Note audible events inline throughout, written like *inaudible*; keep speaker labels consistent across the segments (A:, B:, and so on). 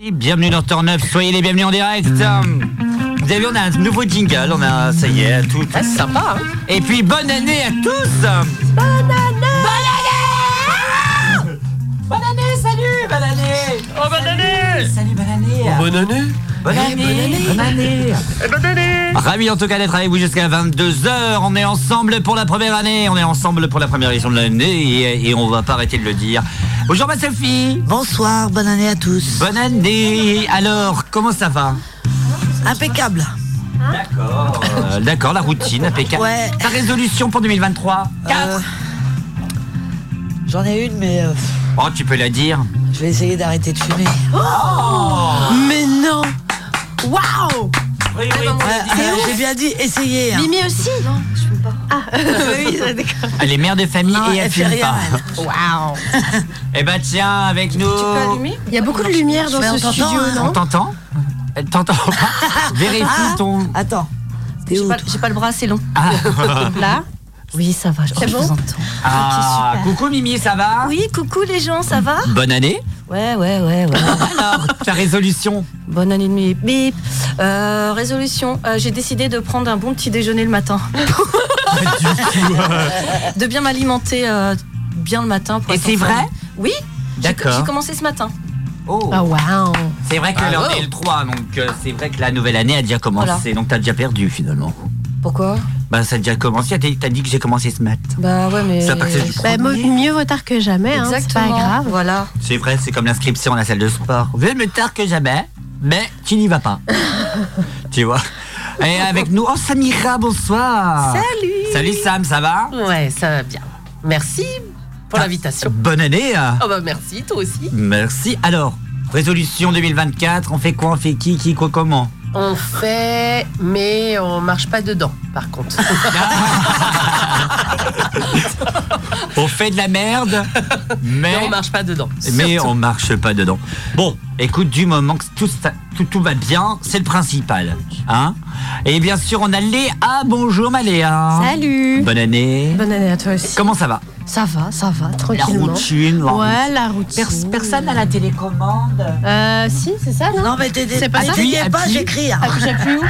A: Et bienvenue dans Turn-Up, soyez les bienvenus en direct. Euh, Vous avez vu, on a un nouveau jingle, on a, ça y est, tout.
B: Ah, c'est sympa, hein
A: Et puis bonne année à tous
B: Bonne année Bonne année, salut Bonne année
C: Oh, bonne année
B: Salut, bonne année
D: Bonne année
B: Bonne année Bonne année
C: Eh, Bonne année
A: Ravi en tout cas d'être avec vous jusqu'à 22h. On est ensemble pour la première année, on est ensemble pour la première édition de l'année et, et on va pas arrêter de le dire. Bonjour ma Sophie
E: Bonsoir, bonne année à tous.
A: Bonne année Alors, comment ça va
E: Impeccable.
A: D'accord. Euh, D'accord, la routine, impeccable.
E: Ouais.
A: Ta résolution pour 2023
E: Euh, J'en ai une, mais euh,
A: Oh, tu peux la dire.
E: je vais essayer d'arrêter de fumer.
A: Oh
E: Oh
F: Mais non Waouh
A: Oui, oui.
E: Ouais, euh, J'ai bien dit essayer. hein.
F: Mimi aussi Non, je peux pas. Ah, *laughs* oui, d'accord.
A: Elle est mère de famille
E: Non,
A: et elle
E: elle fait
A: filme
E: rien,
A: pas.
E: elle.
F: Waouh
A: Eh ben tiens, avec nous.
F: Il y a beaucoup de lumière dans
E: Mais on
F: ce
E: t'entend,
F: studio,
E: hein. Ah,
A: On
F: non
A: t'entend Elle
E: *laughs*
A: t'entend pas Vérifie ton.
E: Attends. T'es où toi
F: le bras assez long.
A: Ah, *laughs*
F: Là Oui, ça va, je
G: C'est
F: vous
G: bon
F: entends.
A: Ah,
F: super.
A: coucou Mimi, ça va Bah.
G: Oui, coucou les gens, ça va
A: Bonne année.
G: Ouais, ouais,
A: *laughs*
G: ouais, ouais.
A: Alors, ta résolution
G: Bonne année de mes bip. Euh, résolution, euh, j'ai décidé de prendre un bon petit déjeuner
A: *laughs*
G: le matin.
A: Ah,
G: de bien m'alimenter euh, bien le matin. Pour
A: Et
G: être en
A: c'est
G: forme.
A: vrai
G: Oui, j'ai
A: D'accord.
G: j'ai commencé ce matin.
A: Oh.
F: Ah, waouh
A: C'est vrai que
B: Ah,
A: l'heure
F: oh.
B: wow.
F: *laughs*
A: est le 3, donc euh, c'est vrai que la nouvelle année a déjà commencé,
G: Voilà.
A: donc t'as déjà perdu finalement.
G: Pourquoi
A: Bah ça a déjà commencé, t'as t'as dit que j'ai commencé ce matin.
G: Bah ouais, mais...
A: Ça part, c'est du
F: bah, mo- Mieux vaut tard que jamais, hein, c'est pas
G: Exactement,
F: grave.
G: voilà.
A: C'est vrai, c'est comme l'inscription à la salle de sport. Viens me tard que jamais, mais tu n'y vas
B: *laughs*
A: pas. tu vois Et avec nous, oh Samira, bonsoir
F: Salut
A: Salut Sam, ça va Ah,
B: Ouais, ça va bien. Merci pour l'invitation.
A: Bonne année hein.
B: Oh bah merci, toi aussi.
A: Merci. Alors, résolution 2024, on fait quoi On fait qui, qui, quoi, comment
B: On fait, mais on marche pas dedans, par contre.
A: On fait de la merde, mais...
B: Mais on marche pas dedans.
A: mais
B: surtout.
A: on marche pas dedans. Bon, écoute, du moment que tout, sta- tout, tout va bien, c'est le principal. Hein Et bien sûr, on a Léa. Bonjour, ma Léa.
F: Salut
A: Bonne année.
F: Bonne année à toi aussi.
A: Comment ça va
F: Ça va, ça va,
A: La
F: tranquillement.
A: routine la
F: Ouais, la routine.
A: routine. Pers- Personne à la télécommande.
F: Euh, si, c'est ça, non
E: Non mais t'es
F: C'est pas ça
E: t'es pas,
A: Appuie.
E: j'écris. hein.
F: Ah, J'appuie où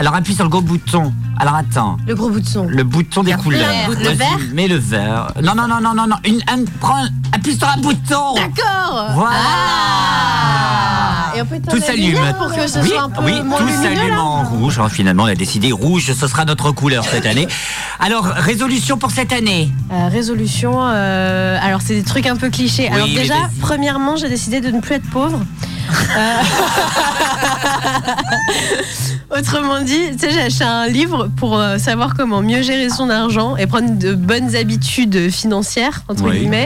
A: Alors appuie sur le gros bouton. Alors attends,
F: Le gros bout de son.
A: le bouton des couleurs.
F: boutons. Le
A: Vas-y,
F: vert
A: Mets le vert. Non, non, non, non, non, non. Une, un- prends, appuie sur un bouton.
F: D'accord
A: Voilà.
F: Ah Et on peut éteindre
A: Tout
F: la
A: s'allume.
F: lumière pour que ce
A: oui,
F: soit un peu
A: oui,
F: moins
A: tout
F: lumineux,
A: s'allume
F: là
A: en rouge. Alors, finalement, on a décidé rouge, ce sera notre couleur cette année. Alors, résolution pour cette année.
F: Euh, résolution, euh, alors c'est des trucs un peu clichés. alors
A: mais
F: déjà,
A: vas-y.
F: premièrement, j'ai décidé de ne plus être pauvre. Euh, Autrement dit, tu sais, j'ai acheté un livre pour euh, savoir comment mieux gérer son argent et prendre de bonnes habitudes financières, entre
A: Oui.
F: guillemets.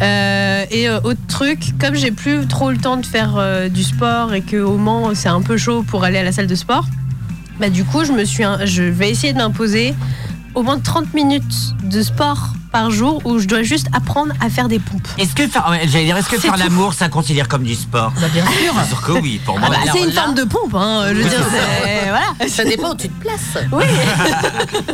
F: Euh, et euh, autre truc, comme j'ai plus trop le temps de faire euh, du sport et qu'au Mans c'est un peu chaud pour aller à la salle de sport, bah du coup je me suis, un- je vais essayer de m'imposer au moins 30 minutes de sport par jour où je dois juste apprendre à faire des pompes.
A: Est-ce que faire, ouais, j'allais dire, est-ce que faire l'amour, ça considère comme du sport
F: Bah,
B: bien sûr.
A: Bien sûr que oui, pour moi.
B: bah, alors
F: Ah c'est une
B: là-
F: forme de pompe, hein, je veux dire, c'est- voilà.
B: Ça dépend où tu te places.
F: *laughs* Oui,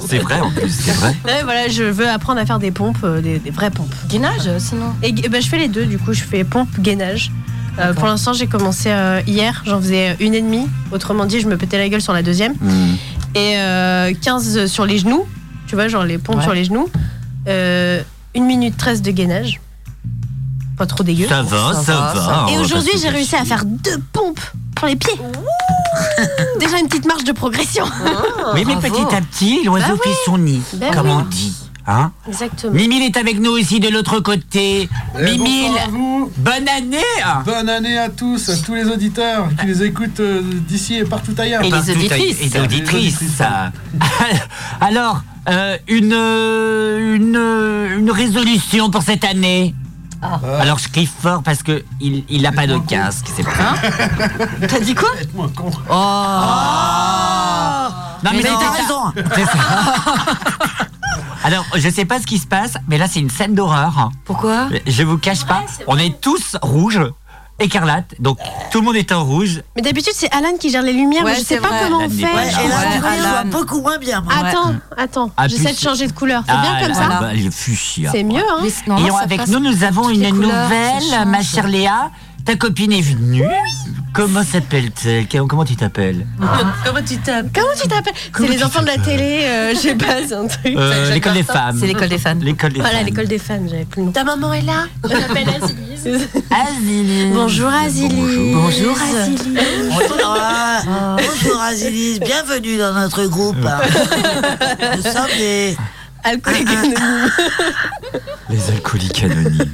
A: c'est vrai en plus, c'est vrai.
F: Ouais, voilà, je veux apprendre à faire des pompes, euh, des, des vraies pompes.
G: Gainage, euh, sinon
F: Et gai- bah, je fais les deux, du coup, je fais pompe, gainage. Euh,
G: D'accord.
F: pour l'instant, j'ai commencé euh, hier, j'en faisais une et demie. Autrement dit, je me pétais la gueule sur la deuxième. et euh, 15 sur les genoux, tu vois, genre les pompes
G: Ouais.
F: sur les genoux, euh, 1 minute 13 de gainage. Pas trop dégueu.
A: Ça va, ça,
B: ça
A: va.
B: va,
A: on
F: et
A: va
F: aujourd'hui,
A: pas se
F: j'ai réussi à
A: cacher.
F: faire deux pompes pour les pieds. *laughs* Déjà une petite marge de progression.
A: Oui, mais
G: Bravo.
A: petit à petit, l'oiseau fait son nid,
F: Ben
A: comme
F: oui.
A: on dit. Hein
F: Exactement.
A: Mimile est avec nous ici de l'autre côté.
D: Eh,
A: Mimile,
D: bonsoir à vous.
A: bonne année
D: Bonne année à tous, à tous les auditeurs qui les écoutent euh, d'ici et partout ailleurs.
B: Et les
A: Partout,
B: auditrices.
A: Et les auditrices.
D: Les auditrices.
A: Alors, euh, une, euh, une, euh, une résolution pour cette année Euh.
D: Ah.
A: Alors hein je kiffe fort parce que il il n'a pas de casque, c'est vrai.
E: *laughs*
G: T'as dit quoi
D: Faites-moi con.
F: Oh.
A: Hmm. Non
E: Mais
A: c'est
E: t'as
A: ça.
E: raison.
A: C'est ça. Alors, je sais pas ce qui se passe, mais là c'est une scène d'horreur.
G: Pourquoi
A: Je vous cache pas, on est tous rouges, écarlates, donc tout le monde est en rouge.
F: Mais d'habitude, c'est Alan qui gère les lumières.
G: Ouais,
F: mais je sais
G: c'est
F: pas
G: vrai.
F: comment
A: Alan
F: on
A: n'est
F: fait.
A: pas
E: Ouais,
A: là.
E: et là
G: Ouais,
E: je trouve que je vois
G: Alan.
E: beaucoup moins bien. moi.
F: Attends, attends.
A: Appuie
F: J'essaie de
A: sur-
F: changer de couleur. C'est bien
A: Ah,
F: comme
A: là,
F: ça.
A: bah, le fuchsia.
F: C'est mieux, hein
G: Mais- non,
A: Et
G: non,
A: on-
G: ça
A: avec
G: passe.
A: nous, nous avons
G: Toutes
A: une
G: les couleurs, ça
A: nouvelle,
G: change.
A: ma chère Léa. ta copine est venue. Comment s'appelle-t-elle Qu- Comment tu t'appelles
B: Comment tu t'appelles
F: Comment tu t'appelles C'est
A: Comment
F: les
A: tu
F: enfants de la
A: t'appelles
F: télé, euh, je sais pas, c'est un truc.
A: Euh,
B: Jacques
A: L'école des femmes.
G: C'est l'école des fans.
A: L'école des
F: Voilà,
A: femmes.
F: l'école des fans, j'avais plus le nom.
B: Ta maman est là
H: Je m'appelle Aziz.
B: *laughs*
A: Azilis.
G: Bonjour Azilis.
A: Bonjour.
G: Azilis.
E: Bonjour, bonjour Azilis, bienvenue dans notre groupe. hein.
A: *laughs*
E: Nous sommes des.
F: Alcoolique
A: Les alcooliques anonymes.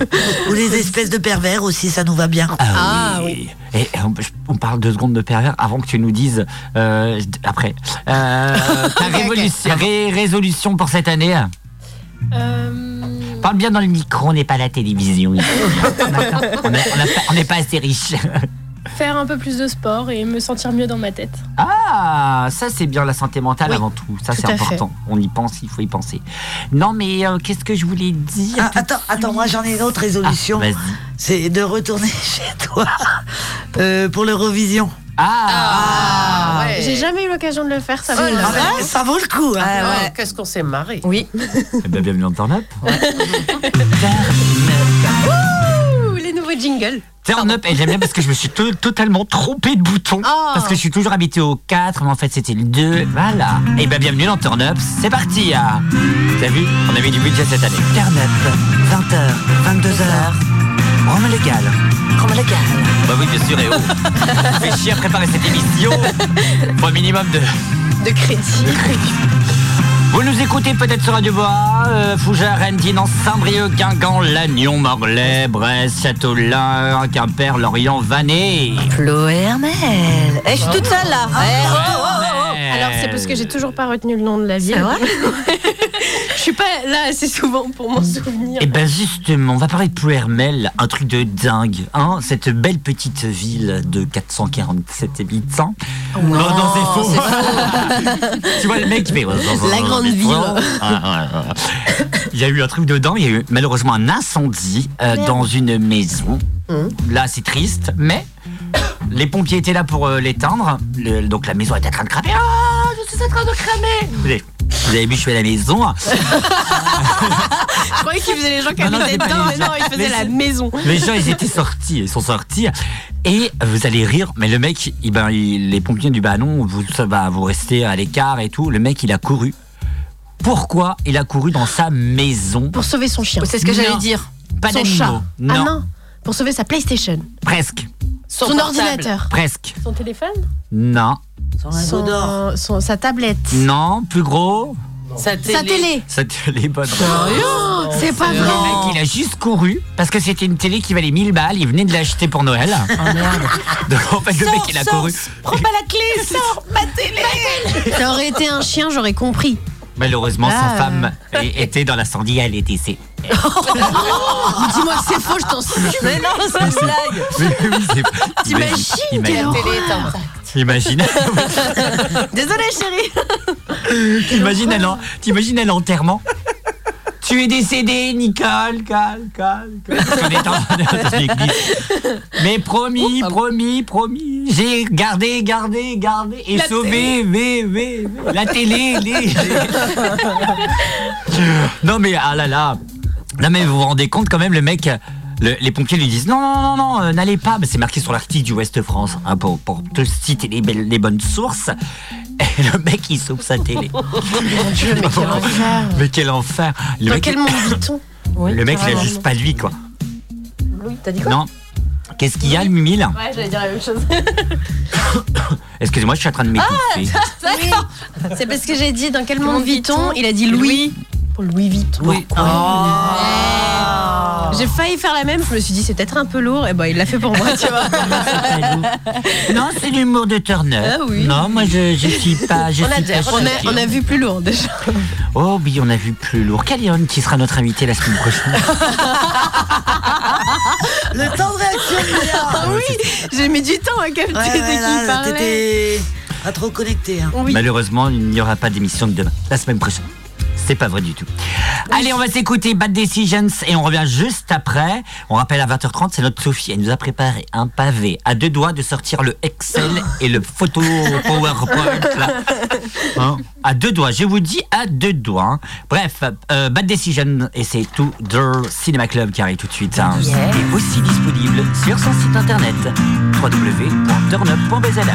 E: ou les espèces de pervers aussi, ça nous va bien.
A: Ah, oui. Et on, je- on parle deux secondes de pervers avant que tu nous dises euh, je- après. Euh, ta révolution- ré- résolution pour cette année hein.
H: Euh,
A: Parle bien dans le micro, on n'est pas à la télévision. ici. on n'est pas, on n'est pas assez riche. *laughs*
H: faire un peu plus de sport et me sentir mieux dans ma tête.
A: Ah, ça c'est bien la santé mentale
F: Oui,
A: avant tout. Ça
F: tout
A: c'est
F: à fait.
A: important. On y pense, il faut y penser. Non mais euh, qu'est-ce que je voulais dire
E: Ah, attends, attends, moi j'en ai une autre résolution.
A: Ah, Vas-y.
E: C'est de retourner *laughs* chez toi euh, pour l'Eurovision.
A: Ah,
B: ouais.
F: J'ai jamais eu l'occasion de le faire, ça
B: Oh
F: va.
B: là
E: Ah ouais, ça vaut le coup. hein.
B: Ah,
G: Ah, ouais.
B: Qu'est-ce qu'on s'est marré
G: Oui.
A: Eh ben, Bienvenue dans Turn Up.
F: Ouh, les nouveaux jingles.
A: Turn Up, et j'aime bien parce que je me suis to- totalement trompé de bouton.
F: Oh.
A: Parce que je suis toujours habité au 4, mais en fait c'était le 2. Voilà. Et bien bienvenue dans Turn Up, c'est parti. ah. T'as vu On avait du budget cette année.
E: Turn up,
A: Ah.
E: 20h, 22h, Rome légal.
G: Comme le gars.
A: Bah oui, bien sûr, et oh. Ça
F: *laughs*
A: fait chier à préparer cette émission. Faut un minimum de.
F: De crédit.
A: Vous nous écoutez peut-être sur Radio Bois, euh, Fougères, Rennes, en Saint-Brieuc, Guingamp, Lannion, Morlaix, Brest, Châteaulin, Quimper, Lorient, Vannes.
G: Chloé Hermel. Eh, je suis toute seule là.
A: Ah,
G: Eh, oh, oh, oh.
F: Alors, c'est parce que j'ai toujours pas retenu le nom de la ville.
G: C'est vrai
F: *laughs* Je suis pas là assez souvent pour m'en souvenir.
A: Eh ben justement, on va parler de Plouermel, un truc de dingue, hein Cette belle petite ville de 447 habitants. non, Oh, non,
I: Oh,
A: c'est faux. *laughs* tu vois le mec qui fait *laughs* la
G: grande ville.
A: Il y a eu un truc dedans. Il y a eu malheureusement un incendie euh, dans une maison. Là, c'est triste, mais les pompiers étaient là pour euh, l'éteindre. Le- donc la maison était en train de cramer. Ah, je suis en train de cramer. Vous avez- Vous avez vu, je suis à la maison.
F: Je croyais qu'il faisait les gens qui
A: Non, non,
F: habitaient
A: c'est pas
F: dedans,
A: les
F: mais non,
A: gens.
F: il faisait
A: Mais
F: la
A: c'est-
F: maison.
A: Les gens, ils étaient sortis, ils sont sortis. Et vous allez rire, mais le mec, il- ben, il- les pompiers du bah non, vous, ça va, vous restez à l'écart et tout. Le mec, il a couru. Pourquoi il a couru dans sa maison
F: Pour sauver son chien.
G: C'est ce que j'allais
A: Non.
G: dire.
A: Pas
F: son
A: d'animaux.
F: chat.
A: Non,
F: Ah non, pour sauver sa PlayStation.
A: presque,
F: Son, ordinateur.
A: presque.
H: Son téléphone
A: Non,
E: Sans un mot d'or.
F: Son, son- sa *laughs* tablette.
A: non, plus gros.
B: Sa télé.
F: Sa télé.
A: Ça te les bonnes.
F: Oh, C'est pas
A: Le
F: vrai.
A: mec, il a juste couru parce que c'était une télé qui valait 1000 balles. Il venait de l'acheter pour Noël.
F: Oh,
A: Donc en fait, le mec, il a couru.
G: Prends pas la clé, sors.
F: Ça aurait été un chien, j'aurais compris.
A: Malheureusement,
F: Ah.
A: sa femme é- était dans l'incendie, elle était c'est-
F: Oh, Dis-moi que c'est faux, je t'en supplie.
G: Mais non, c'est une blague.
A: *laughs* Oui, oui, c'est- Imagine,
F: T'imagines quelle
A: imagine,
F: horreur. *laughs*
A: imagine,
F: Désolée, chérie.
A: *laughs* T'imagines à l'en- t'imagines à l'enterrement. Tu es décédé, Nicole, calme, calme, calme. Parce qu'on est en- dans l'église. Mais
F: Oh, ah
A: promis, promis, promis, j'ai gardé, gardé, gardé et sauvé,
F: Eh
A: mais, mais, mais, la télé, les- les- Non mais ah là là. Non mais vous vous rendez compte quand même le mec. le- les pompiers lui disent non non non non euh, n'allez pas mais c'est marqué sur l'article du Ouest France hein, pour, pour te citer les, belles- les bonnes sources *laughs* et le mec il Oh, sauve sa télé *laughs* mais, quel enfer. *laughs* le
F: Dans
A: mec,
F: quel monde vit-on
A: le mec il a juste pas lui quoi
G: T'as dit
A: non qu'est-ce qu'il y a le mimi là
H: Ouais, j'allais dire la même
A: *laughs*
H: chose. Ah,
A: excusez-moi je suis en train de
F: Ah,
A: m'étouffer
F: C'est parce que j'ai dit dans quel
G: monde
F: monde vit-on
G: vit-on
F: Il a dit Louis. Pour Louis Vuitton. Ah.
A: Oui.
F: J'ai failli faire la même, je me suis dit c'est peut-être un peu lourd. Et ben il l'a fait pour moi, tu
A: *laughs*
F: vois.
A: non c'est l'humour de Turner
F: Ah oui.
A: non moi je, je suis pas je
B: On a
A: suis
B: déjà-
A: pas
F: On a,
A: choqué.
F: on a vu plus lourd déjà.
A: Oh oui, on a vu plus lourd. Calion qui sera notre invité la semaine prochaine.
E: Le temps de réaction, Léa.
F: Ah oui, j'ai mis du temps à capter
E: Ouais,
F: de
E: ouais,
F: qui
E: là,
F: il parlait.
E: T'étais pas trop connecté. hein.
F: Oui.
A: Malheureusement, il n'y aura pas d'émission de demain. La semaine prochaine. C'est pas vrai du tout. Allez, on va s'écouter Bad Decisions et on revient juste après. On rappelle à 20h30, c'est notre Sophie. Elle nous a préparé un pavé à deux doigts de sortir le Excel et le photo PowerPoint. là. Hein à deux doigts, je vous dis à deux doigts. hein. Bref, euh, Bad Decision et c'est tout The Cinema Club qui arrive tout de suite. hein. Et aussi disponible sur son site internet www.turnup.bzh.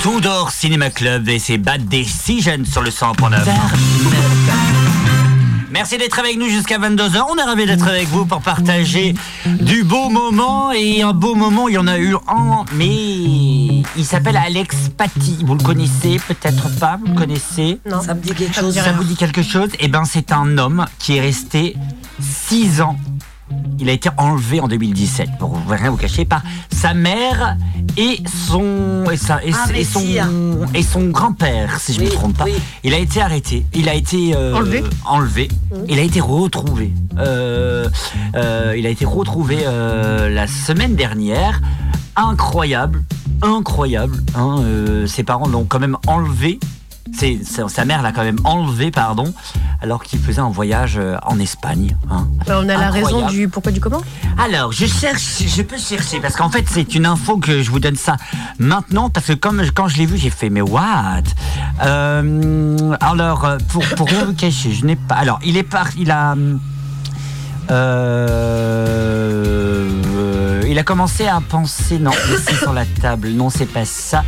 A: Tudor Cinéma Club et ses Bad Decisions sur le 100.9. Merci d'être avec nous jusqu'à 22h. On est ravis d'être avec vous pour partager du beau moment. Et un beau moment, il y en a eu un, mais il s'appelle Alex Paty. Vous le connaissez peut-être pas, vous le connaissez
B: Non.
E: Ça me dit quelque chose.
A: ça vous dit quelque chose Eh ben, c'est un homme qui est resté 6 ans. Il a été enlevé en 2017, pour rien vous cacher, par sa mère et son et, sa- et-
E: Ah, mais
A: et son
E: si, hein.
A: et son grand-père, si je ne me
E: Oui,
A: trompe pas.
E: oui.
A: Il a été arrêté. Il a été euh,
F: Enlevé.
A: enlevé. Il a été retrouvé. Euh, euh, il a été retrouvé euh, la semaine dernière incroyable, incroyable. hein, euh, ses parents l'ont quand même enlevé. C'est- sa- sa mère l'a quand même enlevé, pardon, alors qu'il faisait un voyage euh, en Espagne. hein.
F: Bah, on a la
A: Incroyable.
F: raison du pourquoi du comment.
A: Alors, je cherche, je peux chercher, parce qu'en fait, c'est une info que je vous donne ça maintenant, parce que comme, quand je l'ai vu, j'ai fait, mais what Euh, Alors, euh, pour, pour rien vous cacher, je n'ai pas. Alors, il est par. Il a. hum, euh, euh, il a commencé à penser. Non, c'est sur la table. Non, c'est pas ça.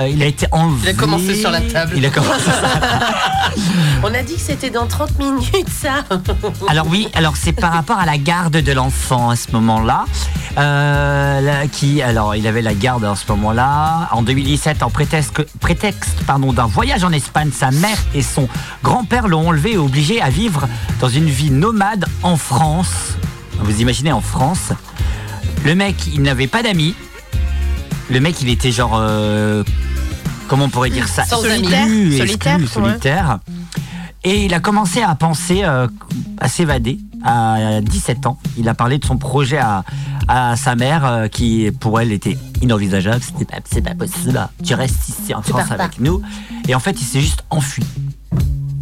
A: Euh, il a été enlevé.
B: Il a commencé sur la table.
A: Il a commencé
B: On a dit que c'était dans 30 minutes, ça.
A: Alors oui, alors c'est par rapport à la garde de l'enfant à ce moment-là. Euh, là, qui alors il avait la garde à ce moment-là en 2017 en prétexte prétexte pardon d'un voyage en Espagne sa mère et son grand-père l'ont enlevé et obligé à vivre dans une vie nomade en France vous imaginez en France le mec il n'avait pas d'amis le mec il était genre euh, comment on pourrait dire ça
B: Sans amis.
A: Exclu, exclu,
F: Solitaire, ouais.
A: solitaire. Et il a commencé à penser euh, à s'évader à 17 ans. Il a parlé de son projet à, à sa mère euh, qui, pour elle, était inenvisageable. C'était pas, c'est pas possible. Ah, Tu restes ici en France
B: pars pas.
A: avec nous. Et en fait, il s'est juste enfui.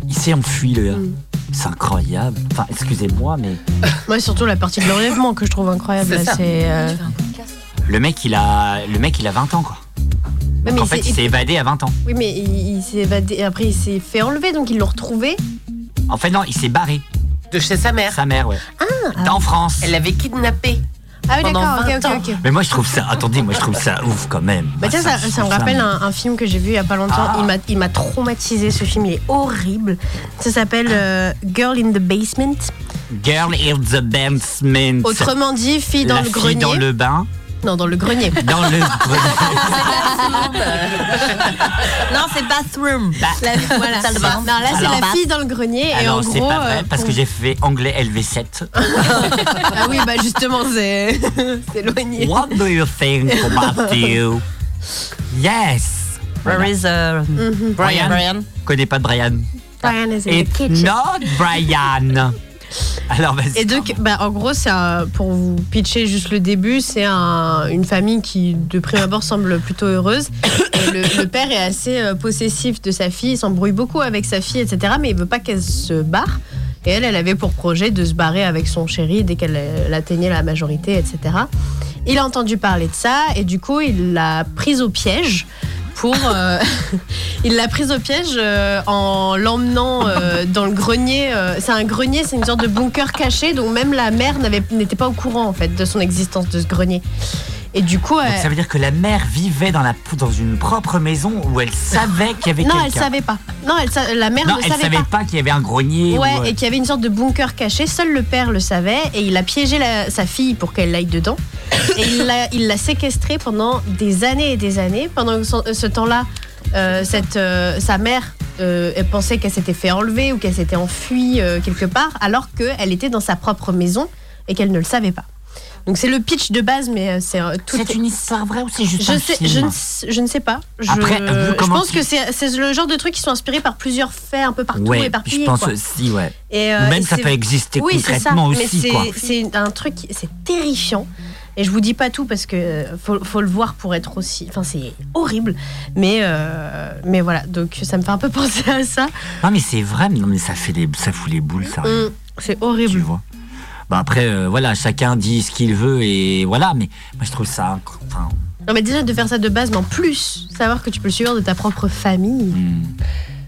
A: Il s'est enfui, le gars.
F: Mm.
A: C'est incroyable. Enfin, excusez-moi, mais
F: Moi, surtout la partie de l'enlèvement que je trouve incroyable.
B: C'est
F: là,
B: ça.
F: C'est. euh,
A: le mec, il a, le mec, il a 20 ans, quoi.
F: ouais, mais
A: en
F: il
A: fait,
F: s'est-
A: il s'est évadé à 20 ans.
F: Oui, mais il, il s'est évadé. et Après, il s'est fait enlever, donc ils l'ont retrouvé.
A: En fait, non, il s'est barré.
B: De chez sa mère.
A: Sa mère, ouais. en France.
B: Ah.
A: Ah,
B: Elle l'avait kidnappé.
F: Ah oui,
B: Pendant
F: d'accord, ok,
B: 20
F: ok, ok.
A: Mais moi je trouve ça, attendez, moi je trouve ça ouf quand même.
F: Bah, tiens, ça,
A: je
F: ça me
A: trouve
F: rappelle un, un film que j'ai vu il y a pas longtemps.
A: Ah.
F: Il m'a- Il m'a traumatisé ce film, il est horrible. Ça s'appelle euh, Girl in the Basement.
A: Girl in the basement.
F: Autrement dit, fille
A: La
F: dans le
A: fille
F: grenier.
A: dans le bain.
F: Non, dans le grenier.
A: *laughs* Dans
F: *laughs*
A: le grenier.
G: Non, c'est bathroom.
F: La- voilà.
G: Salle de bain.
F: Non, là, c'est
G: Alors,
F: la
G: bah-
F: fille dans le grenier. et en
A: Alors Ah c'est
F: gros.
A: pas vrai
F: euh,
A: parce que j'ai fait anglais LV7.
F: *laughs* Ah oui, bah justement, c'est *laughs* c'est éloigné.
A: What do you think
F: *laughs*
A: about you? Yes.
G: Where is euh,
F: Mhm.
G: Brian?
A: Connais pas de Brian.
F: Brian is in the
A: It's
F: kitchen.
A: not
F: *laughs*
A: Brian. Alors vas-y.
F: Et donc, bah, en gros, c'est un- pour vous pitcher juste le début, c'est un- une famille qui, de prime abord, semble plutôt heureuse. Et le, le père est assez euh, possessif de sa fille, il s'embrouille beaucoup avec sa fille, etc. Mais il veut pas qu'elle se barre. Et elle, elle avait pour projet de se barrer avec son chéri dès qu'elle euh, atteignait la majorité, etc. Il a entendu parler de ça et du coup, il l'a prise au piège pour. euh, *laughs* il l'a prise au piège euh, en l'emmenant euh, dans le grenier. euh, c'est un grenier, c'est une sorte de bunker caché, donc même la mère n'avait- n'était pas au courant en fait de son existence de ce grenier. Et du coup,
A: Donc,
F: elle-
A: ça veut dire que la mère vivait dans, la, dans une propre maison où elle savait qu'il y avait
F: non,
A: quelqu'un.
F: elle savait pas. Non, elle sa- la mère
A: Non,
F: ne
A: elle
F: savait
A: savait
F: pas.
A: pas, qu'il y avait un grenier.
F: Ouais,
A: ou, euh,
F: et qu'il y avait une sorte de bunker caché. Seul le père le savait et il a piégé la- sa fille pour qu'elle aille
A: *laughs*
F: dedans. Et il l'a- il l'a séquestrée pendant des années et des années. Pendant ce, ce temps-là, euh, cette, euh, sa mère euh, elle pensait qu'elle s'était fait enlever ou qu'elle s'était enfuie euh, quelque part, alors qu'elle était dans sa propre maison et qu'elle ne le savait pas. Donc c'est le pitch de base, mais euh, c'est euh, tout.
A: C'est une histoire vraie ou c'est juste
F: Je,
A: un
F: sais,
A: film
F: je, ne, sais- je ne sais pas. Je,
A: Après, vu
F: je
A: comment
F: pense
A: tu-
F: que c'est c'est le genre de trucs qui sont inspirés par plusieurs faits un peu partout
A: Ouais,
F: éparpillés.
A: je pense
F: quoi.
A: aussi, ouais.
F: Et,
A: Ou
F: euh,
A: même
F: et
A: ça
F: c'est-
A: peut exister
F: oui, c'est ça.
A: concrètement
F: mais
A: aussi,
F: c'est-
A: quoi.
F: C'est un truc, c'est terrifiant. Et je vous dis pas tout parce que euh, faut, faut le voir pour être aussi. Enfin, c'est horrible. Mais, euh, mais voilà, donc ça me fait un peu *laughs* penser à ça.
A: Non, mais c'est vrai, mais non, mais ça fait des, ça fout les boules, ça.
F: Hum, c'est
A: Tu
F: horrible.
A: vois. Bah après, euh, voilà, chacun dit ce qu'il veut et voilà, mais moi je trouve ça. inc- Enfin,
F: Non, mais déjà de faire ça de base, mais en plus, savoir que tu peux le suivre de ta propre famille,
A: hmm.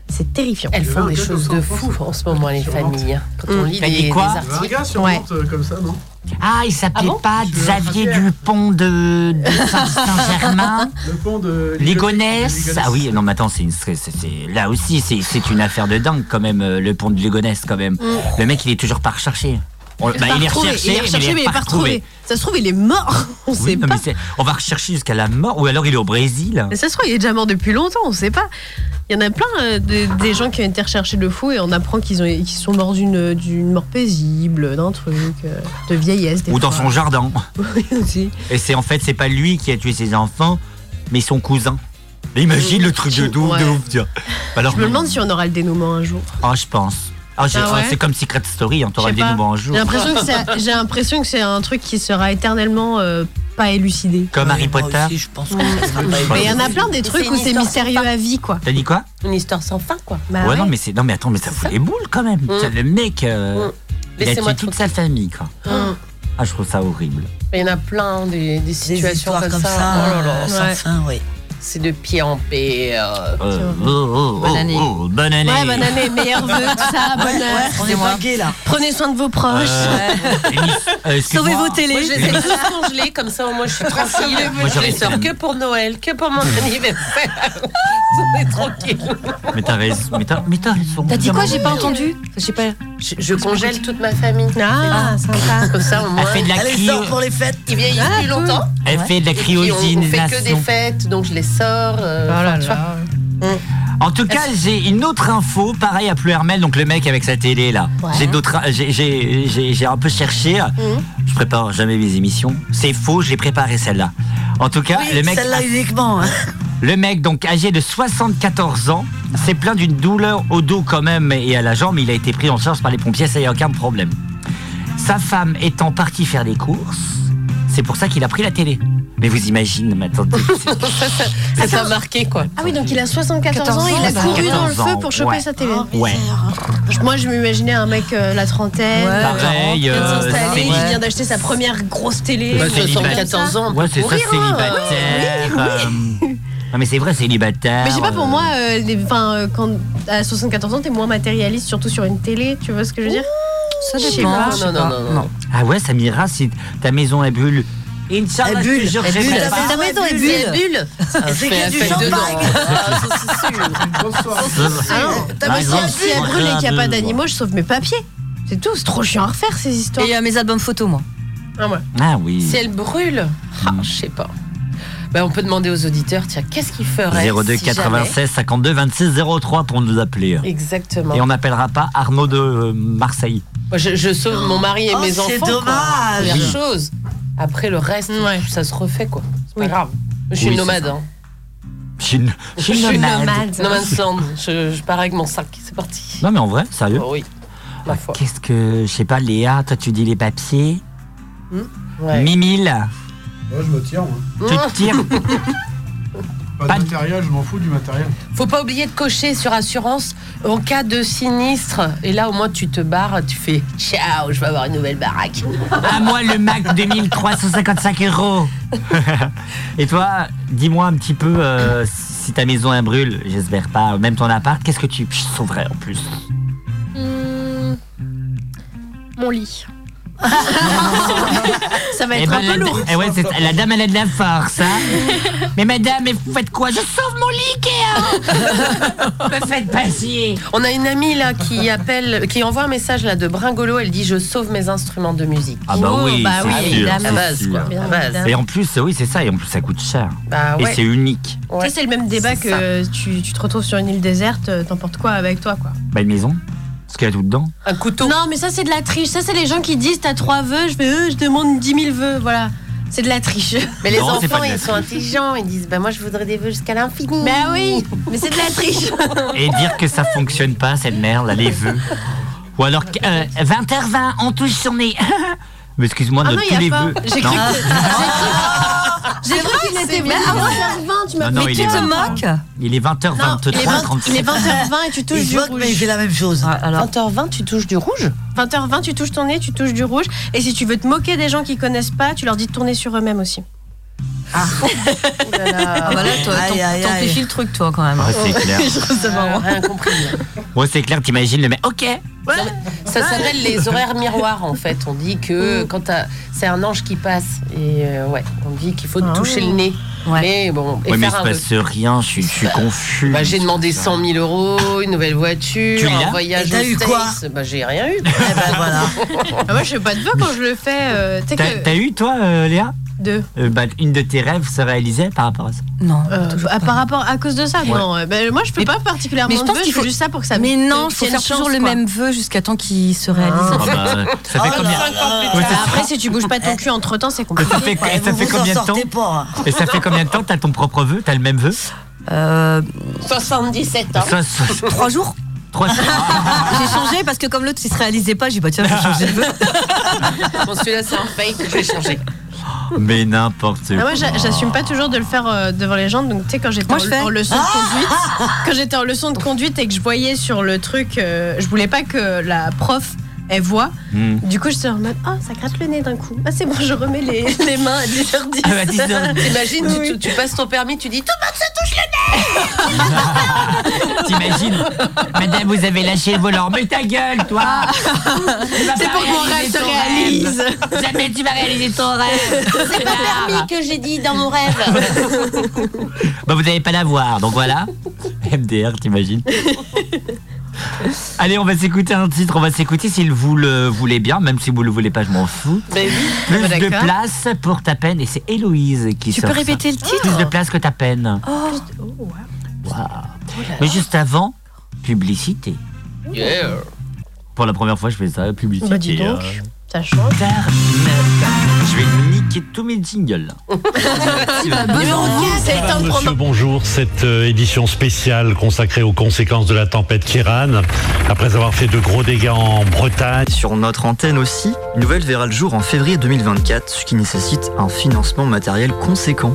F: c'est terrifiant.
B: Elles font des
D: Vingt-deux
B: choses de
D: pour cent.
B: fous en ce moment, les
D: Sûrement.
B: familles. hein, Quand on
I: Mmh.
F: Mm.
B: lit
A: T'as
B: des,
A: dit
B: des
A: quoi
D: Il y avait un
B: articles.
D: gars sur Nantes euh, comme ça, non
A: Ah, il s'appelait
B: Ah bon
A: pas
D: Je suis
A: Xavier
D: fier.
A: Dupont de, de
B: *laughs*
A: Saint- Saint-Germain,
D: Le pont de.
A: Légonesse.
D: Légonesse.
A: Ah oui, non, mais attends, c'est une, c'est- c'est- c'est- là aussi, c'est- c'est une affaire de dingue quand même, euh, le pont de Légonesse quand même. Le mec, il est toujours pas recherché. On- bah,
F: Pas
A: il est
F: retrouvé,
A: recherché,
F: Mm. il est recherché, mais il est pas retrouvé. Ça se trouve, il est mort. *laughs* On
A: Oui,
F: sait
A: non,
F: pas.
A: mais c'est- on va rechercher jusqu'à la mort, ou alors il est au Brésil.
F: Mais ça se trouve, il est déjà mort depuis longtemps, on sait pas. Il y en a plein euh, de- des gens qui ont été recherchés de fou et on apprend qu'ils ont- qu'ils sont morts d'une d'une mort paisible, d'un truc, euh, de vieillesse. des
A: Ou dans son
F: fois.
A: jardin.
F: *laughs* Oui, aussi.
A: Et c'est en fait, c'est pas lui qui a tué ses enfants, mais son cousin. Mais imagine le truc de ouf, de
F: Ouais.
A: ouf, tiens. Alors,
F: Je me demande si on aura le dénouement un jour.
A: Oh, je pense. Ah, je-
F: Ah ouais
A: C'est comme Secret Story, hein, on t'aura
F: Je
A: le
F: sais pas.
A: dénouement un jour.
F: J'ai l'impression que c'est- j'ai l'impression que c'est un truc qui sera éternellement euh, pas élucidé.
A: Comme Harry
E: Oui, moi
A: Potter.
E: aussi, je pense que ça sera pas
F: Mais il y en a
E: évident.
F: plein des trucs
B: une
F: où c'est
B: histoire
F: mystérieux
B: sympa.
F: à vie, quoi.
A: T'as dit quoi
B: Une histoire sans fin, quoi.
F: Bah
A: ouais,
F: ouais.
A: non mais c'est non mais attends mais ça fout les boules quand même. Tiens, Le mec euh,
B: Mm.
A: il a
B: Laissez-moi
A: tué toute sa famille quoi.
F: Mm.
B: Hum.
A: Ah je trouve ça horrible.
B: Il y en a plein hein, des, des
E: Des
B: situations
E: histoires
B: comme, ça. Oh là là.
E: euh, sans
F: Ouais.
E: fin, oui.
B: C'est de pire en pire.
A: Euh, oh, oh,
B: Bonne
A: oh,
B: année.
A: oh, bonne année.
F: Ouais, bonne année, meilleurs vœux, tout ça, bonne heure.
E: On est paquet là.
F: Prenez soin de vos proches.
A: Euh, Denis,
F: *laughs*
A: euh, excuse-moi.
G: Sauvez vos télés.
B: Moi,
A: *laughs*
B: je les ai tous congelés, comme ça, au moins, je suis tranquille.
A: Moi,
B: je
A: j'aurais
B: les
A: été
B: sors
A: la-
B: que pour Noël, que
A: *laughs*
B: pour mon anniversaire. *laughs* On est tranquille.
A: Mais t'as raison. Mais t'as, mais t'as raison.
G: T'as dit quoi J'ai pas entendu. J'ai pas.
B: Je, je congèle toute ma famille.
F: Ah, sympa.
B: Comme ça, au
A: Elle
B: moins,
A: fait de la
E: Allez,
A: cryo.
E: sort pour les fêtes.
B: ils vieillissent
F: Ah,
B: plus
F: cool.
B: longtemps.
A: Elle fait de la
B: Et puis, on, on fait que des
A: cryogénisation.
B: fêtes, donc je les sors. euh,
F: Oh là
B: enfin, tu vois.
F: là.
A: Mm. En tout cas, j'ai une autre info, pareil à Pluhermel, donc le mec avec sa télé là. J'ai d'autres, j'ai- j'ai j'ai- j'ai un peu cherché.
B: Mm.
A: Je prépare jamais mes émissions. C'est faux, je l'ai préparé celle-là. En tout cas, le mec,
E: Celle-là uniquement. hein.
A: le mec donc âgé de 74 ans, s'est plaint d'une douleur au dos quand même et à la jambe. Il a été pris en charge par les pompiers, ça y a aucun problème. Sa femme étant partie faire des courses, c'est pour ça qu'il a pris la télé. Mais vous imaginez, mais
B: *laughs*
A: attendez, c'est-
B: Ça t'a marqué, quoi.
F: Ah oui, donc il a 74 ans,
G: 14
F: il a
G: ans,
F: couru dans le
A: 14
F: feu
A: ans,
F: pour choper
A: ouais.
F: sa télé.
A: ouais.
F: Je- Oh. Moi, je m'imaginais un mec euh, la trentaine,
E: Ouais.
A: Pareil,
F: vient de
A: euh,
F: s'installer,
A: c'est-
F: qui vient d'acheter sa première grosse télé.
A: Bah, c'est célibataire.
B: 74 ans. on peut
A: Ouais, c'est ça,
B: courir, hein.
A: célibataire. euh, Non, mais c'est vrai, célibataire.
F: Mais je sais pas, pour
A: euh,
F: moi, euh, les- enfin, euh, quand à 74 ans, t'es moins matérialiste, surtout sur une télé, tu vois ce que je veux dire
G: Ça
F: Je sais
G: dépend.
F: pas.
G: je sais
B: Non, non,
G: pas.
B: non, non, non.
A: Ah ouais, Samira, si ta maison est bulle. Inch'Allah,
E: Elle bulle,
A: je
E: elle
A: te jure, je
E: bulle,
A: sais
E: elle
A: pas.
E: bulle.
G: Ta maison est
E: C'est
G: bulle.
B: Bulle.
E: C'est qu'il y a du
B: Fête de
E: champagne.
B: Noël. Ah, ça, c'est sûr.
D: Une grosse soirée.
F: Ah
E: T'as
A: Par
E: pas
A: exemple,
F: Si elle
A: Ouais.
F: brûle et qu'il n'y a
A: Ouais.
F: pas d'animaux, je sauve mes papiers. C'est tout, c'est trop chiant à refaire ces histoires.
G: Et euh, mes albums photos, moi.
A: Ah oui.
B: Si elle brûle, ah, je sais pas. Bah, on peut demander aux auditeurs, tiens, qu'est-ce qu'ils feraient
A: 02
B: si
A: 96 52 26 03 pour nous appeler.
B: jamais Exactement.
A: Et on n'appellera pas Arnaud de euh, Marseille.
B: Moi, Je, je sauve mon mari et
E: Oh,
B: mes enfants.
E: c'est
B: quoi.
E: dommage.
B: Première
A: Oui.
B: chose. Après, le reste,
F: Ouais.
B: ça se refait, quoi. C'est pas
F: Oui.
B: grave. Je suis
A: Oui,
B: une
A: c'est
B: nomade.
A: ça.
B: hein.
A: Je suis une- je suis
B: Je
A: une
B: suis *laughs*
A: nomade.
F: nomade.
B: No man's land. Je, je pars avec mon sac. C'est parti.
A: Non, mais en vrai, sérieux. Ah,
B: Oh oui, ma foi.
A: Qu'est-ce que. Je sais pas, Léa, toi tu dis les papiers.
B: Ouais.
A: Mimile,
D: Moi, je me tire, moi.
A: tu te tires.
D: Pas
A: Pas de-
D: de matériel, je m'en fous du matériel.
B: Faut pas oublier de cocher sur assurance en cas de sinistre. Et là, au moins, tu te barres, tu fais ciao, je vais avoir une nouvelle baraque.
A: À moi le Mac 2355 *laughs* euros. Et toi, dis-moi un petit peu euh, si ta maison elle brûle, j'espère pas, même ton appart, qu'est-ce que tu sauverais en plus
H: Hum, Mon lit.
F: *laughs* Ça va Bah,
A: Eh
F: être
A: ben,
F: un peu
A: la,
F: lourd.
A: eh ouais, c'est- la dame elle a de la force, hein Mais madame, mais vous faites quoi Je sauve mon lit,
B: *laughs*
A: Ikea Me faites pas chier
B: On a une amie là qui appelle, qui envoie un message là de Bringolo. Elle dit Je sauve mes instruments de musique.
A: Ah bah oui,
F: bah
A: c'est
F: oui,
A: sûr,
F: la
A: c'est
B: base,
A: sûr.
B: quoi.
F: Bien
B: Ah bah,
F: évidemment.
A: Et en plus, oui, c'est ça, et en plus ça coûte cher.
B: Bah
A: Et
B: ouais.
A: c'est unique.
B: Ouais.
F: Ça, c'est le même débat
B: C'est
F: que tu, tu te retrouves sur une île déserte, euh, t'emportes quoi avec toi, quoi.
A: Bah une maison, parce qu'il y a tout dedans.
B: Un couteau.
F: Non, mais ça, c'est de la triche. Ça, c'est les gens qui disent t'as trois vœux, je, vais, euh, je demande 10 000 vœux. Voilà. C'est de la triche.
B: Mais les
A: Non, c'est pas
B: enfants,
A: de la
B: ils sont
A: triche.
B: intelligents. Ils disent Bah moi, je voudrais des vœux jusqu'à l'infini.
F: bah oui, mais c'est de la triche.
A: Et dire que ça fonctionne pas, cette merde, là, les vœux. Ou alors, euh, 20h20, on touche sur nez. *laughs* Mais excuse-moi,
F: Ah
A: de
F: non, il
A: tous
F: n'y
A: les
F: a pas.
A: vœux.
F: J'ai
A: Non.
F: cru que.
J: Ah.
F: J'ai cru qu'il était Ah, bien. Avant 20 tu m'as
A: Non, non,
F: Mais
A: il
F: tu
A: est
F: te
A: vingt.
F: moques
A: *laughs*
K: Ah,
A: Il est 20h23,
F: Non, il est 20 il est 20h20 et tu
E: Il
F: touches
E: se
F: du
E: moque, mais il
F: rouge.
E: fait la même chose.
G: Ah, alors.
B: 20h20, tu touches du rouge
F: 20h20, tu touches ton nez, tu touches du rouge. Et si tu veux te moquer des gens qui connaissent pas, tu leur dis de tourner sur eux-mêmes aussi.
G: Ah, bah là, toi,
E: Aïe,
G: t'em-
E: aïe,
G: t'amplifies le truc, toi, quand même.
A: Ouais,
F: *laughs*
A: c'est clair.
B: Ah, Rien compris.
A: Ouais, c'est clair, t'imagines le mec. Ok.
B: Ça s'appelle les horaires miroirs en fait. On dit que quand t'as- c'est un ange qui passe et euh, ouais, on dit qu'il faut toucher le nez.
G: Ouais.
B: Mais bon, et
A: Ouais, mais il
B: faire
A: se
B: un vœu.
A: passe rien, je suis, je suis confus.
B: Bah, j'ai demandé 100 000 euros, une nouvelle voiture,
A: Tu l'as
B: un voyage
E: Et t'as
B: aux
E: eu
B: States.
E: quoi
B: bah, j'ai rien eu.
E: Eh ben voilà.
F: Ah, moi, je fais pas de vœux quand je le fais. euh, tu sais
A: T'as
F: que.
A: t'as eu, toi, euh, Léa
F: Deux.
A: Euh, bah, Une de tes rêves se réalisait par rapport à ça.
G: Non.
F: Euh,
G: toujours
F: à-
G: pas.
F: par rapport à cause de ça, non. euh, ben, moi, je peux
G: Mais-
F: pas particulièrement.
G: mais je
F: de
G: pense
F: vœux,
G: qu'il
F: fais
G: faut-
F: juste ça pour que ça.
G: Mais
F: me-
G: non,
F: que
G: faut
F: j'ai
G: faire
F: une chance,
G: toujours le
F: quoi.
G: même vœu jusqu'à temps qu'il se réalise.
A: Ah bah, ça fait
E: Oh
A: combien
E: là là.
A: Ouais, ça-
F: Après, si tu bouges pas ton cul entre temps, c'est
A: ça
F: compliqué.
A: fait,
E: Ouais,
A: et ça
E: vous
A: fait
E: vous
A: combien
E: en
A: de temps
E: sortez pas.
A: Et ça fait combien de temps T'as ton propre vœu T'as le même vœu
G: Euh,
K: *laughs*
B: 77 ans.
A: Soit- soit-
G: trois jours
A: Trois
G: J'ai changé parce que comme l'autre il se réalisait pas, j'ai dit bah tiens, je vais changer de vœu.
B: Bon, celui-là, c'est un fake, je vais changer.
A: Mais n'importe
F: Ah,
A: quoi.
F: moi, j'a- j'assume pas toujours de le faire euh, devant les gens. Donc, tu sais, quand j'étais
G: Moi, je fais.
F: en, en leçon de conduite, quand j'étais en leçon de conduite et que je voyais sur le truc, euh, je voulais pas que la prof elle voit.
A: Hmm.
F: Du coup, je suis en mode, oh, ça gratte le nez d'un coup. Ah, c'est bon, je remets les, *laughs* les mains à 10h10.
A: Ah,
F: *laughs*
A: bah, 10h10.
B: T'imagines, tu- tu, tu passes ton permis, tu dis tout
A: *laughs* T'imagines Madame, vous avez lâché le volant. Mais ta gueule, toi
F: C'est pour que mon rêve se réalise.
A: Jamais tu vas réaliser
F: *laughs*
A: ton rêve
B: le
F: Ah.
B: permis que j'ai dit dans mon rêve.
A: *laughs* Bah, vous n'allez pas l'avoir, donc voilà. MDR, t'imagines Allez, on va s'écouter un titre, on va s'écouter s'il vous le voulez bien, même si vous le voulez pas, je m'en fous.
B: Mais oui.
A: Plus
F: bah,
A: de
F: d'accord.
A: place pour ta peine, et c'est Héloïse qui
G: Tu
A: sort
G: peux
A: ça.
G: répéter le titre
A: Plus de place que ta peine.
F: Oh
J: Oh,
A: Waouh. Mais juste avant, publicité.
B: Yeah.
A: Pour la première fois, je fais ça, publicité.
F: Bah, dis donc.
A: euh,
F: Ça change.
A: Je vais niquer tous mes jingles.
F: C'est le temps de prendre.
L: Monsieur, bonjour. Cette euh, édition spéciale consacrée aux conséquences de la tempête Kiran, après avoir fait de gros dégâts en Bretagne.
M: Sur notre antenne aussi, une nouvelle verra le jour en février 2024, ce qui nécessite un financement matériel conséquent.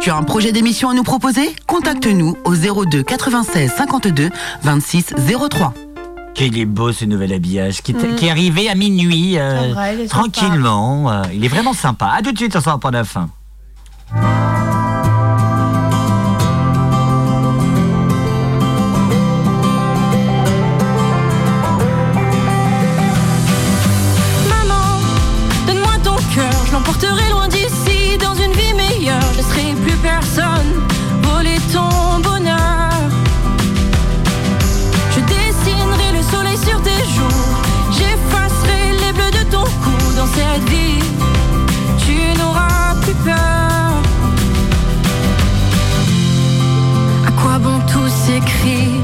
E: Tu as un projet d'émission à nous proposer Contacte-nous au 02 96 52 26 03.
A: Qu'il est beau ce nouvel habillage qui, est-
B: Mm.
A: qui est arrivé à minuit, euh,
F: C'est vrai, il est sympa.
A: tranquillement. euh, il est vraiment sympa. À tout de suite, on sera pour la fin.
G: Maman, donne-moi ton cœur, je l'emporterai loin d'ici, dans une vie meilleure, je serai plus personne, voler ton bonheur. Je dessinerai le soleil sur tes joues, j'effacerai les bleus de ton cou, dans cette vie, tu n'auras plus peur. À quoi bon tous ces cris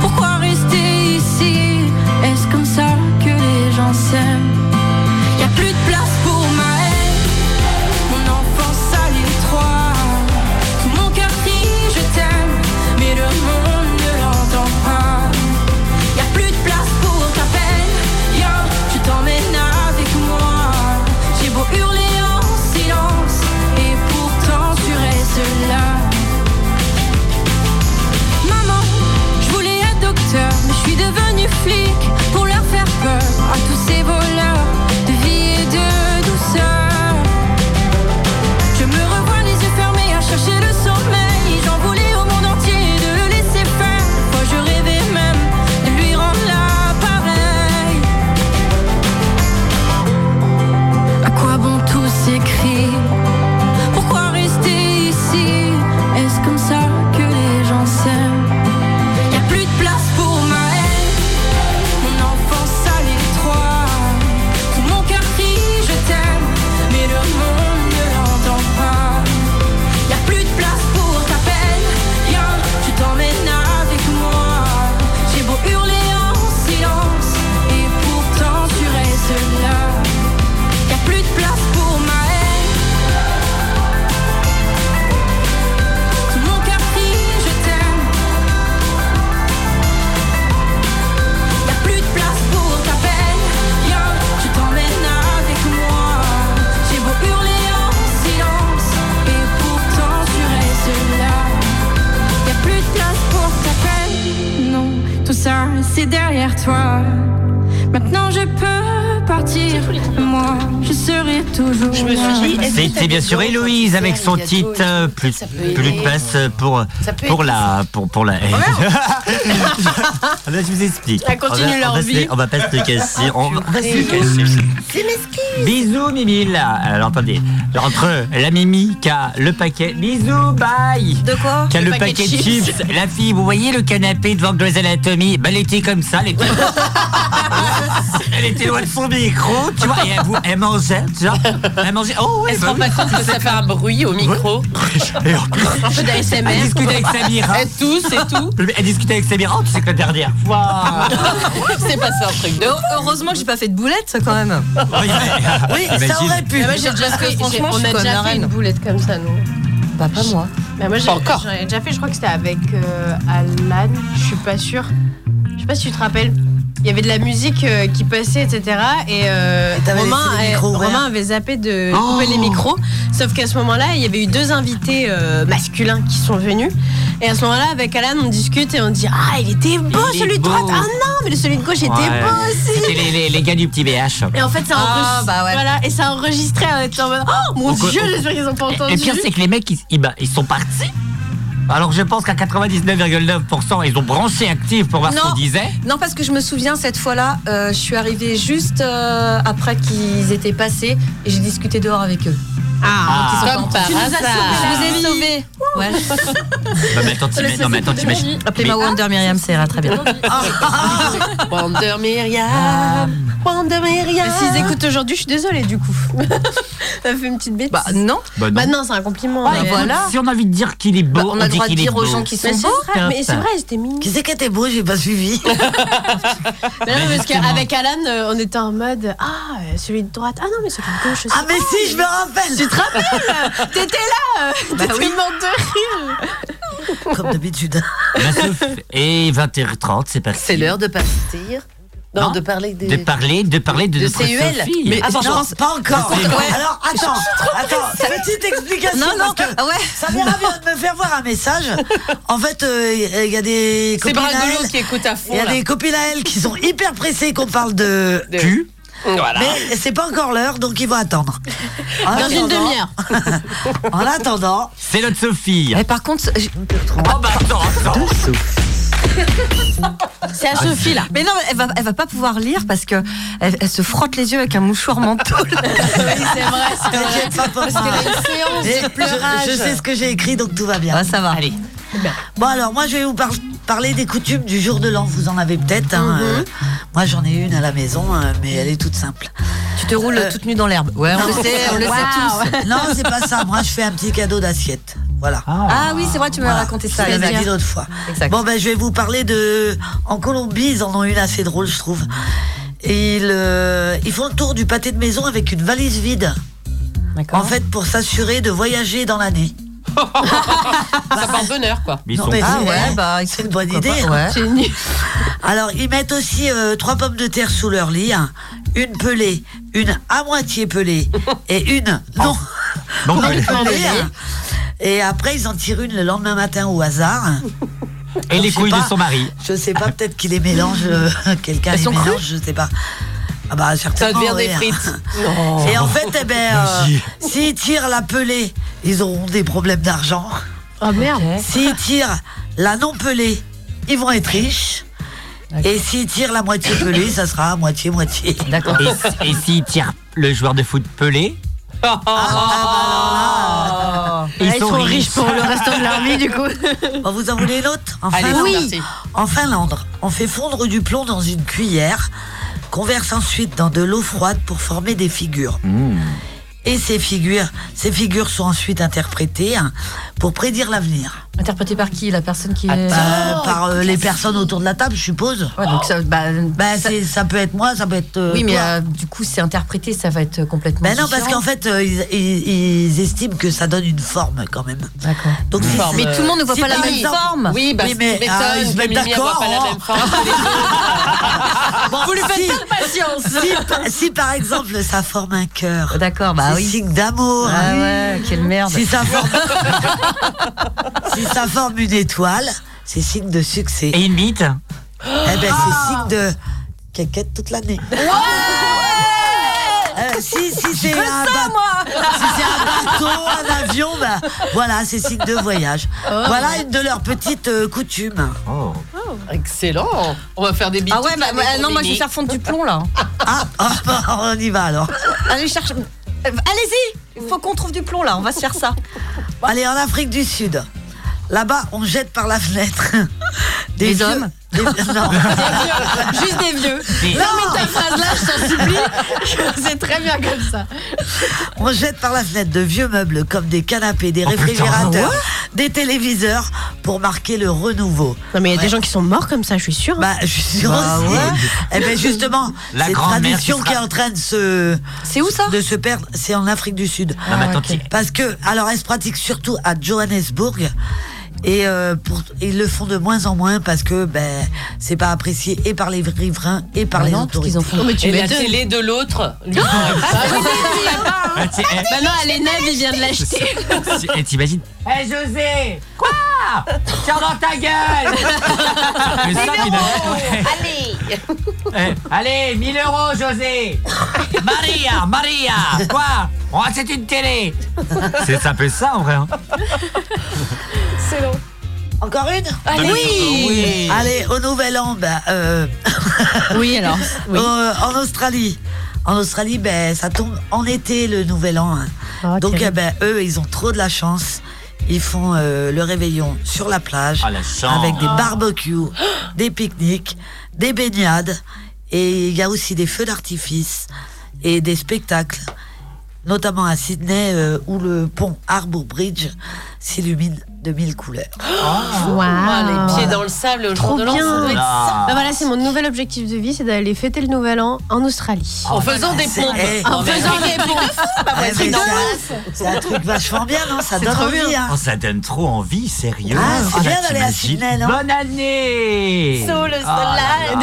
G: Pourquoi rester ici Est-ce comme ça que les gens s'aiment Y a plus de place pour ma haine Mon enfance à l'étroit Tout mon cœur crie je t'aime Mais le monde ne l'entend pas Y a plus de place pour ta peine Yo, je t'emmène avec moi J'ai beau hurler en silence Et pourtant tu restes là Maman, je voulais être docteur, mais je suis devenu flic pour leur faire peur à tous ces voleurs de vie et de douceur. Je me revois les yeux fermés à chercher le sommeil. J'en voulais au monde entier de le laisser faire. Moi je rêvais même de lui rendre l'appareil. À quoi bon tous ces cris pourquoi rester ici Est-ce comme ça que les gens s'aiment Y a plus de place pour ma haine Mon enfance à l'étroit Tout mon cœur crie je t'aime Mais le monde ne l'entend pas Y a plus de place pour ta peine Viens, tu t'emmènes avec moi J'ai beau hurler en silence Et pourtant tu restes là Y a plus de place pour ma haine Tout mon cœur crie, je t'aime. Y a plus de place pour ta peine. Viens, je t'emmène avec moi. J'ai beau hurler en silence, et pourtant tu restes là. Y a plus de place pour ta peine. Non, tout ça c'est derrière toi. Maintenant je peux partir. Moi, je serai toujours.
B: Je me suis dit,
G: là.
B: est-ce que t'as
A: C'était bien
B: des
A: sûr
B: dons
A: Héloïse
B: pour
A: avec
B: faire
A: son
B: des gâteaux
A: titre
B: et
A: euh,
B: tout
A: plus,
B: ça peut
A: plus de
B: aider.
A: place pour,
B: Ça peut
A: pour
B: aider,
A: la pour, pour la *laughs* Là, je vous explique.
F: Elles continuent
A: on va,
F: leur
A: on va
F: vie. Ah,
A: se- on va pas se casser. On va pas se casser. Bisous Mimi là. Alors attendez, entre la Mimi qui a le paquet. Bisous bye.
G: De quoi
A: Qui a le,
F: Le paquet
A: paquet
F: de
A: de chips. La fille, vous voyez le canapé devant Grey's Anatomy Bah, elle était comme ça, elle était... elle était loin de son micro, tu vois, et elle, vous- elle mangeait, sel, déjà. Elle mangeait. Oh, ouais,
B: Elle se
A: bah
B: rend
A: oui.
B: pas compte que ça fait un bruit au micro.
A: Et en plus,
B: Un peu d'ASMR.
A: Elle discutait avec Samira.
B: Elle tousse
A: *laughs*
B: et tout.
A: Elle discutait avec Samira, oh, tu sais que la dernière
K: *laughs*
A: fois.
B: C'est passé un truc de ouf.
N: Heureusement que j'ai pas fait de boulette, quand même. Oui, ça aurait pu.
F: Ah, moi, j'ai déjà
N: Parce que
F: fait, j'ai-
N: franchement,
F: on
N: je suis
F: a
N: comme la
F: déjà fait
N: reine.
F: une boulette comme ça, nous.
A: Ah,
N: Bah, pas moi.
F: Bah, moi, j'ai-
N: Pas encore.
F: j'en ai déjà fait, je crois que c'était avec euh, Alan, je suis pas sûre. Je sais pas si tu te rappelles. Il y avait de la musique euh, qui passait, etc. Et, euh,
N: Et t'avais
F: Romain,
N: laissé le
F: euh,
N: micro ouvert.
F: Romain avait zappé de
N: Oh.
F: couper les micros. Sauf qu'à ce moment-là, il y avait eu deux invités euh, masculins qui sont venus. Et à ce moment-là, avec Alan, on discute et on dit Ah, il était beau
A: Il est
F: celui de
A: beau.
F: droite Ah non, mais celui de gauche était
A: Ouais.
F: beau aussi
A: C'était les, les- les gars du petit BH.
F: et en fait, ça
N: Ah,
F: enregistré.
N: bah ouais.
F: Voilà, et ça a enregistré en étant en mode, Oh mon
A: On co-
F: dieu,
A: on-
F: j'espère qu'ils ont pas entendu.
A: Et le pire, c'est que les mecs, ils, ils- bah, ils sont partis. Alors je pense qu'à 99,9%, ils ont branché active pour voir ce qu'on disait.
N: non, parce que je me souviens cette fois-là, euh, je suis arrivée juste euh, après qu'ils étaient passés et j'ai discuté dehors avec eux. Donc,
B: Ah,
N: ils sont
B: comme
N: pas
B: par
N: entrés.
B: hasard.
N: Je vous ai sauvé.
F: *laughs*
N: Ouais.
A: Bah, mais
J: Oh,
A: attends, t'imagines- non, mais attends, t'imagines.
N: Appelez-moi Wonder Myriam, ça ira très
F: *laughs*
N: bien.
B: Wonder Myriam.
F: Wonder Myriam. Et s'ils écoutent aujourd'hui, je suis désolée du coup. *laughs* ça fait une petite bêtise. Bah
N: non.
A: Bah, non.
F: c'est un compliment.
A: Bah, écoute, Si on a envie de dire qu'il est beau,
N: Ah. Bah, on a le
A: dit
N: droit de
A: qu'il est
N: dire aux
A: beau.
N: gens qui sont
F: Mais c'est
N: beaux.
F: vrai, mais c'est vrai, j'étais mignonne.
N: Qui c'est qui était beau J'ai pas suivi.
F: *laughs*
N: *laughs*
F: Mais non,
N: Mais
F: parce
N: justement.
F: qu'avec Alan, euh, on était en mode Ah, euh, celui de droite. Ah non, mais celui de gauche aussi.
N: Ah, mais si, je me rappelle.
F: Tu te
N: *laughs*
F: rappelles T'étais là euh,
N: Bah
F: T'étais
N: oui.
F: morte de rire
N: Comme d'habitude.
A: Bah, sauf- Et 20h30, c'est parti.
B: C'est l'heure de partir. Non,
A: Non.
B: de parler des.
A: de parler, de parler de,
B: De
A: notre
B: CUL.
A: Sophie.
B: Mais
N: Attends,
B: non,
N: pense pas encore.
A: C'est
N: Ouais,
A: bon.
N: alors attends, attends, petite explication.
K: Non, non,
N: parce que Samira vient de me faire voir un message. En fait, euh, il y a des
B: C'est
N: copines à
B: Bragolo
N: elle-
B: qui écoute à fond.
N: Il y a
B: là.
N: des
F: Oh.
N: copines à elle qui sont hyper pressées qu'on parle de
A: cul.
B: Voilà.
N: Mais c'est pas encore l'heure, donc ils vont attendre. En
F: Dans une
N: attendant-
F: demi-heure.
N: *laughs* En attendant.
A: C'est notre Sophie.
K: Eh,
N: par contre,
A: Oh bah attends, attends.
F: *laughs* C'est à Sophie là.
K: Mais non, elle va, elle va pas pouvoir lire parce que elle, elle se frotte les yeux avec un mouchoir
F: *laughs*
K: mental.
F: Oui,
N: *laughs*
F: c'est vrai, c'est
N: T'inquiète pas pour moi. Et *laughs* je, je sais ce que j'ai écrit, donc tout va bien.
K: ça va. Allez.
N: Bon alors moi je vais vous par- parler des coutumes du jour de l'an. Vous en avez peut-être. hein, euh, moi j'en ai une à la maison, euh, mais elle est toute simple. Euh,
K: Tu te roules toute nue dans l'herbe. Ouais, on le sait, on le sait
N: *laughs*
K: tous.
N: Non c'est pas ça. Moi je fais un petit cadeau d'assiette. Voilà.
K: Ah oui, c'est vrai, tu m'as raconté ça.
N: Je vous
K: Elsa.
N: l'avais dit l'autre fois. Bon, ben, je vais vous parler de. En Colombie, ils en ont une assez drôle, je trouve. Et ils, euh, ils font le tour du pâté de maison avec une valise vide. En fait, pour s'assurer de voyager dans
K: *laughs*
N: l'année.
B: Ça part bonheur, quoi.
A: Mais ils
N: Non,
A: sont
N: mais
A: fous.
N: c'est-
K: ouais, bah, ils
N: c'est une bonne idée.
K: pourquoi
N: hein.
K: pas, ouais.
N: Alors, ils mettent aussi euh, trois pommes de terre sous leur lit, hein. une pelée, une à moitié
K: *laughs*
N: pelée et une
K: Oh.
N: non.
A: Non
N: non
A: pelée.
N: pelée, hein. Et après, ils en tirent une le lendemain matin au hasard.
A: Et
N: Donc,
A: les
N: je sais
A: couilles de
N: pas.
A: son mari.
N: Je sais pas, peut-être qu'il les mélange, euh, *laughs* quelqu'un
K: Elles
N: les
K: sont
N: mélange,
K: crues
N: je sais pas. Ah bah
B: Ça
N: certainement.
B: devient des
N: ouais, hein. *laughs*
B: frites.
N: Et en fait, eh ben, euh, s'ils tirent la pelée, ils auront des problèmes d'argent.
F: Oh merde.
N: *laughs* S'ils tirent la non pelée, ils vont être riches. Et s'ils tirent la moitié pelée, ça sera moitié-moitié.
K: D'accord.
A: Et- Et s'il tire le joueur de foot pelé, Ah,
N: Oh.
A: ils sont riches.
F: pour le restant de leur vie du coup.
N: *laughs* Bon, vous en voulez une autre En
B: Allez,
N: Finlande,
B: c'est parti.
N: en Finlande, on fait fondre du plomb dans une cuillère, qu'on verse ensuite dans de l'eau froide pour former des figures.
A: Mmh.
N: Et ces figures, ces figures sont ensuite interprétées hein, pour prédire l'avenir.
K: Interprété par qui Oh, La personne qui
N: Euh,
K: est.
N: par euh, les personnes autour de la table, je suppose.
K: Ouais, donc ça, bah,
N: Bah,
K: ça-
N: c'est- ça peut être moi, ça peut être. euh,
K: oui, mais
N: toi.
K: euh, du coup, c'est interprété, ça va être euh, complètement.
N: Ben non, parce
K: différent.
N: qu'en fait, euh, ils, ils- ils estiment que ça donne une forme quand même.
K: D'accord.
N: Donc, si
B: Forme,
N: c'est-
K: Mais tout le monde ne voit
N: si
K: pas la
N: par
K: même
N: exemple-
K: forme.
B: Oui, bah,
N: Oui, mais,
B: tu
N: ah, ils
B: m'étonnes
N: se
B: que
N: mettent
B: Mimi, elle voit
N: d'accord,
B: pas la
N: hein.
B: même forme que les autres.
N: Bon,
K: Vous lui faites
N: si-
K: pas de patience.
N: si, pa- si par exemple ça forme un cœur,
K: D'accord, bah
N: c'est
K: oui.
N: signe d'amour.
K: Ah ouais, quelle merde.
N: Si ça forme, *laughs* si ça forme une étoile, c'est signe de succès.
A: Et une bite.
N: Eh ben
K: Ah.
N: c'est signe de quéquette toute l'année.
B: Ah.
N: Euh, si si c'est un, ba- si c'est un bateau, un avion, bah, voilà, c'est signe de voyage.
K: Oh.
N: voilà une de leurs petites euh, coutumes.
A: Oh.
B: Excellent. On va faire des bisous.
K: Ah ouais, bah, bah, non, moi je vais faire fondre du plomb là.
N: Ah, ah, bah, on y va alors.
K: Allez, cherche. euh, Allez-y, il faut qu'on trouve du plomb là, on va se faire ça.
N: Allez, en Afrique du Sud. Là-bas, on jette par la fenêtre
K: Des
N: vieux-
K: hommes
N: Des- non.
F: *laughs* Juste des vieux. Non, mais ta phrase là, je t'en supplie, *laughs* c'est très bien comme ça.
N: On jette par la fenêtre de vieux meubles comme des canapés, des réfrigérateurs, des téléviseurs pour marquer le renouveau.
F: Non, mais il y a des gens qui sont morts comme ça, je suis sûre. hein.
N: Bah, je suis sûre
F: Bah
N: aussi.
F: ouais.
N: Eh ben justement,
F: La
N: c'est une
F: grand-mère qui
N: tradition qui,
F: sera-
N: est en train de se. C'est où ça De se perdre. C'est en Afrique du Sud.
A: Ah, mais attends, qui-
N: Parce que, alors, elle se pratique surtout à Johannesburg. Et euh, pour- ils le font de moins en moins parce que ben c'est pas apprécié et par les riverains et par les autorités.
B: Et la télé de l'autre. lui,
F: Ah, je vous ai dit.
A: Ah, tu sais, eh,
F: Bah non, elle est neuve, il vient de l'acheter. *laughs*
A: c'est- eh, T'imagines
F: Hé José Quoi Tiens dans ta
A: *laughs*
F: gueule
A: Mais ça, mais non, ouais. Eh, Allez, 1000 euros, José Maria, Maria Quoi Oh, c'est
N: *laughs*
A: une télé C'est un peu ça, en vrai. hein.
N: C'est long. Encore une
A: Allez. Deux minutes encore. Oui.
N: Allez, au Nouvel An, bah, euh,
F: Oui,
N: *laughs*
F: alors, oui.
N: euh, en Australie. En Australie, ben, ça tombe en été le Nouvel An. hein.
F: Ah,
N: Donc,
F: terrible.
N: eh ben, eux, ils ont trop de la chance. Ils font euh, le réveillon sur la plage
A: Ah, la chance.
N: avec des
A: Ah.
N: barbecues, des pique-niques, des baignades. Et il y a aussi des feux d'artifice et des spectacles, notamment à Sydney euh, où le pont Harbour Bridge s'illumine de mille couleurs.
F: Wow.
B: les pieds dans le sable au
F: Trop
B: jour de l'an, ça doit
F: bien.
B: être ça.
F: Bah voilà, c'est mon nouvel objectif de vie, c'est d'aller fêter le nouvel an en Australie.
B: En faisant des
F: C'est-
B: pompes.
F: eh, En faisant des pompes.
N: Ouais,
F: truc
N: mais
F: de
N: Ah, c'est un-
F: ouf.
N: C'est un truc vachement bien, non Ça
F: C'est
N: donne
F: trop
N: envie,
F: bien.
N: hein
A: Oh, ça donne trop envie, sérieux. Oh,
N: Ah, c'est
A: là,
N: bien d'aller à
A: t'imagines.
N: Sydney, non
A: Bonne année
N: Sous le
A: Ah là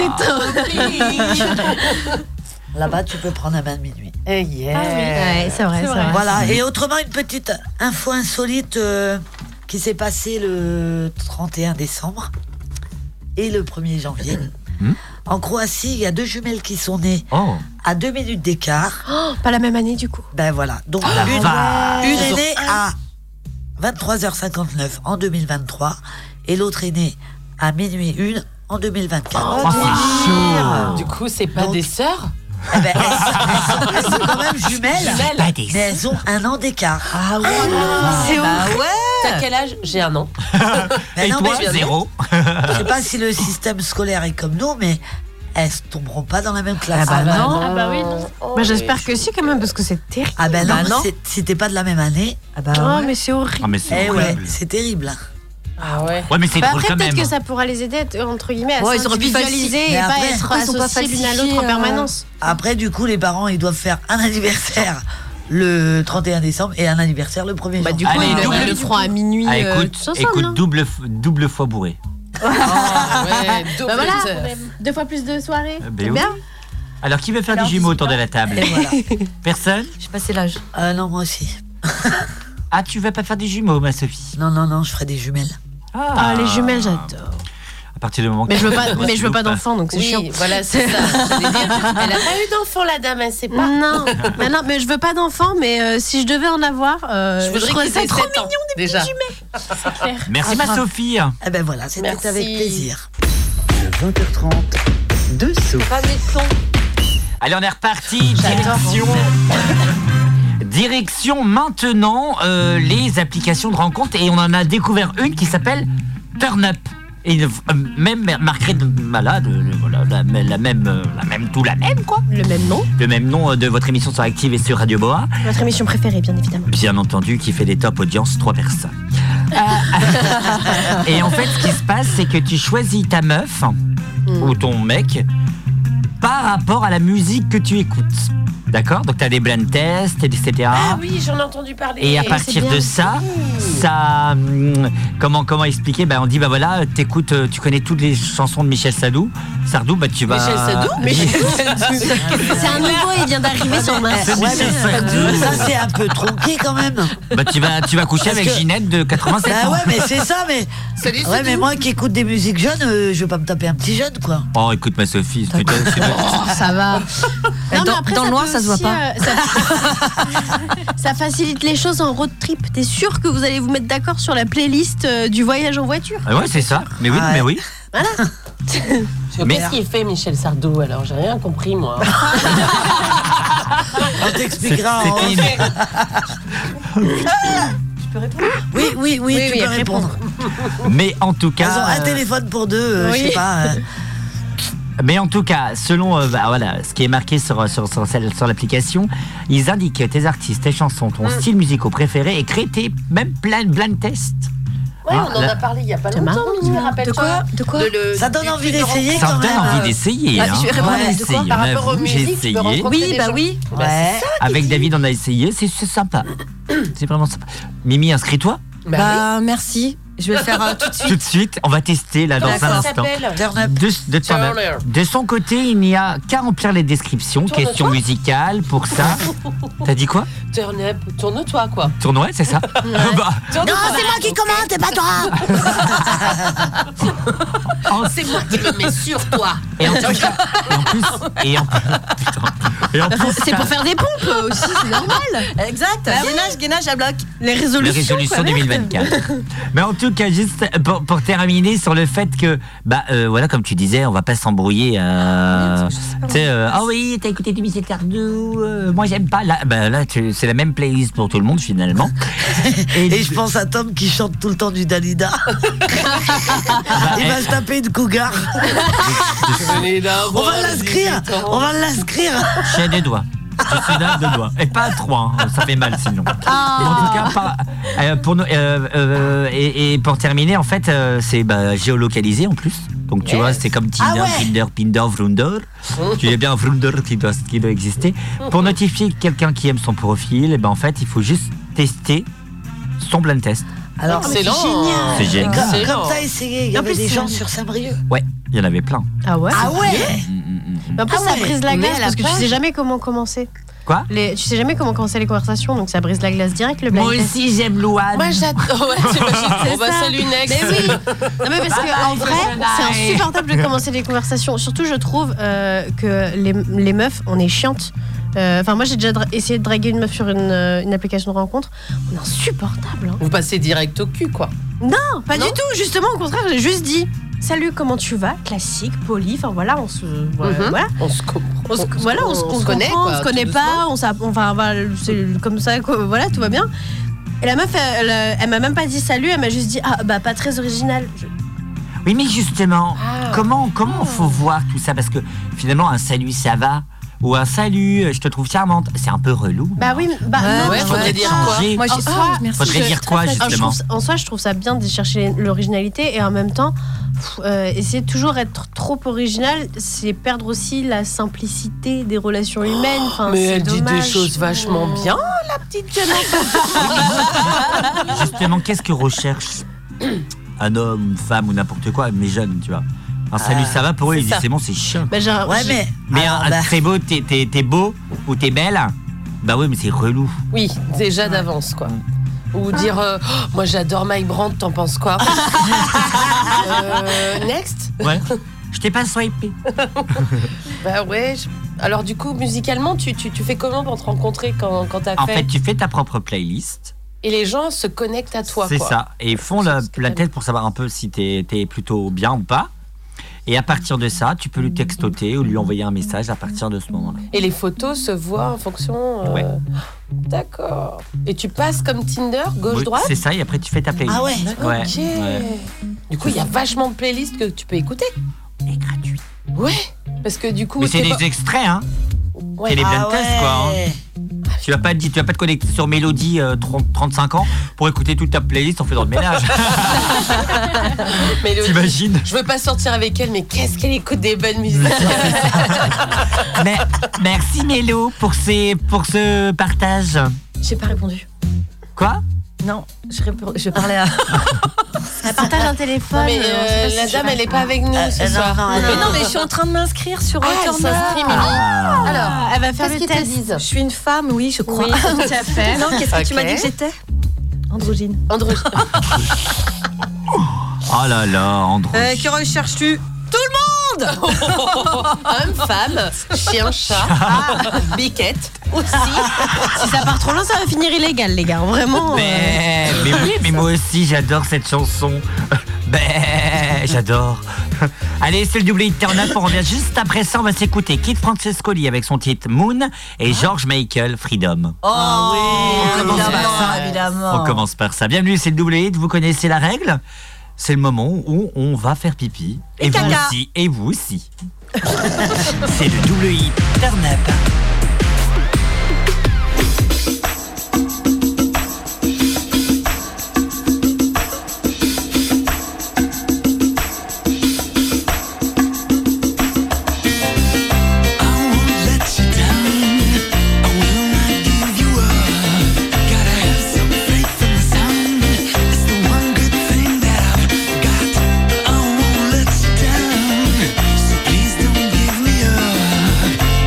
A: là.
N: Là-bas, tu peux prendre un bain de minuit.
F: Ah oui. Ouais, c'est vrai, c'est vrai.
N: Voilà, et autrement, une petite info insolite euh, qui s'est passée le 31 décembre et le 1er janvier.
A: Hmm
N: En Croatie, il y a deux jumelles qui sont nées
A: Oh.
N: à deux minutes d'écart.
F: Oh, pas la même année du coup.
N: Ben voilà, donc
A: Ah, la
N: une,
A: vache.
N: une est née à 23h59 en 2023 et l'autre est née à minuit une en 2024.
A: Oh, c'est chaud.
B: Du coup, c'est pas des sœurs
N: Elles eh ben, sont quand même jumelles.
B: Jumelles.
N: Mais elles ont un an d'écart. Ah ouais.
B: C'est
N: bah
B: ouf.
N: ouais.
B: T'as quel âge J'ai un an.
N: Ben
A: Et
N: non,
A: toi,
N: mais je-
A: zéro
N: Je sais
J: *laughs*
N: pas si le système scolaire est comme nous, mais elles se tomberont pas dans la même classe.
F: Ah bah Ah non. non.
N: Ah bah oui.
F: Bah, J'espère que si quand même, parce que c'est terrible.
N: Ah ben non,
F: Bah non.
N: c'est- c'était pas de la même année. Ah bah
F: Oh, mais c'est horrible.
A: Ah, mais c'est
N: Eh ouais,
A: horrible.
N: c'est terrible.
B: Ah ouais.
A: Ouais, mais c'est
F: Bah
A: drôle
F: après,
A: quand
F: peut-être
A: même.
F: que ça pourra les aider, être, entre guillemets, à
K: Ouais,
F: se
K: ils auraient pu
F: individualiser
K: falsifier.
F: et
N: Mais
F: pas
N: après,
F: être
K: pourquoi ils sont pas
F: associés l'une à
K: falsifiés,
F: l'autre en
K: euh,
F: permanence.
N: Après, du coup, les parents, ils doivent faire un anniversaire le 31 décembre et un anniversaire le 1er bah,
F: Du coup, ils le- ils le feront à minuit
A: Ah,
F: euh,
A: écoute,
F: tous ensemble.
N: hein.
A: écoute
F: non
A: double, f- double fois bourré.
F: *laughs* Bah voilà.
H: Deux fois plus de soirées.
A: Eh ben oui. Alors, qui veut faire des jumeaux autour de la table Personne
N: J'ai passé l'âge. Euh, non, moi aussi.
A: Ah, tu vas pas faire des jumeaux, ma Sophie
N: Non, non, non, je ferai des jumelles.
F: Ah, les jumelles, j'adore.
A: À partir du moment
F: Mais
A: que-
F: je veux
A: *laughs*
F: pas, mais je veux
A: Ou
F: pas d'enfants, donc c'est
B: Oui,
F: chiant.
B: voilà, c'est
F: *laughs*
B: ça. J'allais dire, Elle a pas eu d'enfant, la dame, hein, elle sait pas.
F: Non, *laughs* mais non, mais je veux pas d'enfants, mais euh, si je devais en avoir, euh,
B: Je voudrais
F: trouverais
B: qu'ils
F: ça
B: aient
F: trop
B: sept ans,
F: mignon des
B: déjà.
F: petits jumelles.
A: Merci,
N: Ah,
A: ma
N: grave.
A: Sophie
N: Eh ben voilà,
B: Merci.
N: c'était avec
A: *laughs*
N: plaisir.
E: 20h30, dessous.
B: Pas de son.
A: Allez, on est reparti. Direction. *laughs* Direction maintenant euh, les applications de rencontre et on en a découvert une qui s'appelle Turn Up. Et euh, même marquée de malade, euh, la, la même, euh, la même, tout la même quoi.
F: Le même nom,
A: Le même nom euh, de votre émission sur Active et sur Radio Boa,
F: votre émission préférée, bien évidemment.
A: bien entendu, qui fait des top audiences trois personnes. *laughs* Et en fait, ce qui se passe, c'est que tu choisis ta meuf
N: Mm.
A: ou ton mec par rapport à la musique que tu écoutes. D'accord Donc, tu as des blind tests, etc.
B: Ah oui, j'en ai entendu parler.
A: Et à partir de ça, ça. hum, Comment, comment expliquer ben, On dit, bah voilà, t'écoutes, euh, tu connais toutes les chansons de Michel Sardou. Sardou, bah tu vas.
B: Michel Sadou
A: *laughs*
F: C'est un nouveau, il vient d'arriver sur Mars.
A: C'est Michel Sardou.
N: Ça, c'est un peu tronqué quand même.
A: Bah, tu vas, tu vas coucher
N: Parce
A: avec
N: que-
A: Ginette de 87
N: Bah
A: ans.
N: ouais, mais c'est ça, mais.
B: Salut,
N: ouais, mais moi qui écoute des musiques jeunes, euh, je veux pas me taper un petit jeune, quoi.
A: Oh, écoute, ma Sophie, putain, c'est-
N: *laughs*
F: Ça va.
K: Dans- dans le
F: peut
K: noir, ça se voit
F: aussi,
K: pas.
F: euh, ça- ça facilite les choses en road trip. T'es sûr que vous allez vous mettre d'accord sur la playlist euh, du voyage en voiture
A: Ah ouais, c'est ça. Mais oui,
N: Ah ouais.
A: mais oui.
F: *laughs*
A: Mais-
B: Qu'est-ce qu'il fait, Michel Sardou Alors, j'ai rien
A: *laughs*
B: compris, moi.
N: On t'expliquera.
A: C'est-
N: en-
B: hein.
A: c'est
N: Oui, oui, oui,
B: Oui,
N: tu
B: oui,
N: peux
B: répondre.
N: répondre.
A: Mais en tout cas.
N: Elles ont un
A: euh,
N: téléphone pour deux, euh, je sais pas. euh,
A: *laughs* Mais en tout cas, selon euh, bah, voilà, ce qui est marqué sur, euh, sur, sur, celle- sur l'application, ils indiquent tes artistes, tes chansons, ton
N: Mm.
A: style musical préféré et créent tes, même plein, plein de tests.
B: Ouais,
A: Hein,
B: on en
A: là-
B: a parlé il n'y a pas
A: C'est
B: longtemps,
A: marrant.
B: Mimi, rappelle-toi. De quoi
N: Ça donne envie d'essayer
A: Ça
N: quand
A: me donne
N: même.
A: envie d'essayer.
N: Ah,
A: hein.
N: tu réponds à
A: On a
N: de quoi
A: essayé,
N: Par
A: on a-
N: rapport aux
A: j'ai
N: musiques, tu peux
A: essayé.
N: rencontrer Oui, des bah gens. oui. Bah, c'est Ouais. ça,
A: Avec David, on a essayé. C'est c'est sympa. C'est vraiment sympa. Mimi, inscris-toi.
K: Bah, merci. Je vais le faire euh, tout de suite. *laughs*
A: Tout de suite, on va tester là dans
K: D'accord.
A: un
K: Ça
A: instant.
K: s'appelle Turn
A: De, de-
K: Turn
A: turn up.
K: up.
A: De son côté, il n'y a qu'à remplir les descriptions,
B: Tourne-toi.
A: questions musicales pour ça. T'as dit quoi
B: Turn up, tourne-toi quoi.
A: Tournoi, c'est ça Bah,
B: Non, c'est moi qui
N: commande, c'est pas
A: *laughs*
N: toi.
B: C'est moi qui me mets sur toi.
A: Et en
B: *laughs*
A: tout cas, et en plus, *laughs* et en, putain. *laughs* Et en plus,
F: C'est pour faire des pompes euh, aussi, c'est normal.
K: Exact. gainage, gainage à bloc.
F: Les résolutions.
A: Les résolutions
F: quoi, merde.
K: *laughs*
A: 2024. Mais en tout cas, juste pour, pour terminer sur le fait que, bah euh, voilà, comme tu disais, on va pas s'embrouiller. euh, tu sais, euh, ah oui, t'as écouté du Michel Sardou, euh, moi j'aime pas. Là, bah, là tu- c'est la même playlist pour tout le monde
K: *laughs*
A: finalement.
N: *laughs* Et, je pense à Tom qui chante tout le temps du
A: *laughs*
N: Dalida. Il va se taper une cougar. On va l'inscrire. On va l'inscrire.
A: J'ai des doigts. Je suis là de doigts. Et pas à trois, hein, ça fait mal sinon. En tout cas, pas- euh, pour nous- euh, euh, et, et pour terminer, en fait, euh, c'est bah, géolocalisé en plus. Donc tu
M: Yes.
A: vois, c'est comme Tinder,
M: Ah ouais.
A: Tinder, Pinder, Vrunder.
N: Oh.
A: tu sais bien Vrunder qui doit, qui doit exister. Pour notifier quelqu'un qui aime son profil, et ben en fait, il faut juste tester son blind test.
N: Alors, c'est
A: Excellent.
N: génial.
A: C'est génial.
N: Comme-
A: Excellent.
N: Comme t'as essayé, il y
F: En
N: avait
F: plus,
N: des
F: c'est
N: gens
F: un-
N: sur Saint-Brieuc.
A: Ouais, il y en avait plein. Mm.
F: Ah ouais
N: Ah ouais
F: Mais En plus,
N: Ah
F: ça
N: ouais.
F: brise la
N: Mais
F: glace
N: à la
F: parce que tu
N: plage-
F: sais jamais comment commencer.
A: Quoi
F: les, Tu sais jamais comment commencer les conversations, donc ça brise la glace direct le
A: Moi
F: blind test.
A: aussi, j'aime Louane.
F: Moi j'adore.
A: *laughs*
B: Ouais, t'imagines, on va saluer une ex.
F: Mais oui Non, mais parce
B: Bye,
F: que en vrai,
B: bye.
F: c'est insupportable de commencer les conversations. Surtout, je trouve euh, que les, les meufs, on est chiantes. Euh, Enfin, moi j'ai déjà dra- essayé de draguer une meuf sur une, euh, une application de rencontre. On est insupportable. hein.
B: Vous passez direct au cul quoi.
F: Non, pas
B: Non
F: du tout. Justement, au contraire, j'ai juste dit Salut, comment tu vas Classique, poli. Enfin voilà, on se.
B: Mhm.
F: Voilà.
B: On se comprend.
F: On se, voilà, on, se on se connaît, on se connaît pas, on, s'a- on va, on va- c'est comme ça, quoi, voilà, tout va bien. Et la meuf, elle, elle, elle m'a même pas dit salut, elle m'a juste dit ah bah pas très original. Je-
A: Oui, mais justement,
N: Ah.
A: comment comment faut voir tout ça Parce que finalement, un salut, ça va. Ou un salut, euh, je te trouve charmante. C'est un peu relou.
F: Bah oui, bah
A: Ouais,
F: non,
A: ouais,
F: mais-
A: faudrait dire quoi
F: changer.
A: Moi, j'ai
F: En
A: soif,
F: soi-
A: merci. Faudrait
F: je-
A: dire quoi,
F: Ah, je trouve
A: justement
F: ça- En soi, je trouve ça bien de chercher l'originalité et en même temps, pff, euh, essayer de toujours être trop original, c'est perdre aussi la simplicité des relations humaines. Enfin,
B: Mais
F: c'est
B: elle dit des
F: dommage.
B: choses vachement bien.
F: la petite
A: *laughs*
F: Janette.
A: Justement, qu'est-ce que recherche un homme, une femme ou n'importe quoi, mais jeune, tu vois Un salut,
B: Euh,
N: Ah,
A: ça va pour eux,
N: c'est
A: ils disent
N: ça.
A: c'est bon, c'est chiant.
F: Bah, genre,
N: Ouais,
F: je-
N: mais.
A: Mais
N: alors,
A: un, un
N: bah,
A: très beau, t'es- t'es t'es beau ou t'es belle Bah oui, mais c'est relou.
B: Oui, déjà d'avance quoi. Ou dire euh, Oh, moi j'adore Mike Brandt, t'en penses quoi Euh, Next *laughs*
A: Ouais. Je t'ai pas swipé.
B: Bah ouais. je- Alors du coup, musicalement, tu, tu, tu fais comment pour te rencontrer quand, quand t'as
A: En
B: fait,
A: fait, tu fais ta propre playlist.
B: Et les gens se connectent à toi.
A: C'est
B: quoi.
A: ça. Et ils font la, la tête pour savoir un peu si t'es es plutôt bien ou pas. Et à partir de ça, tu peux lui textoter ou lui envoyer un message à partir de ce moment-là.
B: Et les photos se voient en fonction. euh,
A: Ouais.
B: D'accord. Et tu passes comme Tinder,
A: Oui,
B: gauche-droite
A: C'est ça, et après tu fais ta playlist.
B: Ah ouais,
A: ouais.
B: Ok.
A: ouais.
B: Du coup, il y a vachement de playlists que tu peux écouter.
A: Et gratuit.
B: Ouais. Parce que du coup.
A: Mais c'est
B: t'es
A: des
B: pas-
A: extraits, hein
B: Ouais.
A: C'est les blind
B: Ah
A: tests, quoi. hein. Tu vas pas te, tu vas pas te connecter sur Mélodie euh, 30 35 ans pour écouter toute ta playlist en faisant le
B: *laughs*
A: ménage.
B: Mais le- *laughs*
A: T'imagines
B: Je veux pas sortir avec elle, mais qu'est-ce qu'elle écoute des bonnes musiques *laughs*
A: Mais- merci Mélo pour ces pour ce partage.
K: J'ai pas répondu.
A: Quoi
K: Non, je, répo- je parlais à.
F: Elle partage *laughs* un téléphone.
B: Non, mais,
F: euh,
B: euh,
F: on sait pas si
B: la
F: je-
B: dame, elle est pas avec nous ce
K: Euh, non,
B: soir.
K: non, mais non, mais je suis en train de m'inscrire sur
F: Ah, elle
K: Turn Up.
F: s'inscrit, Mimi. Ah. Alors, elle va faire
K: qu'est-ce
F: le
K: qu'ils te
F: test.
K: disent Je suis une femme, oui, je crois.
F: Oui, tout à fait.
K: *laughs* Non, qu'est-ce que tu
F: Ok.
K: m'as dit que j'étais Androgyne.
B: Androgyne.
A: Oh là là, Andro.
K: *laughs* Euh, que recherches-tu Tout le monde
B: Homme, femme, chien, chat, biquette aussi.
F: Ah. Si ça part trop loin, ça va finir illégal, les gars. Vraiment. euh.
A: Mais, Eh, mais, oui, mais moi aussi j'adore cette chanson. *laughs* Ben, j'adore. *laughs* Allez, c'est le double hit turn up. On revient juste après ça. On va s'écouter Kid Francescoli avec son titre Moon et
B: Ah.
A: George Michael Freedom.
K: Oh, oui,
A: Ah on commence par
K: évidemment,
A: On
K: évidemment.
J: Oh.
A: commence par ça. Bienvenue, c'est le double hit. Vous connaissez la règle c'est le moment où on va faire pipi.
K: Et
A: Et, vous
K: caca.
A: aussi, et vous aussi. *laughs* c'est le double hit turn up.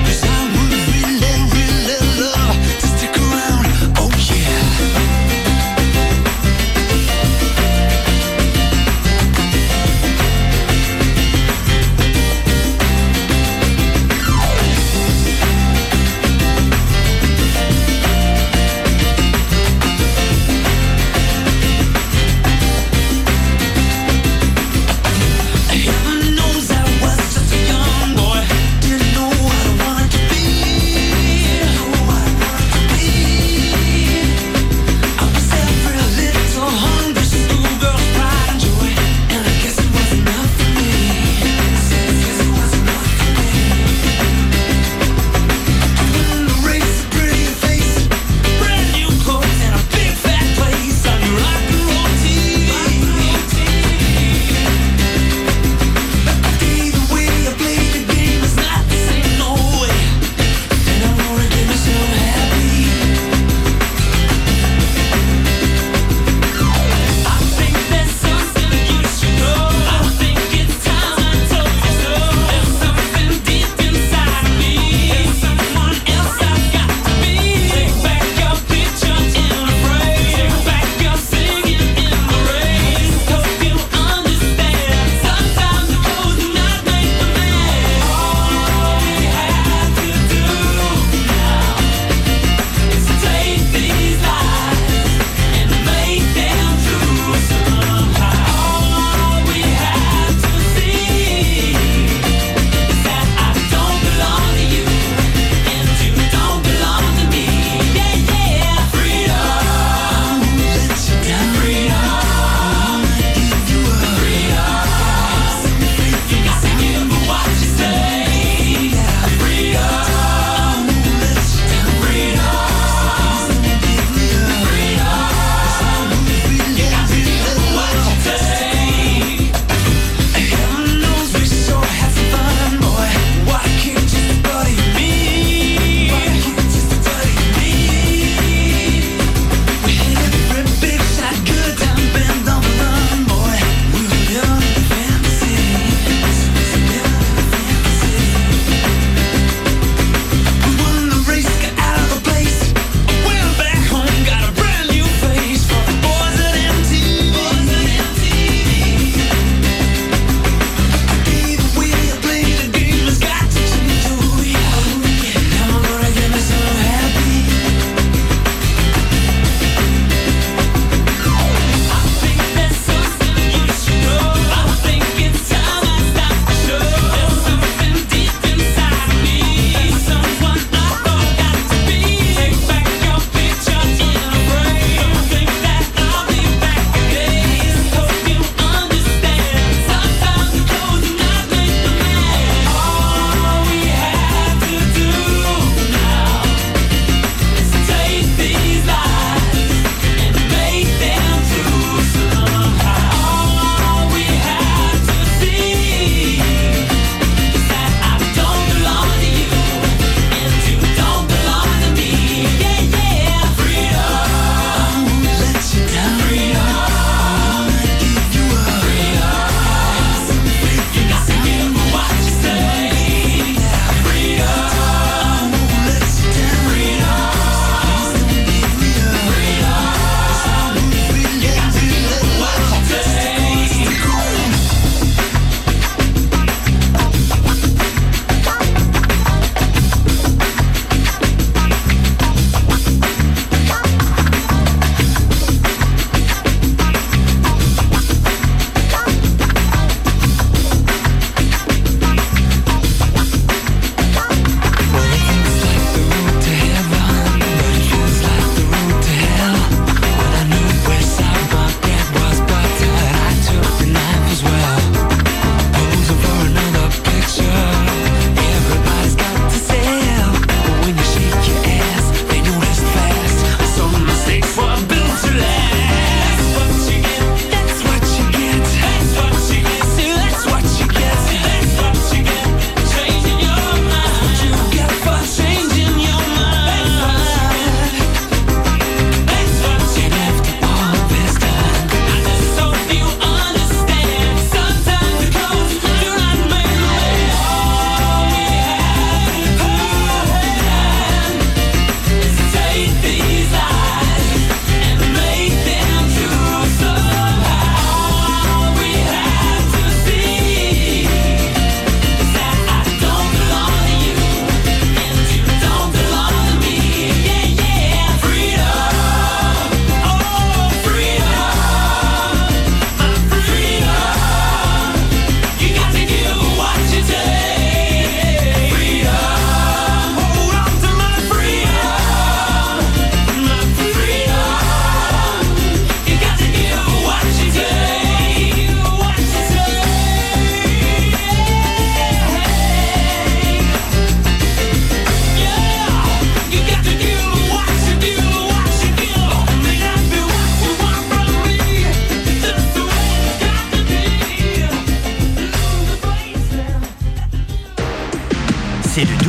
G: Cause I would really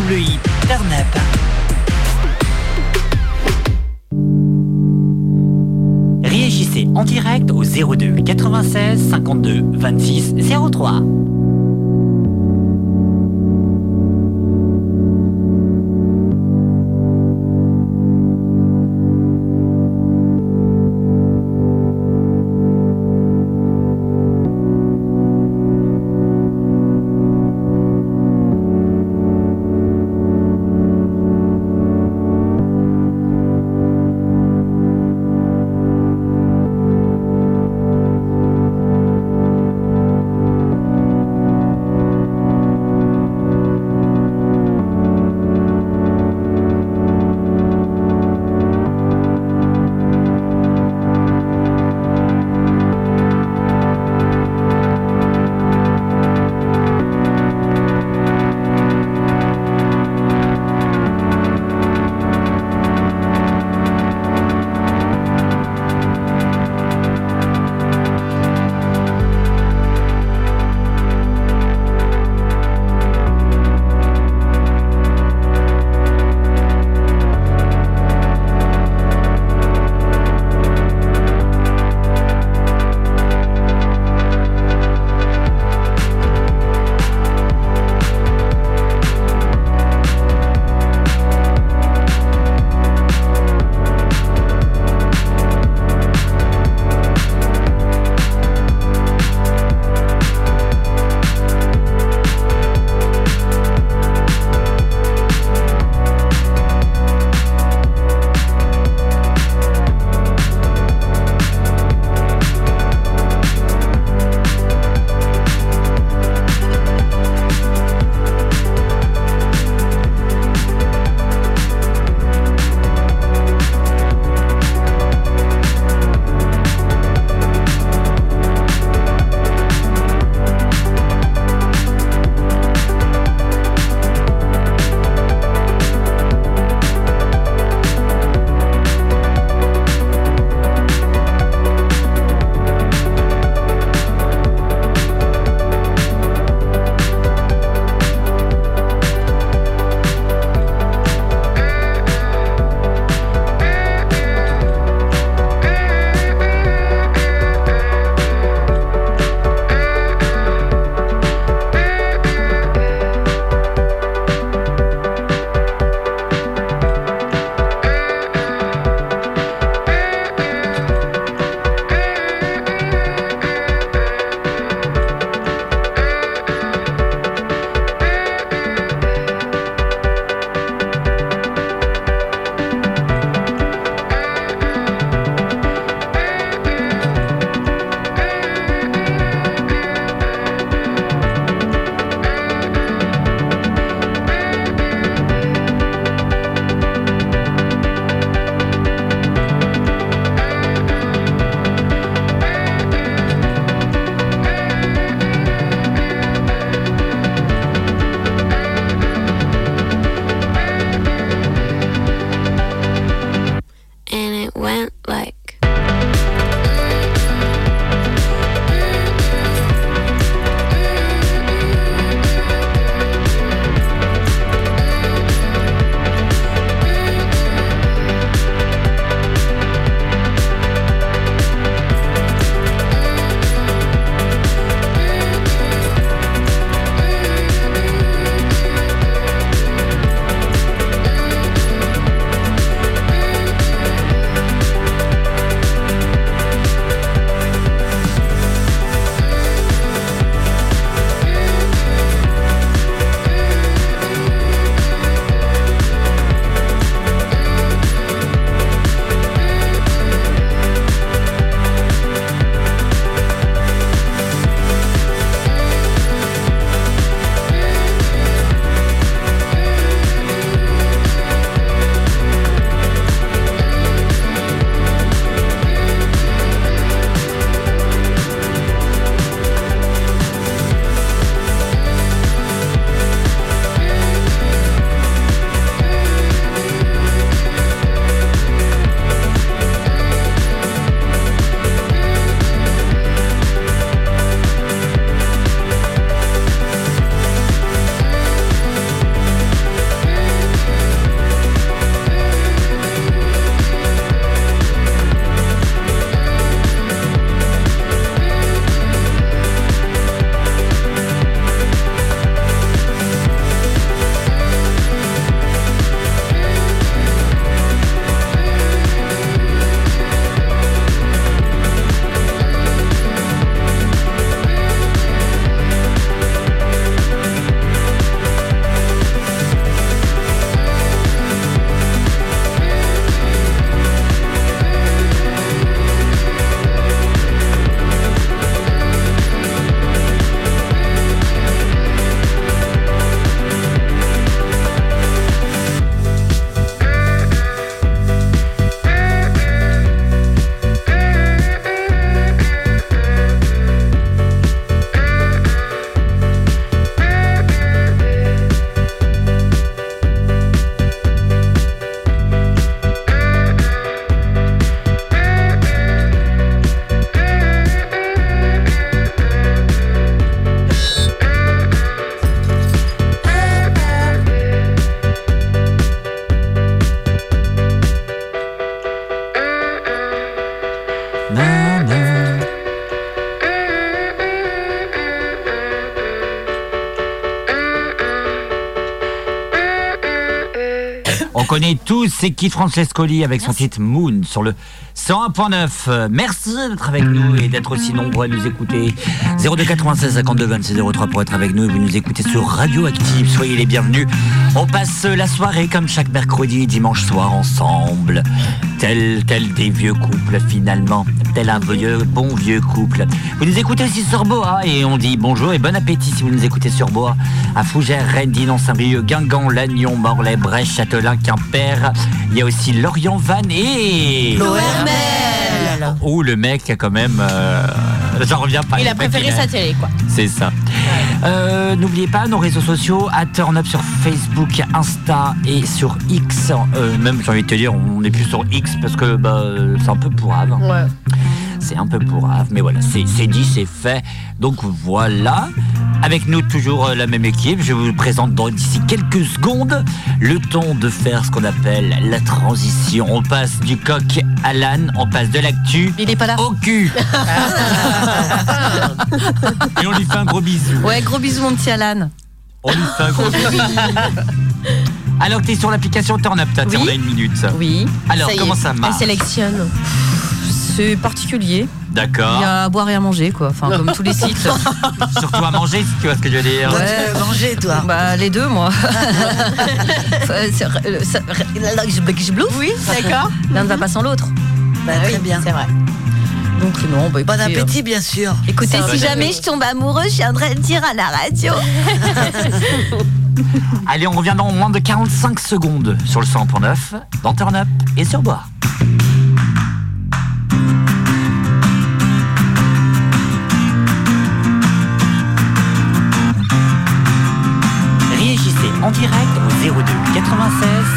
O: le hit Turn Up.
A: Réagissez en direct au 02 96 52 26 03.
P: Thank
A: Na, na. On connaît tous c'est qui Francescoli avec son titre Moon sur le 101.9. Euh, Merci d'être avec nous et d'être aussi nombreux à nous écouter. 02 96 52 26 03 pour être avec nous et vous nous écoutez sur Radio Active. Soyez les bienvenus. On passe la soirée comme chaque mercredi et dimanche soir ensemble. Tel, tel des vieux couples finalement. Tel un vieux, bon vieux couple. Vous nous écoutez aussi sur Boa et on dit bonjour et bon appétit si vous nous écoutez sur Boa. À Fougères, Rennes, Dinan, Saint-Brieuc, Guingamp, Lannion, Morlaix, Brèche, Châtelain, Quimper. Il y a aussi Lorient, Vannes et... Oh, le mec a quand même. euh, J'en reviens pas.
F: Il
A: Le
F: a
A: mec,
F: préféré sa télé, quoi.
A: C'est ça. Euh, N'oubliez pas nos réseaux sociaux, à Turn Up sur Facebook, Insta et sur X. Euh, même j'ai envie de te dire, on est plus sur X parce que bah, euh, c'est un peu pourrave. C'est un peu pourrave, mais voilà, c'est c'est dit, c'est fait. Donc voilà. Avec nous toujours euh, la même équipe. Je vous présente dans d'ici quelques secondes le temps de faire ce qu'on appelle la transition. On passe du coq à l'âne, on passe de l'actu.
K: Il est pas là.
A: Au cul. *laughs* Et on lui fait un gros bisou.
K: Ouais, gros bisous, mon petit
B: *laughs*
K: Alan.
A: On lui fait un *laughs* gros bisou. Alors que t'es sur l'application Turn Up, t'as on a une minute.
K: Oui.
A: Alors
K: Ça y est,
A: comment ça
K: elle
A: marche
F: sélectionne.
K: C'est particulier. Il
A: D'accord.
K: y a à boire et à manger, quoi. Enfin, comme
B: *laughs*
K: tous les sites.
A: *laughs* Surtout à manger, si tu vois ce que je veux dire.
K: manger, toi. Bah, les deux, *laughs* moi. Euh, c'est- euh, ça- là, je je blouffe. Oui,
F: d'accord.
K: L'un ne va pas sans l'autre. Ah
N: Bah, très bien.
K: C'est vrai. Donc, non,
N: Bon
K: bah, écoutez, euh,
A: hein.
N: appétit, bien sûr.
K: Écoutez,
Q: si jamais je tombe amoureux, je viendrai le dire à la radio.
A: Allez, on revient dans moins de 45 secondes sur le 100.9, dans Turn Up et sur Bois.
R: Réagissez en direct au 02 96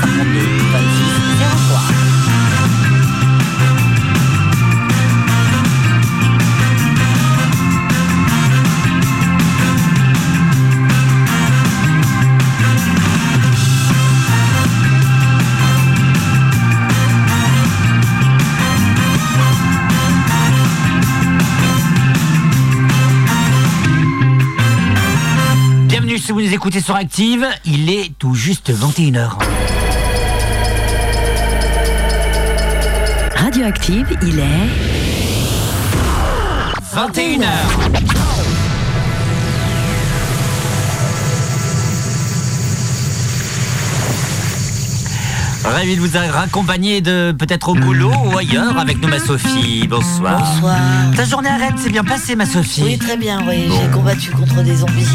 R: 52 26 03.
A: Bienvenue si vous nous écoutez sur Active, il est tout juste 21h.
S: Radioactive, il est
A: 21h. Ravi de vous accompagner de peut-être au boulot ou ailleurs avec nous ma Sophie. Bonsoir.
N: Ah.
B: *laughs*
N: Bonsoir.
A: Ta journée à Rennes s'est bien passée, ma Sophie
N: Oui, très bien, oui. J'ai combattu contre des zombies.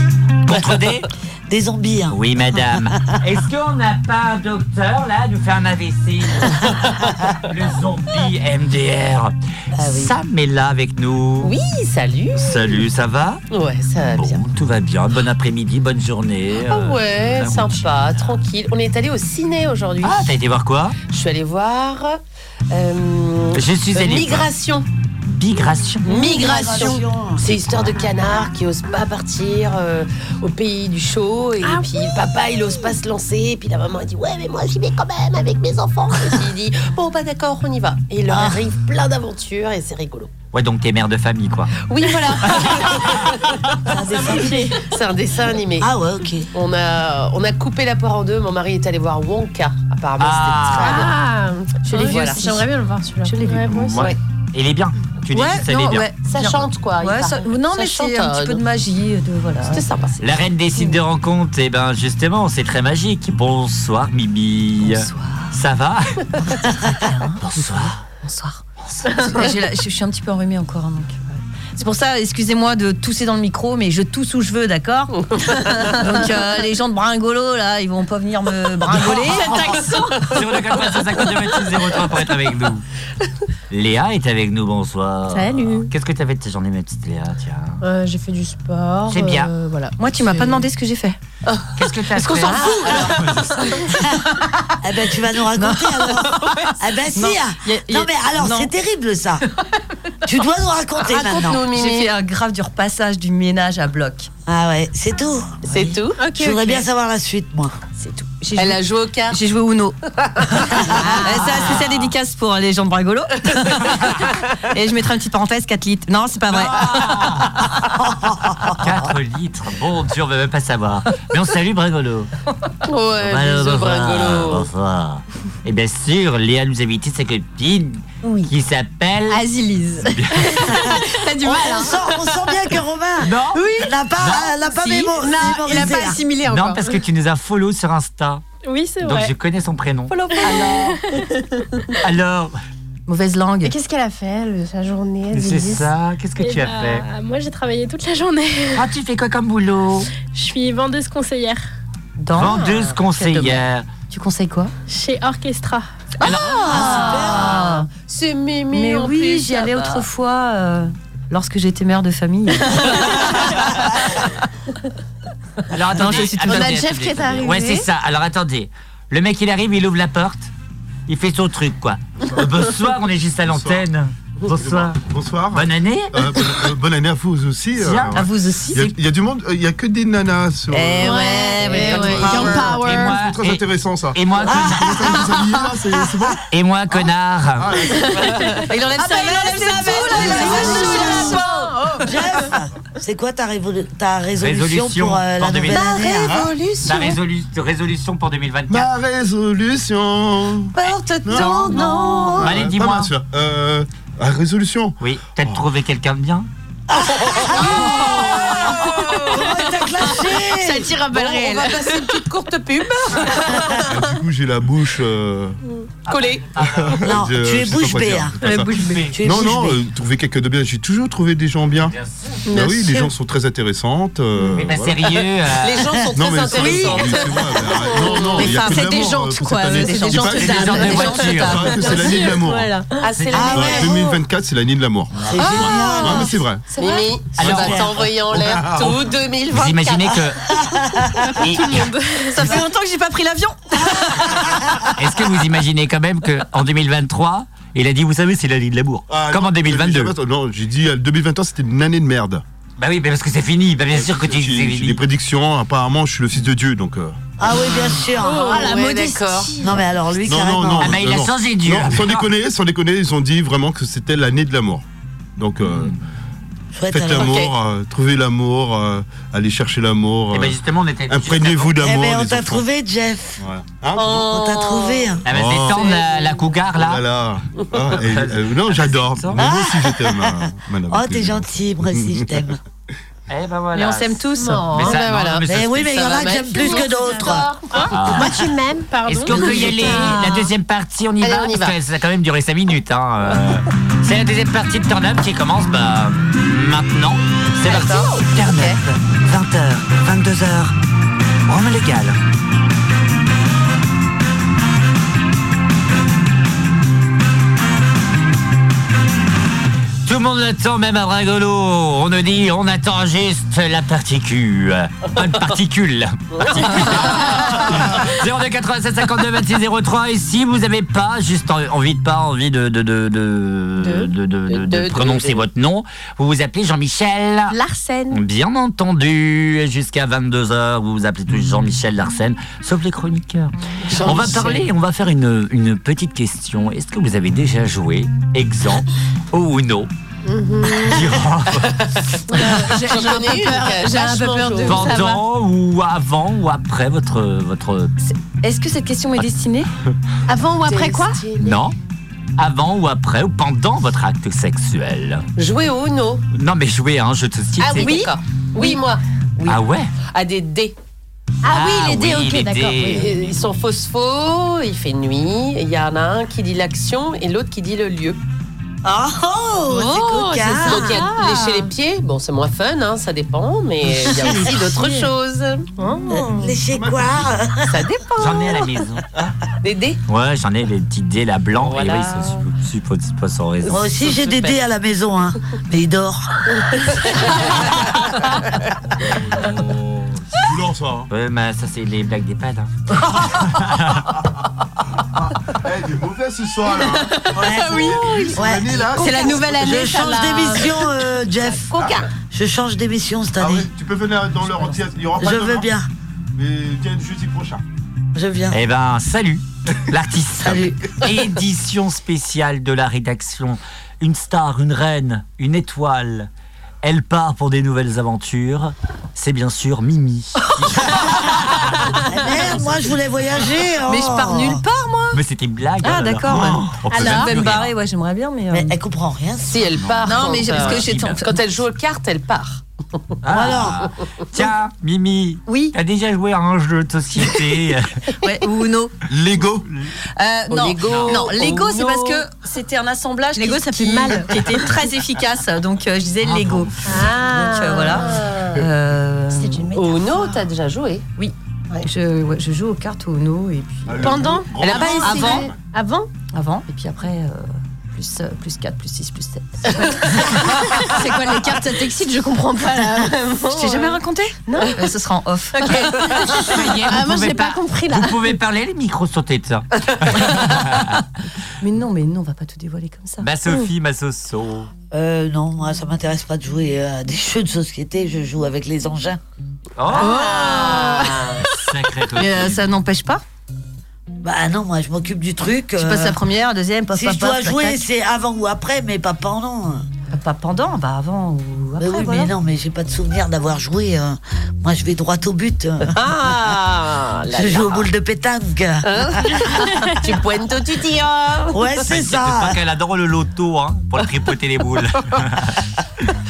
A: Contre des
N: *laughs* Des zombies, hein.
A: Oui madame. Est-ce qu'on n'a pas un docteur là à *laughs* nous faire un AVC Le zombie MDR. Sam est là avec nous.
B: Ah Oui, salut.
A: Salut, ça va
B: Ouais, ça va bien.
A: Tout va bien. Bon après-midi, bonne journée.
B: Ah
A: Euh,
B: ouais, sympa, tranquille. On est allé au ciné aujourd'hui.
A: Ah, t'as été voir quoi
B: Je suis allée voir. euh,
A: Je suis
B: euh,
A: allée-
B: Migration.
A: Migration.
B: Migration. C'est l'histoire de canard qui ose pas partir euh, au pays du chaud. Et puis le papa, il ose pas se lancer. Et puis la maman, elle dit Ouais, mais moi, j'y vais quand même avec mes enfants. Et puis il dit Bon, bah d'accord, on y va. Et il leur arrive plein d'aventures et c'est rigolo.
A: Ouais, donc t'es mère de famille, quoi.
B: Oui, voilà. *laughs* C'est un dessin animé. C'est un dessin animé. Ah ouais, ok. On a, on a coupé la poire en deux. Mon mari est allé voir Wonka. Apparemment,
F: Ah.
B: c'était très bien.
F: Je l'ai vu
B: Voilà.
F: aussi. J'aimerais bien le voir celui-là. Je l'ai vu.
A: Ouais. Il est bien. Tu dis que ça allait bien.
B: Ça chante quoi. il
K: Ouais, ça-
B: paraît.
K: non,
B: Ça
K: mais
B: chante,
K: c'est un
B: euh,
K: petit peu de
B: donc.
K: magie. De, voilà.
B: C'était sympa.
A: La reine des sites de rencontre, et ben justement, c'est très magique. Bonsoir Mimi. Bonsoir. Ça va Bonsoir.
K: Bonsoir. J'ai la- je, je suis un petit peu enrhumée encore. hein, donc, ouais. C'est pour ça, excusez-moi de tousser dans le micro, mais je tousse où je veux, d'accord Donc euh, les gens de Bringolo, là, ils vont pas venir me bringoler.
A: pour être avec nous. Léa est avec nous, bonsoir.
F: Salut.
A: Qu'est-ce que t'as fait de ta journée, ma petite Léa Tiens.
F: Euh, j'ai fait du sport.
A: C'est bien.
F: euh, voilà.
K: Moi, tu m'as pas demandé ce que j'ai fait.
A: Qu'est-ce que t'as
F: Est-ce qu'on
K: fait
F: s'en fout
N: *laughs* Ah ben tu vas nous raconter
K: *laughs*
N: alors. Ah ben si.
K: Non.
N: ah.
K: Y a- y a-
N: Non mais alors
K: non.
N: c'est terrible
K: *laughs*
N: ça. tu dois nous raconter maintenant.
K: J'ai fait un grave dur passage du ménage à bloc.
N: Ah ouais, c'est tout.
B: C'est tout.
N: Je voudrais bien savoir la suite, moi.
B: C'est tout.
K: Elle a joué au Ah. cartes. J'ai joué au *laughs* Uno. Euh, ça, c'est sa dédicace pour les gens de Bragolo. *laughs* Et je mettrai une petite parenthèse 4 litres. Non, c'est pas vrai.
N: Ah.
A: 4 litres, bon Dieu, on ne veut même pas savoir. Mais on salue Bragolo.
B: Ouais,
A: Bravo,
B: bisous,
A: bonsoir,
B: Bragolo.
A: bonsoir. Et bien sûr, Léa nous a invité sa copine qui s'appelle...
K: Azilise. *laughs* T'as du
N: Ouais,
K: mal, hein.
N: on, sent, on sent bien que Romain
K: *laughs*
A: Non.
N: oui. n'a pas,
A: Non.
N: n'a pas
A: Si.
N: mémo-
A: Non,
N: mémorisé, hein.
A: il a pas
N: là.
A: non, parce que tu nous as follow sur Insta.
F: Oui, c'est
A: Donc Ah
F: vrai.
A: je connais son prénom.
F: Follow, follow.
A: *laughs*
F: *laughs*
A: Alors,
K: Mauvaise langue.
F: Et Qu'est-ce qu'elle a fait le- sa journée
A: Mais c'est
F: Aziz
A: ça, qu'est-ce que
F: Eh
A: tu as
H: ben,
F: bah,
A: fait
F: Moi, j'ai travaillé toute la journée.
A: Ah, tu fais quoi comme boulot
F: Je suis vendeuse conseillère
K: Dans-
A: vendeuse conseillère.
K: Tu conseilles quoi
F: chez Orchestra.
K: Ah,
F: C'est Mimi.
K: Mais
F: en
K: oui,
F: plus,
K: j'y
F: ça
K: allais
F: va.
K: autrefois euh, lorsque j'étais mère de famille.
A: Alors
K: Non,
A: attendez,
K: je suis
A: attendez,
K: toute jeune. On a le
A: attendez,
K: chef qui est
A: attendez.
K: arrivé.
A: Ouais, c'est ça. Alors attendez. Le mec, il arrive, il ouvre la porte. Il fait son truc,
K: *laughs*
A: quoi. Euh, Bonsoir, on est juste à l'antenne. Bonsoir.
I: Bonsoir.
A: Bonne année.
I: Euh, bonne, euh, bonne année à vous aussi. euh,
A: Tiens, à vous aussi.
I: Il y a- il y, a du monde, euh, il y a que des nanas sur.
K: Eh ouais, ouais, ouais, Young Power.
A: Et moi-
I: C'est très
A: et-
I: intéressant ça. Ah.
A: Et moi,
K: Ah,
A: Ah,
N: *laughs*
A: Et moi, connard.
N: Ah, bah,
K: Il enlève sa veste et tout, là, il a sa Oh, chouille, là.
N: Oh, Jeff, c'est quoi ta, révolu- ta résolution,
A: Résolution
N: pour euh, la
A: pour
N: nouvelle
A: 2020.
N: année hein
A: La résolu- résolution pour 2024.
K: Bah,
I: Ma résolution.
K: Porte
I: ton
K: nom.
A: Allez, dis-moi.
I: Euh, la résolution. Oh.
A: Oui, peut-être trouver quelqu'un de bien.
B: Oh,
K: Ça tire à balles réelles.
B: On va passer une petite courte
I: Du
B: pub.
I: coup, j'ai la bouche. euh,
B: Collée. ah.
N: Non,
I: *laughs* je-
N: tu es
I: je sais pas
N: bouche
I: quoi
N: bée,
I: dire,
N: hein.
I: c'est pas ça.
N: Tu es
I: Non,
N: bouche
I: non,
N: bée.
I: euh, trouver quelqu'un de bien. J'ai toujours trouvé des gens bien.
N: sûr.
I: Bah
N: Bien
I: oui, les
N: sûr.
I: gens sont très intéressantes. euh,
A: Mais bah,
I: voilà.
A: sérieux, euh. Les gens sont
I: Non,
A: très
I: mais c'est-
A: intéressants.
I: oui, c'est vrai,
A: *laughs*
I: mais, euh, Non, non,
A: Mais
I: il y a
A: ça,
I: que de
A: c'est des
I: l'amour,
A: gens,
I: euh, pour
A: quoi,
I: cette
A: c'est
I: année.
A: des
I: Je
A: gens
I: dis pas que
A: totables,
I: c'est l'année
A: des
I: de
A: gens
I: voiture.
A: totables.
I: Je dirais que C'est l'année de l'amour.
A: Voilà.
B: Ah, c'est la
I: Ouais,
B: même.
I: 2024, c'est l'année de l'amour.
B: C'est génial.
I: Ouais, mais c'est vrai.
B: Mimi,
K: Ah,
B: on
A: Alors-
B: va t'envoyer en l'air
A: Wow.
B: tout 2024.
A: Vous imaginez que
K: *laughs*
A: Et-
K: Ça fait longtemps que j'ai pas pris l'avion.
A: Est-ce que vous imaginez quand même que en 2023, il a dit, vous savez, c'est l'année de l'amour. Comme en 2022.
I: Non, j'ai dit euh, 2021, c'était une année de merde.
A: Bah oui, mais parce que c'est fini. Bah bien sûr que tu.
I: J'ai j'ai des prédictions. Apparemment, je suis le fils de Dieu, donc. euh,
N: Ah oui, bien sûr.
B: Oh,
N: ah, la
B: ouais,
N: modestie.
B: d'accord.
N: Non, mais alors lui,
I: Non,
N: carrément.
I: non, non.
A: bah, il a
I: non, non.
A: changé Dieu.
I: Non, sans déconner, sans déconner, ils ont dit vraiment que c'était l'année de l'amour. Donc, euh,
A: Mm.
N: Faites
I: faites
N: alors.
I: l'amour, euh, trouvez l'amour, euh, allez chercher l'amour.
A: Eh ben,
I: euh,
A: justement, on était-
I: Imprégnez-vous
N: Eh
I: d'amour.
N: ben, on
I: les
N: t'a
I: enfants.
N: trouvé, Jeff.
I: Voilà.
N: On t'a trouvé.
A: Ah bah,
I: Oh.
A: c'est temps la, la cougar là.
I: Oh là là. Ah, et, euh, non, j'adore. Mais
N: Ah.
I: Moi aussi, je t'aime, euh, madame.
N: Oh, t'es gentil, moi aussi, je
I: *laughs*
N: t'aime.
A: Eh ben voilà.
K: Et on s'aime tous.
A: Mais ça, non,
N: voilà.
A: non, mais ça,
N: Eh oui,
A: c'est-
N: mais il y
A: ça
N: en
A: va
N: a que j'aime
A: mettre-
N: plus que d'autres.
A: Ah.
F: tu m'aimes, pardon.
A: Est-ce qu'on peut y aller La deuxième partie, on y
F: Allez,
A: va
F: on y
A: Parce
F: va.
A: que ça a quand même duré 5 minutes. hein,
N: *laughs*
A: euh. c'est la deuxième partie de Turn Up qui commence bah, maintenant. C'est parti. Turn Up, 20h, 22h, Rome légal. Tout le monde l'attend, même à Bragolo. On nous dit, on attend juste la particule. Pas de particule. 02 87 52 26 03 et si vous n'avez pas juste en- envie de pas envie de de de de, de, de- de- de prononcer votre nom vous vous appelez Jean-Michel
R: Larsen.
A: bien entendu Et jusqu'à 22h vous vous appelez tous Jean-Michel Larsen sauf les chroniqueurs on va
B: Jean-Michel.
A: parler on va faire une, une petite question est-ce que vous avez déjà joué exemple au Uno
I: Ah.
A: Mhm.
R: *laughs*
A: durant-
R: J'ai j'ai un peu
A: euh,
R: peur, Euh, j'ai un peu peur de savoir.
A: pendant ou avant ou après votre votre
K: Est-ce que cette question est destinée
R: Avant ou après quoi
A: Non. Avant ou après ou pendant votre acte sexuel.
B: Jouer au Uno.
A: Non mais jouer hein, à un jeu de société.
B: Ah oui, d'accord. Oui, moi.
A: Ah ouais
B: À des dés.
A: Ah oui, Ah les dés, oui, ok, les d'accord. dés.
B: Oui, Ils sont phosphos, il fait nuit, il y en a un qui dit l'action et l'autre qui dit le lieu.
N: Oh,
B: Donc
N: c'est
B: il y
N: cocasse.
B: a lécher les pieds, bon c'est moins fun, hein, ça dépend, mais
A: *laughs*
B: il y a aussi d'autres choses.
N: Euh, Lécher quoi
B: Ça dépend.
A: J'en
R: Oh.
A: ai à la maison.
B: Des dés
A: Ouais, j'en ai les petits dés là blancs
B: Voilà.
A: et oui, ça suppo- suppose pas sans raison.
N: Moi aussi, j'ai des dés à la maison, hein. Mais il dort.
I: couleur, ça.
A: Ouais, mais ça, c'est les blagues des pads. hein.
I: Eh, du mauvais ce soir, là.
N: Ah oui,
A: Oh,
I: C'est la nouvelle année,
N: Je
I: ça,
N: change
I: là.
N: d'émission, euh, Jeff. Je change d'émission cette année.
I: Ah Tu peux venir dans l'heure entière. Il y aura pas
N: Je
I: demain,
N: veux bien.
I: Mais viens jeudi prochain.
N: Je viens.
A: Eh ben, salut, l'artiste.
N: Salut.
A: Édition spéciale de la rédaction. Une star, une reine, une étoile. Elle part pour des nouvelles aventures. C'est bien sûr Mimi.
I: Ah,
N: Eh, moi, je voulais
A: *laughs*
N: voyager.
K: Mais je
I: oh.
K: pars nulle part, moi.
A: Mais c'était une blague.
K: Ah,
A: oh là là.
K: d'accord.
A: Oh, on peut
K: Alors,
A: même
K: je vais
A: plus
K: me
A: rire.
K: barrer, ouais, j'aimerais bien, mais. euh,
N: Mais elle comprend rien.
B: Si elle part. euh,
K: Non, mais j'ai- parce que j'ai
B: Quand elle joue aux cartes, elle part.
A: Ah. Tiens, Mimi.
K: Oui.
A: T'as déjà joué à un jeu de société
K: Ouais, ou Uno.
A: Lego.
K: Euh,
A: Au
K: non,
A: Lego.
K: non, Lego,
A: Au
K: c'est
A: Uno.
K: parce que c'était un assemblage Lego, qui, ça fait mal. qui était très efficace. Donc euh, je disais Lego. Donc euh, voilà. C'est une
B: Au no, t'as déjà joué
K: Oui. Je, Euh, ouais, je joue aux cartes au Uno et puis. euh,
F: Pendant
K: Elle a pas
F: Avant
K: essayé.
F: Avant
K: Avant, et puis après, euh, plus, euh, plus 4, plus 6, plus 7. c'est quoi les cartes Ça t'excite Je comprends pas là. Je t'ai jamais raconté Non
A: Euh,
K: Euh, *laughs* Ce sera en off.
A: Ça y est, vous
K: moi, je
A: pouvez
K: l'ai pas compris, là. Ah,
A: Vous pouvez parler, les micros sautés de ça.
K: Mais non, mais non, on va pas tout dévoiler comme ça.
A: Ma Bah, Sophie, ma Soso.
N: Euh, non, moi, ça m'intéresse pas de jouer à des *laughs* jeux de société. Je joue avec les engins.
A: Oh Ah, Sacré
K: Mais
A: *laughs*
K: euh, ça n'empêche pas.
N: Bah non, moi, je m'occupe du truc.
K: Tu
N: euh,
K: passes la première, deuxième, paf,
N: Si
K: paf,
N: je dois
K: paf, tac,
N: jouer,
K: tac.
N: c'est avant ou après, mais pas pendant.
K: Pas pendant, bah avant ou
N: après. Mais oui,
K: voilà.
N: mais non, mais j'ai pas de souvenir d'avoir joué. euh. Moi, je vais droit au but.
B: Ah là
N: *laughs* Je joue
B: là.
N: aux boules de pétanque.
B: tu pointes au tutillon.
N: Ouais,
A: Mais
N: c'est
A: dites pas
N: ça.
A: qu'elle adore le loto hein, pour tripoter
N: *laughs*
A: les boules.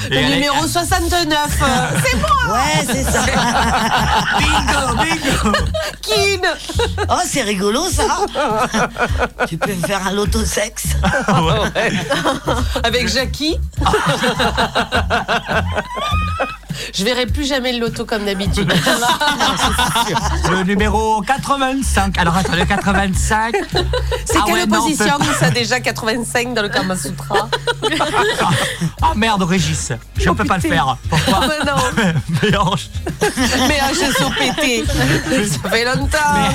A: Et elle
B: Le
A: est- *laughs*
B: numéro 69. euh, c'est moi
N: Ouais, c'est ça.
A: bingo, bingo.
B: Kin
N: Oh, c'est rigolo, ça. tu peux me faire un loto sexe.
B: Avec Jackie. Je verrai plus jamais le loto comme d'habitude.
A: Le numéro 85. Alors attends, le 85.
B: C'est
A: Ah
B: quelle
A: ouais, non, on peut
B: opposition
A: pas.
B: ça déjà 85 dans le Kama Sutra
A: Ah merde, Régis,
K: Oh,
A: je ne peux pas le faire. Pourquoi
B: Ah, bah non.
A: *laughs* Mais en-
B: Mais un sont pété *laughs* Ça fait longtemps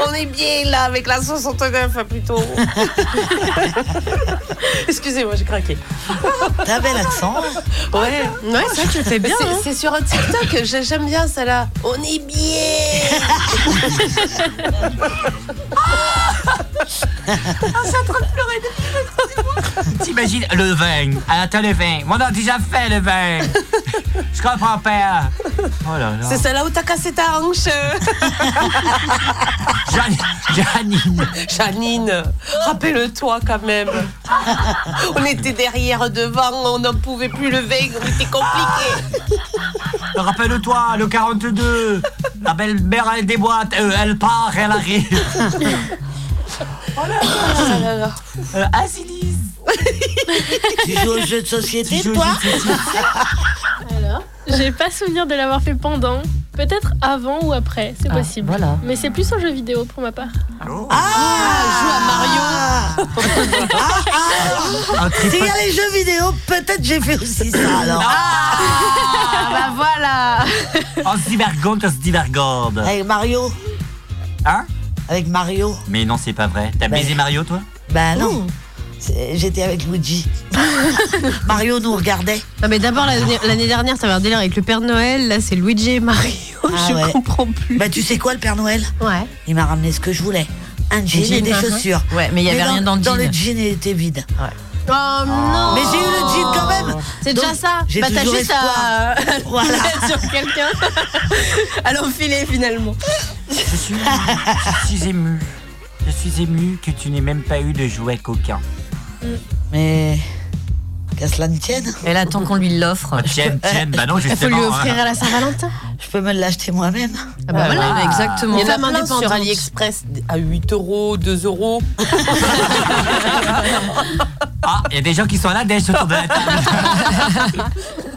B: *laughs* On est bien là avec la 69 hein, plutôt Excusez-moi, j'ai craqué.
N: T'as un bel accent. hein.
B: Ouais,
F: ouais c'est vrai que tu le fais bien.
B: C'est-
F: hein.
B: C'est sur un TikTok, j'ai- j'aime bien ça là. On est bien
I: Ah,
A: T'imagines le vin. Ah, Attends, le vin. On a déjà fait le vin. Je comprends pas. Oh là là.
B: C'est celle-là où t'as cassé ta *laughs* hanche
A: Janine
B: Janine, rappelle-toi quand même On était derrière, devant, on n'en pouvait plus lever, c'était compliqué
A: Rappelle-toi, le 42. La belle-mère, elle déboîte. Euh, elle part, elle arrive.
N: *laughs*
B: Ah là là.
A: Euh, Asilis.
N: tu joues aux jeux de société,
F: joues aux
N: toi
H: J'ai pas souvenir de l'avoir fait pendant. Peut-être avant ou après,
A: Ah.
H: c'est possible.
B: Ah,
K: voilà.
H: Mais c'est plus un jeu vidéo pour ma part.
N: Ah. S'il y a les jeux vidéo, peut-être j'ai fait aussi ça, alors.
F: Ah bah voilà
A: On se divergonde, on se divergonde.
N: Avec Mario.
A: Hein
N: Avec Mario.
A: Mais non, c'est pas vrai. T'as
N: Ben-
A: baisé Mario, toi
N: Bah non.
K: Oh.
N: C'est- J'étais avec Luigi. *laughs* Mario nous regardait.
F: Non mais d'abord l'année l'année dernière t'avais un délire avec le Père Noël, là c'est Luigi et Mario,
K: Oh,
F: je
N: Ah ouais.
F: comprends plus.
N: Bah tu sais quoi, le Père Noël
F: Ouais.
N: Il m'a ramené ce que je voulais. Un jean, et
K: jean,
N: des
K: hein.
N: chaussures.
K: Ouais, mais il y avait
N: dans-
K: rien dans le
N: Dans
K: jean.
N: le jean, il était vide.
F: Oh non
N: Mais j'ai eu le jean quand même.
F: C'est
N: Donc,
F: déjà ça
N: j'ai
F: Bah t'as
N: toujours
F: juste
N: espoir.
F: à *laughs*
N: *laughs* Voilà.
F: mettre sur quelqu'un, *laughs* à l'enfiler finalement.
A: Je suis, je suis ému. Je suis ému que tu n'aies même pas eu de jouet coquin.
I: Oh.
N: Mais qu'à cela ne tienne.
K: Elle attend qu'on lui l'offre.
A: Tienne, tienne, bah non, justement. hein.
F: à la Saint-Valentin.
N: Je peux me l'acheter moi-même.
F: Ah bah voilà,
K: Voilà, exactement.
B: Il y en a
F: Femme
B: plein
F: indépendante.
B: sur AliExpress à 8 euros, 2 euros.
A: *laughs* Ah, il y a des gens qui sont là, dès autour de la table.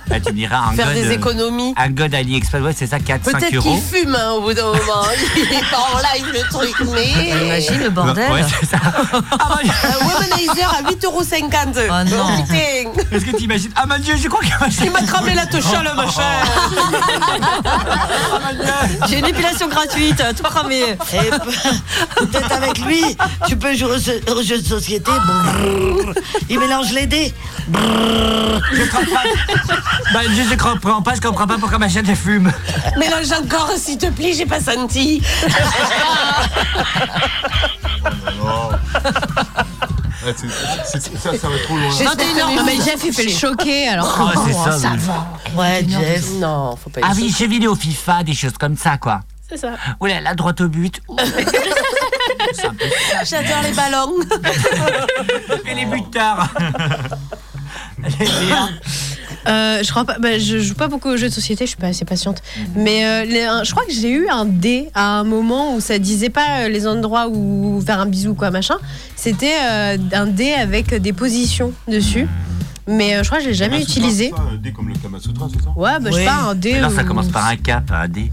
A: Là, tu me diras un
B: Faire
A: god,
B: des
A: euh,
B: économies.
A: Un god AliExpress, ouais, c'est ça, 4-5
B: Peut-être
A: euros.
B: qu'il fume hein, au bout
F: *laughs*
B: d'un moment. Il est pas en live le truc,
F: Ah,
B: mais. Ah
K: Imagine le
A: bordel. Ouais, c'est ça.
B: Un womanizer à 8,50€. Oh
K: non.
B: putain.
A: Est-ce que tu imagines Ah mon dieu, je crois qu'il
B: m'a cramé la tocha, le
A: *laughs*
B: machin.
K: *laughs* J'ai une épilation gratuite, tout cramé.
N: Eh ben, Peut-être avec lui, tu peux jouer au jeu- au jeu de société. Brrr. Il mélange les dés. Brrr.
A: Bah, je ne comprends pas, je comprends pas pourquoi ma chaîne elle fume.
B: Mélange encore, s'il te plaît, j'ai pas senti.
A: Oh.
I: Ah, c'est- c'est- c'est- ça, ça va trop loin.
B: J'espère que les
F: Non, mais
B: filles-
F: Jeff, il fait le choquer, alors
A: Ah,
F: comment
A: c'est ça,
F: ça
A: oui.
F: va
N: Ouais,
F: Jeff.
B: Non, faut pas
A: Ah oui, jeux vidéo, FIFA, des choses comme ça, quoi.
H: C'est ça.
A: Oula, la droite au but.
B: *laughs* J'adore les ballons.
A: Et les buts *laughs* tard.
F: Euh, je crois pas. bah, je joue pas beaucoup aux jeux de société. Je suis pas assez patiente. Mais euh, les- un- je crois que j'ai eu un dé à un moment où ça disait pas euh, les endroits où faire un bisou quoi machin. C'était euh, un dé avec des positions dessus. Mais euh, je crois que je l'ai jamais
I: Kamasutra,
F: utilisé.
I: Ah, c'est ça, un dé comme le Kamasutra, c'est ça
B: Ah,
F: Ouais, bah je sais pas un dé.
A: Mais non, ça
F: où- *laughs*
A: commence par un cap, un D.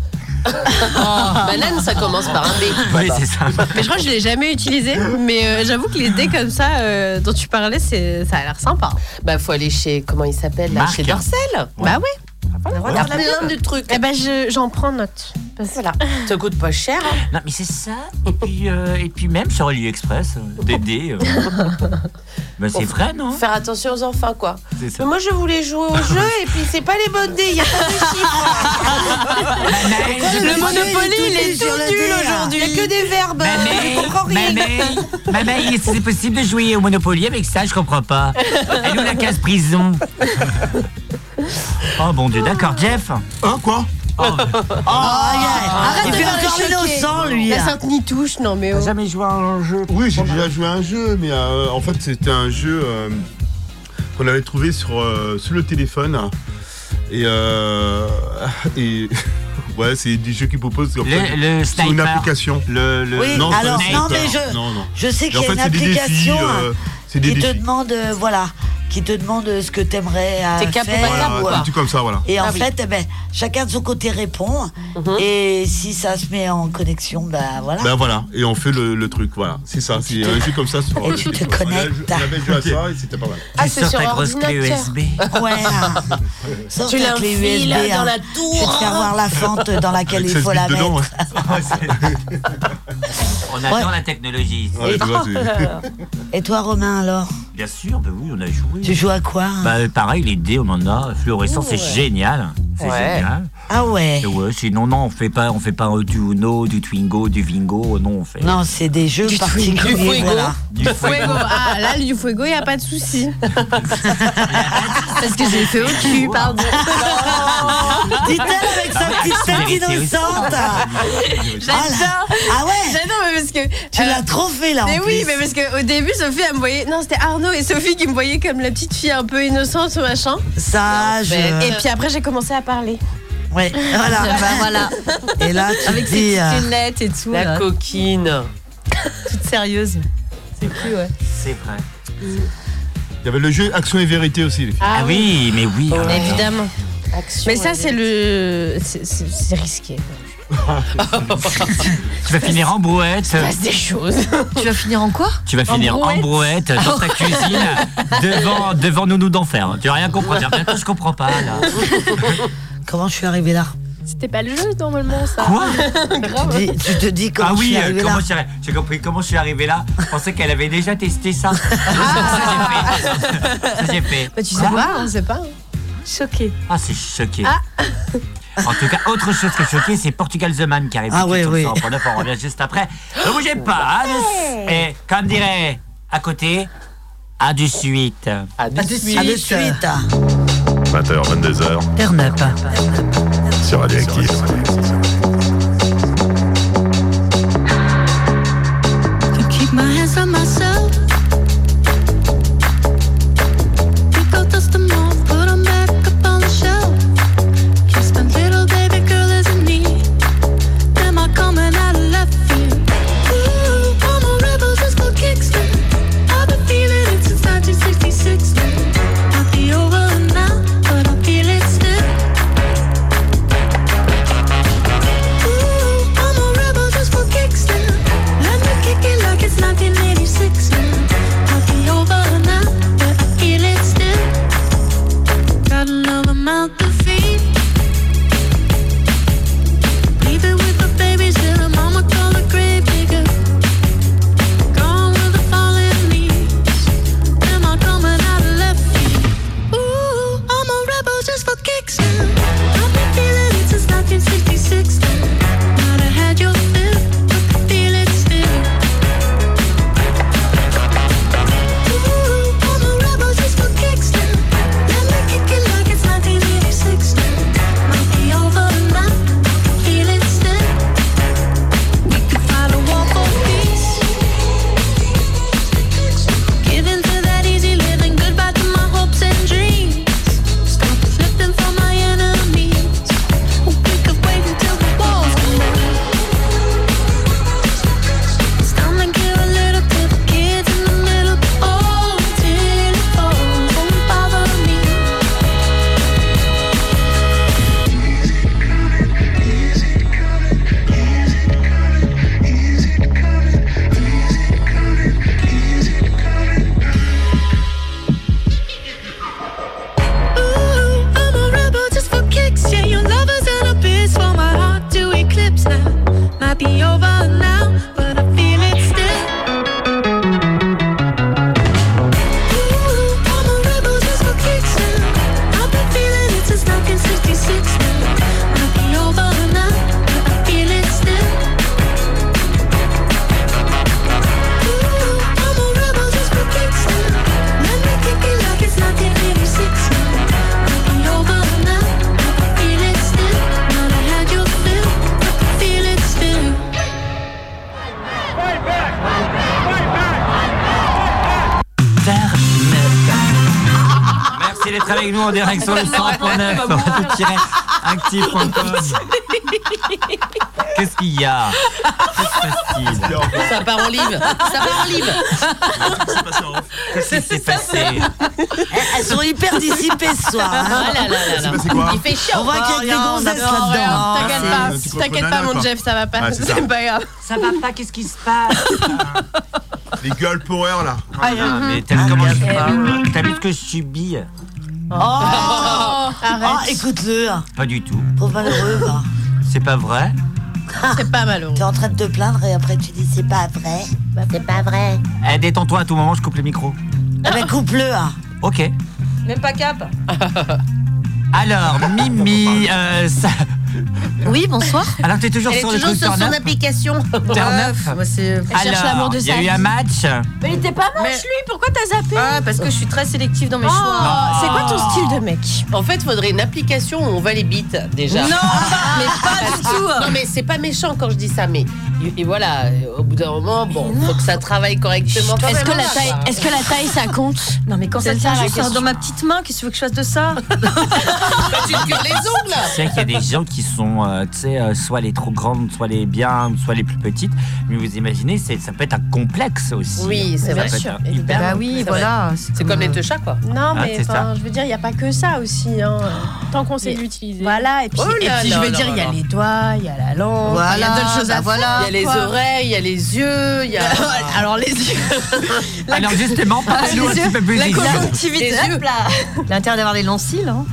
B: Ah. Banane, ça commence par un B.
A: Oui, c'est ça.
F: Mais je crois que je l'ai jamais utilisé. Mais euh, j'avoue que les dés comme ça euh, dont tu parlais, c'est ça a l'air sympa.
B: Bah, faut aller chez. Comment il s'appelle là
F: Marc.
B: Chez Dorcel
F: Bah oui.
B: Il y a plein de trucs.
F: Eh ben je- j'en prends note. Parce- *laughs*
B: Voilà. Ça coûte pas cher. hein.
A: Non, mais c'est ça. Et puis, euh, et puis même sur AliExpress, euh, des dés.
B: *laughs*
A: euh. Bah, c'est vrai, non
B: Faire attention aux enfants, quoi.
A: C'est ça.
B: Mais moi, je voulais jouer au jeu et puis c'est pas les bonnes dés, il y a pas de
A: Bah, chiffres.
B: Le Monopoly, il est tout
A: hein.
B: nul aujourd'hui. Il y a que des
A: Bah,
B: verbes. hein, Je comprends rien.
A: Maman, est-ce que c'est possible de jouer au Monopoly avec ça Je comprends pas. Elle est où la case
B: *laughs*
A: prison Oh bon Dieu, d'accord, Jeff. Oh,
I: Hein, quoi
A: Ah,
I: Ah,
N: Il fait encore innocent, lui.
F: La Sainte Nitouche, non mais. oh.
A: jamais joué à un jeu
I: Oui, j'ai déjà joué à un jeu, mais euh, en fait, c'était un jeu euh, qu'on avait trouvé sur, euh, sur le téléphone. Et. euh, *laughs* et ouais, c'est des jeux qui proposent. en
A: Le-
I: fait,
A: le
I: sur une
A: sniper.
I: application.
A: Le, le-
N: Oui,
I: c'est pas
N: alors,
I: le
N: non,
I: sniper.
N: mais je-
I: Non, non.
N: je sais
I: Et
N: qu'il
I: en
N: y a
I: fait,
N: une
I: c'est des défis,
N: application, hein,
I: euh, c'est
N: Qui
I: des
N: te
I: défis.
N: demande, euh, voilà, qui te demande ce que t'aimerais euh,
B: T'es
N: faire.
B: capable ou pas
N: euh,
I: Voilà, un truc comme ça, voilà.
N: Et en
B: Ah oui.
N: fait, eh ben, chacun de son côté répond.
K: Mhm.
N: Et si ça se met en connexion, ben voilà.
I: Ben voilà, et on fait le, le truc, voilà. C'est ça, c'est un jeu comme ça sur
N: Et
I: le
N: tu te
I: téléphone. On avait-
N: connectes.
I: On avait joué à ça et c'était pas mal.
B: Ah, c'est sur
A: ta grosse clé
B: ordinateur.
A: USB.
N: *laughs* Ouais. Sors
B: Tu
N: ta clé
B: l'enfiles
N: USB,
B: dans
N: hein.
B: la
N: Je vais te faire
B: tour.
N: voir la fente dans laquelle
I: Avec
N: il faut
I: 16
N: la
I: bits dedans,
N: mettre.
A: *laughs* On attend la technologie.
I: Ouais, tu vois, c'est-
N: Et toi, Romain, alors
A: *laughs* Bien sûr, bah oui, on a joué.
N: Tu joues à
A: *laughs*
N: quoi hein
A: Bah, euh, pareil, les dés, on en a. Fluorescent, c'est génial. C'est
N: Ouais.
A: génial.
N: Ah ouais
A: Et ouais, sinon, non, on fait pas, on fait pas euh, du Uno, du Twingo, du Vingo. Non, on fait.
N: Non, c'est des jeux
B: Du
N: particuliers.
B: fuego.
N: voilà.
A: Du
F: Fuego. Ah, là, du fuego, il n'y a pas de souci. Parce que j'ai fait au cul, pardon.
N: Dit-elle avec sa petite tête
A: vérité aussi.
J: Ah,
N: innocente.
F: J'adore.
N: Ah ouais
F: J'adore, mais parce que.
N: Tu
F: euh,
N: l'as trop fait là. en
F: mais oui,
N: plus.
F: mais parce qu'au début, Sophie, elle me voyait. Non, c'était Arnaud et Sophie qui me voyaient comme la petite fille un peu innocente, machin.
N: Sage.
F: Et puis après, j'ai commencé à parler.
N: Ouais, voilà.
K: Bah, voilà,
N: Et là, tu
K: avec
N: te
K: ses
N: dis,
K: petites
N: euh,
K: lunettes et tout,
B: La
K: là,
B: coquine.
K: toute sérieuse.
A: C'est vrai.
K: Ouais.
A: C'est vrai.
I: Il y avait le jeu Action et Vérité aussi, les filles.
A: Ah, oui, mais oui.
B: oh
L: *laughs*
A: hein.
F: Évidemment.
B: Action,
F: Mais ça,
B: ouais.
F: c'est le. c'est- C'est c'est risqué.
A: Tu vas finir en brouette.
F: Il se passe des choses.
K: Tu vas finir en Ah quoi
A: Tu vas
F: En
A: finir en brouette dans ta cuisine devant, devant Nounou d'enfer. Tu vas rien comprendre. Tu vas dire, Bientôt, je comprends pas là.
N: Comment je suis arrivée là
H: C'était pas le jeu normalement ça.
A: Quoi
F: *laughs*
N: tu, dis- tu te dis comment
A: Ah
N: je
A: oui,
N: suis
A: euh,
N: arrivée
A: comment
N: là
A: je suis arri- j'ai compris comment je suis arrivé là. Je pensais qu'elle avait déjà
N: *laughs*
A: testé ça. ça j'ai fait. Ça, j'ai fait.
F: Bah, tu sais pas, on sait pas. hein. Choqué.
A: Ah, c'est choqué. En tout cas, autre chose qui est choquée, c'est Portugal The Man qui arrive.
N: Ah
A: tout de
N: oui,
A: suite sur
N: oui.
A: le 100.9, on revient juste après. Ne bougez pas. hein, de- Et comme dirait à côté, à du suite.
B: Ah, de
N: Ah, de suite.
L: 20h, 22h,
E: Turn up.
L: sur Radioactive.
G: To keep my hands
A: *laughs*
G: on myself. You go dust them off, put them back up on the shelf. Kiss my little baby girl is in need. Am I coming out of left field? Ooh, all my rebels just go kickstand. I've been feeling it since 1966. I'll be over now, but I feel it be over now, but I feel it still. Ooh, I'm a rebel just for kicks now. I've been feeling it since 1966 now. Might be over now, but I feel it still. Ooh, I'm a rebel just for kicks now. Let me kick it like it's 1986 now. Might be over now, but I feel it still. Might have had your fill, but I feel it still.
A: Merci d'être avec nous en direct
N: *laughs*
A: sur le
N: Bah,
A: 100.9 actif.com. Qu'est-ce qu'il y a Qu'est-ce qui se passe-t-il
B: Ça part en live. Ça part en live.
A: Qu'est-ce qui s'est passé
N: Elles sont hyper dissipées ce soir. hein.
F: Ah là là là là. C'est passé quoi
N: Il fait chaud. On voit qu'il y a que des gonzesses
F: Oh, Non,
N: là-dedans.
F: rien,
N: hein.
F: T'inquiète pas, t'inquiète pas, mon Jeff, ça va pas. *laughs*
I: Ouais, c'est ça.
F: C'est pas grave.
K: Ça va pas, qu'est-ce qui se passe
I: *laughs* Les girl power là.
A: Ah, mais t'as vu comment je- T'as vu ce que je subis
N: Oh, Oh, écoute-le.
A: Pas du tout.
N: Trop malheureux, va.
A: C'est pas vrai
N: C'est pas malheureux. T'es en train de te plaindre et après tu dis c'est pas vrai. Bah, c'est pas vrai.
A: Eh, détends-toi, à tout moment, je coupe le micro.
N: Ah bah, coupe-le, hein.
A: Ok.
K: Même pas cap.
A: *laughs* Alors, Mimi, euh, ça...
K: Oui, bonsoir.
A: Alors, t'es toujours
K: Elle
A: sur
K: est
A: le
K: toujours
A: truc
K: sur son
A: Turn Up
B: *laughs*
K: application.
F: Euh,
A: Turn Up Alors, il y a eu un match.
K: Mais il était pas moche, lui, pourquoi t'as zappé Ah, parce que je suis très sélective dans mes choix.
A: c'est quoi ton style
B: de mec En fait, faudrait une application où on va les bites déjà. *laughs*
K: Non, mais pas du
B: Parce-
K: tout.
B: Non, mais c'est pas méchant quand je dis ça, mais et voilà, euh, au bout d'un moment, bon, faut que ça travaille correctement. quand
K: Est-ce
B: même,
K: que, la
B: hein,
K: taille,
B: ça.
K: est-ce que la taille ça compte Non mais quand ça
B: C'est ça,
K: tient
B: la
K: juste
B: question.
K: dans ma petite main, qu'est-ce que tu veux que je fasse de ça
B: Tu te cures les ongles
A: C'est vrai qu'il y a des gens qui sont, euh, tu sais, euh, soit les trop grandes, soit les bien, soit les plus petites. Mais vous imaginez, c'est- ça peut être un complexe aussi.
B: Oui, c'est
A: Ça
B: vrai.
A: peut être un hyper-
F: Bah oui, voilà,
B: C'est comme les deux chats, quoi.
F: Non,
A: Ah,
F: mais
A: c'est ça.
F: enfin, je veux dire, il n'y a pas que ça aussi.
B: *gasps*
F: hein. Tant qu'on sait l'utiliser. Voilà, et
K: puis-
B: Oh
K: et puis, je veux dire, il y a les
F: doigts, il y a la langue,
K: Voilà, bah voilà,
B: Il y a les
K: quoi.
B: oreilles, il y a les
F: *laughs*
B: yeux, il y a.
K: Alors, les
B: *laughs*
K: yeux.
A: Alors justement, parlez-nous un petit peu plus.
K: La
A: des yeux.
K: conjonctivité, hop là. L'intérêt d'avoir des longs cils. Hein.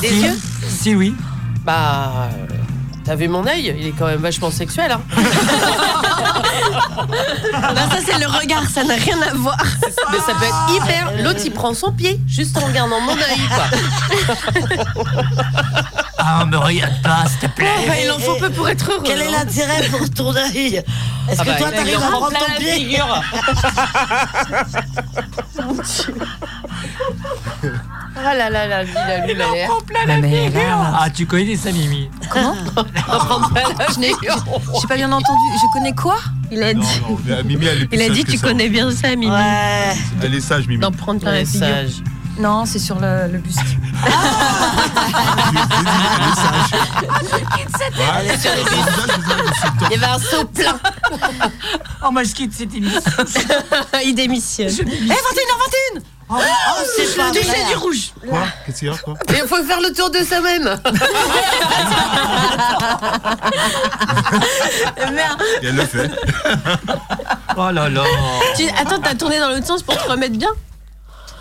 B: Des yeux
A: Si oui.
B: Bah. euh, T'as vu mon œil Il est quand même vachement sexuel. Hein.
K: *laughs* Non, ça c'est le regard, ça n'a rien à voir.
B: Mais ça peut être hyper. L'autre, il prend son pied juste en regardant mon œil, quoi.
A: Ah, me regarde pas, s'il te plaît.
N: il en faut peu pour être heureux. hein. Quel est l'intérêt pour ton œil Est-ce
A: Ah
N: que
A: bah,
N: toi
A: il
N: t'arrives
A: en
N: à
A: prend
N: prendre
A: plein
N: ton
A: la
N: pied
A: figure.
B: Ah là là, la vie, la vie, la
A: La mère. Ah, tu connais ça, Mimi
K: Comment Je n'ai j'ai pas bien entendu. Je connais quoi Il a dit.
I: Non, mais, euh, Mimi, elle est plus sage que ça.
K: bien ça, Mimi.
I: Elle est sage, Mimi.
K: D'en prendre plein la figure. Non, c'est sur le, le buste.
I: Ouais.
B: Il y avait un saut plein.
A: Oh, moi, je quitte cette
B: *laughs*
A: émission.
K: Il démissionne. Eh, 21 21
B: Oh,
K: c'est pas
B: du
K: vrai.
B: du rouge.
I: Quoi Qu'est-ce qu'il y a quoi
B: Mais il faut faire le tour de
A: *laughs*
B: soi-même.
F: Merde.
I: Et elle le fait.
A: Oh là là.
F: Tu- Attends, t'as tourné dans l'autre sens pour te remettre bien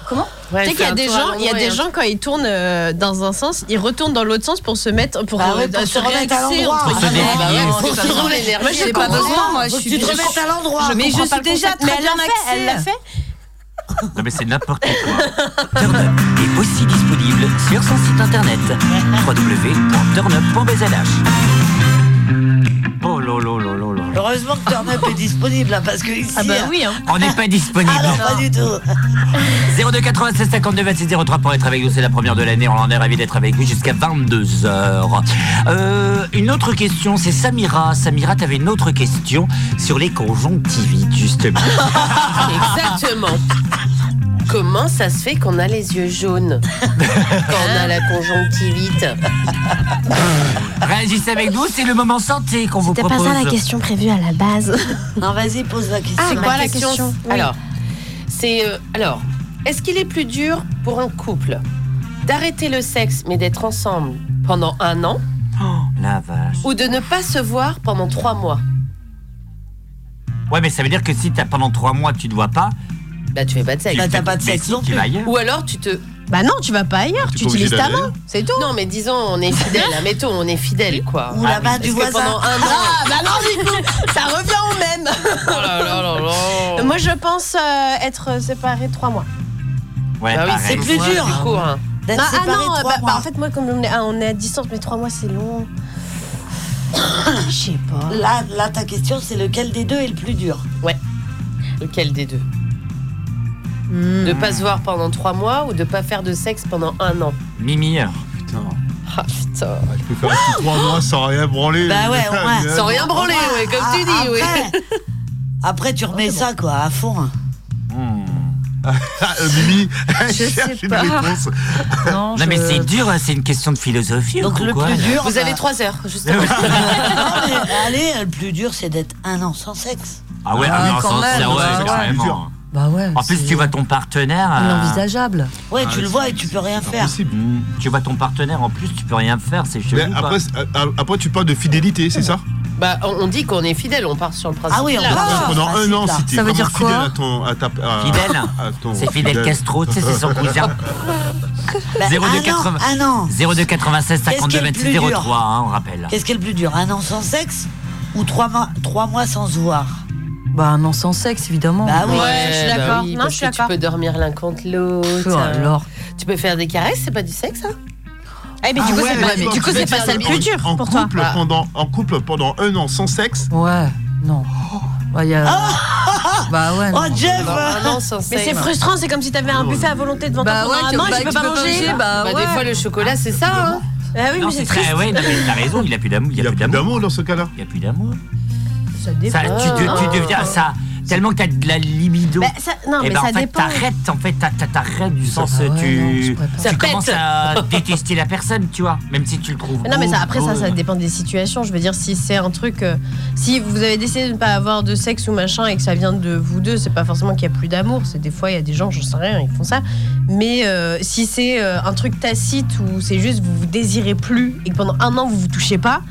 K: Comment
F: tu sais qu'il y a des gens, il y a des gens quand ils tournent euh, dans un sens, ils retournent dans l'autre sens pour se mettre, pour,
N: Bah
F: euh,
N: ouais, pour se remettre à
F: réaxer,
N: l'endroit.
F: entre
N: Pour se
F: guillemets.
N: délier.
F: Ah ouais,
N: Pour
F: ça
N: se
F: me rend
N: remettre.
F: l'énergie,
N: Moi, je
F: j'ai pas
N: comprends.
F: besoin, moi, je
N: Faut que
F: suis.
N: tu te
F: je
N: remettes
F: comprends-
N: à l'endroit.
F: Je
N: Mais
F: comprends
N: je
F: pas
N: suis
F: le
N: déjà
F: concept. Mais
N: très
F: elle l'a
N: bien
F: fait, elle l'a
N: axée.
F: fait.
A: Non, mais c'est n'importe quoi. Turn Up est aussi disponible sur son site internet www.turnup.bzh. Oh là là là là là.
N: Heureusement que Turn Up est disponible hein, parce que ici.
A: Ah bah
K: oui.
A: On n'est pas disponible.
N: Ah non, pas du tout.
A: 02 96 52 26 03 pour être avec nous, c'est la première de l'année, on en est ravis d'être avec vous jusqu'à 22h. Euh, une autre question, c'est Samira. Samira, t'avais une autre question sur les conjonctivites, justement.
B: Exactement. Comment ça se fait qu'on a les yeux jaunes quand on a la conjonctivite
A: Réagissez avec nous, c'est le moment santé qu'on vous propose.
K: prévue à la base.
N: Non, vas-y, pose la question.
B: C'est quoi la question
N: Oui.
B: Alors, c'est euh, alors, est-ce qu'il est plus dur pour un couple d'arrêter le sexe mais d'être ensemble pendant un an
A: La vache.
B: ou de ne pas se voir pendant trois mois
A: Ouais, mais ça veut dire que si t'as pendant trois mois, tu ne vois pas.
B: Bah, tu fais pas de sexe.
A: Bah, t'as pas de sexe non plus.
B: Ou alors tu te
F: Bah non, tu vas pas ailleurs,
B: T'es
F: tu
B: pas obligé
F: utilises ta
B: d'aller.
F: main, c'est tout.
B: Non, mais disons, on est fidèle,
F: *laughs*
B: admettons, on est fidèle, quoi.
F: Ou la bas du
B: Est-ce que
F: voisin.
B: Pendant un an. Oh
F: Ah, bah non, du coup, *laughs* ça revient au même. Moi, je pense euh, être séparée trois mois.
B: Ouais, Bah oui, pareil. c'est plus
F: Trois
B: dur,
F: mois,
B: du coup, hein, d'être
F: Ah, ah
B: séparée
F: non,
B: trois
F: bah,
B: mois.
F: bah, en fait, moi, comme on est, ah, on est à distance, mais trois mois, c'est long. Je sais pas.
N: Là, là, ta question, c'est lequel des deux est le plus dur
B: Ouais. Lequel des deux
F: Hmm.
B: De pas se voir pendant trois mois ou de pas faire de sexe pendant un an
A: Mimi.
I: Putain.
B: Ah putain.
I: Je peux faire un petit 3 mois sans rien branler.
N: Bah ouais, ouais.
B: Sans rien branler, ouais, comme tu dis, oui.
N: Ah, Après, tu remets ça, quoi, à fond.
I: Ah, euh, Mimi, elle
N: Je
I: cherche
N: sais
I: une
N: pas.
I: réponse.
A: Non, mais c'est dur, hein, c'est une question de philosophie.
N: Donc
A: ou
N: le
A: quoi,
N: plus
A: là
N: dur.
B: Vous
F: bah-
B: avez trois heures, justement.
N: Non, mais allez, le plus dur, c'est d'être un an sans sexe.
A: Ah ouais,
N: Ah,
A: ah, non,
N: quand
A: sans-
N: même,
A: ah ouais,
N: bah,
A: carrément.
N: ouais.
K: Bah ouais.
A: En plus, tu vois ton partenaire. euh,
K: Inenvisageable.
N: Ouais,
A: Ah,
N: tu le
A: c'est-
N: vois et tu peux rien faire.
A: Mm. Tu vois ton partenaire en plus, tu peux rien faire, c'est chelou.
I: Mais
A: quoi.
I: après, c'est- a- a- après, tu parles de fidélité, c'est ça
B: Bah, on- on dit qu'on est fidèle, on part sur le principe.
N: Ah oui, on
B: là.
N: part sur le
I: Pendant un an, si t'es
B: Ça veut
I: vraiment
B: dire quoi
I: fidèle à ton. À ta, à-
A: Fidèle
I: à ton-
A: C'est Fidel Castro, tu sais,
I: *laughs*
A: c'est son cousin.
N: Bah,
A: 0280
N: un an.
A: 0296
N: Qu'est-ce qui
A: 52
N: est le
A: 26
N: plus dur
A: 03, hein, on rappelle.
N: Qu'est-ce qui est le plus dur Un an sans sexe ou trois mois, trois mois sans se voir
K: Bah un an sans sexe, évidemment.
N: Bah oui,
B: Ouais,
N: je suis
B: bah
N: d'accord.
B: oui,
N: Non,
B: parce
N: je suis
B: que Tu peux dormir l'un contre l'autre.
K: Pff,
B: euh,
K: alors.
B: Tu peux faire des caresses, c'est pas du sexe, hein
F: Eh,
I: Ah
F: mais du coup, c'est pas- mais du coup, c'est pas ça le plus dur
I: en
F: pour toi. Ah,
I: couple pendant en couple pendant un an sans sexe.
K: Ouais, non. Bah, y a- bah ouais. non.
F: Ah Oh, Mais c'est frustrant, c'est comme si t'avais un buffet à volonté devant
K: Bah
F: toi
K: ouais,
F: pendant un
K: tu-
F: an et
K: bah,
F: tu peux
K: tu
F: pas
K: peux pas
F: manger.
K: manger, bah
B: Bah, des fois, le chocolat, c'est ça, hein
F: Ah oui,
A: Non,
F: mais
A: c'est
F: c'est
A: très.
F: triste.
A: Ouais, non, mais t'as raison, il a plus d'amour. Il a plus d'amour
I: dans ce cas-là.
A: Il a plus d'amour.
F: Ça Ah.
A: Ça, tu, de- tu deviens ça. Tellement que t'as de la libido.
F: Bah, ça- non,
A: et
F: mais
A: ben,
F: ça
A: en fait,
F: dépend.
A: t'arrêtes, en fait, t'as- t'as- t'arrêtes du sens.
F: ah
A: tu
F: Ça
A: tu commences
F: pète. *laughs*
A: à détester la personne, tu vois, même si tu le trouves.
F: Non mais ça,
A: beau,
F: après ça,
A: beau.
F: ça dépend des situations. Je veux dire si c'est un truc, euh, si vous avez décidé de ne pas avoir de sexe ou machin et que ça vient de vous deux, c'est pas forcément qu'il y a plus d'amour. C'est des fois il y a des gens, j'en sais rien, ils font ça. Mais euh, si c'est euh, un truc tacite où c'est juste vous vous désirez plus et que pendant un an vous vous touchez pas.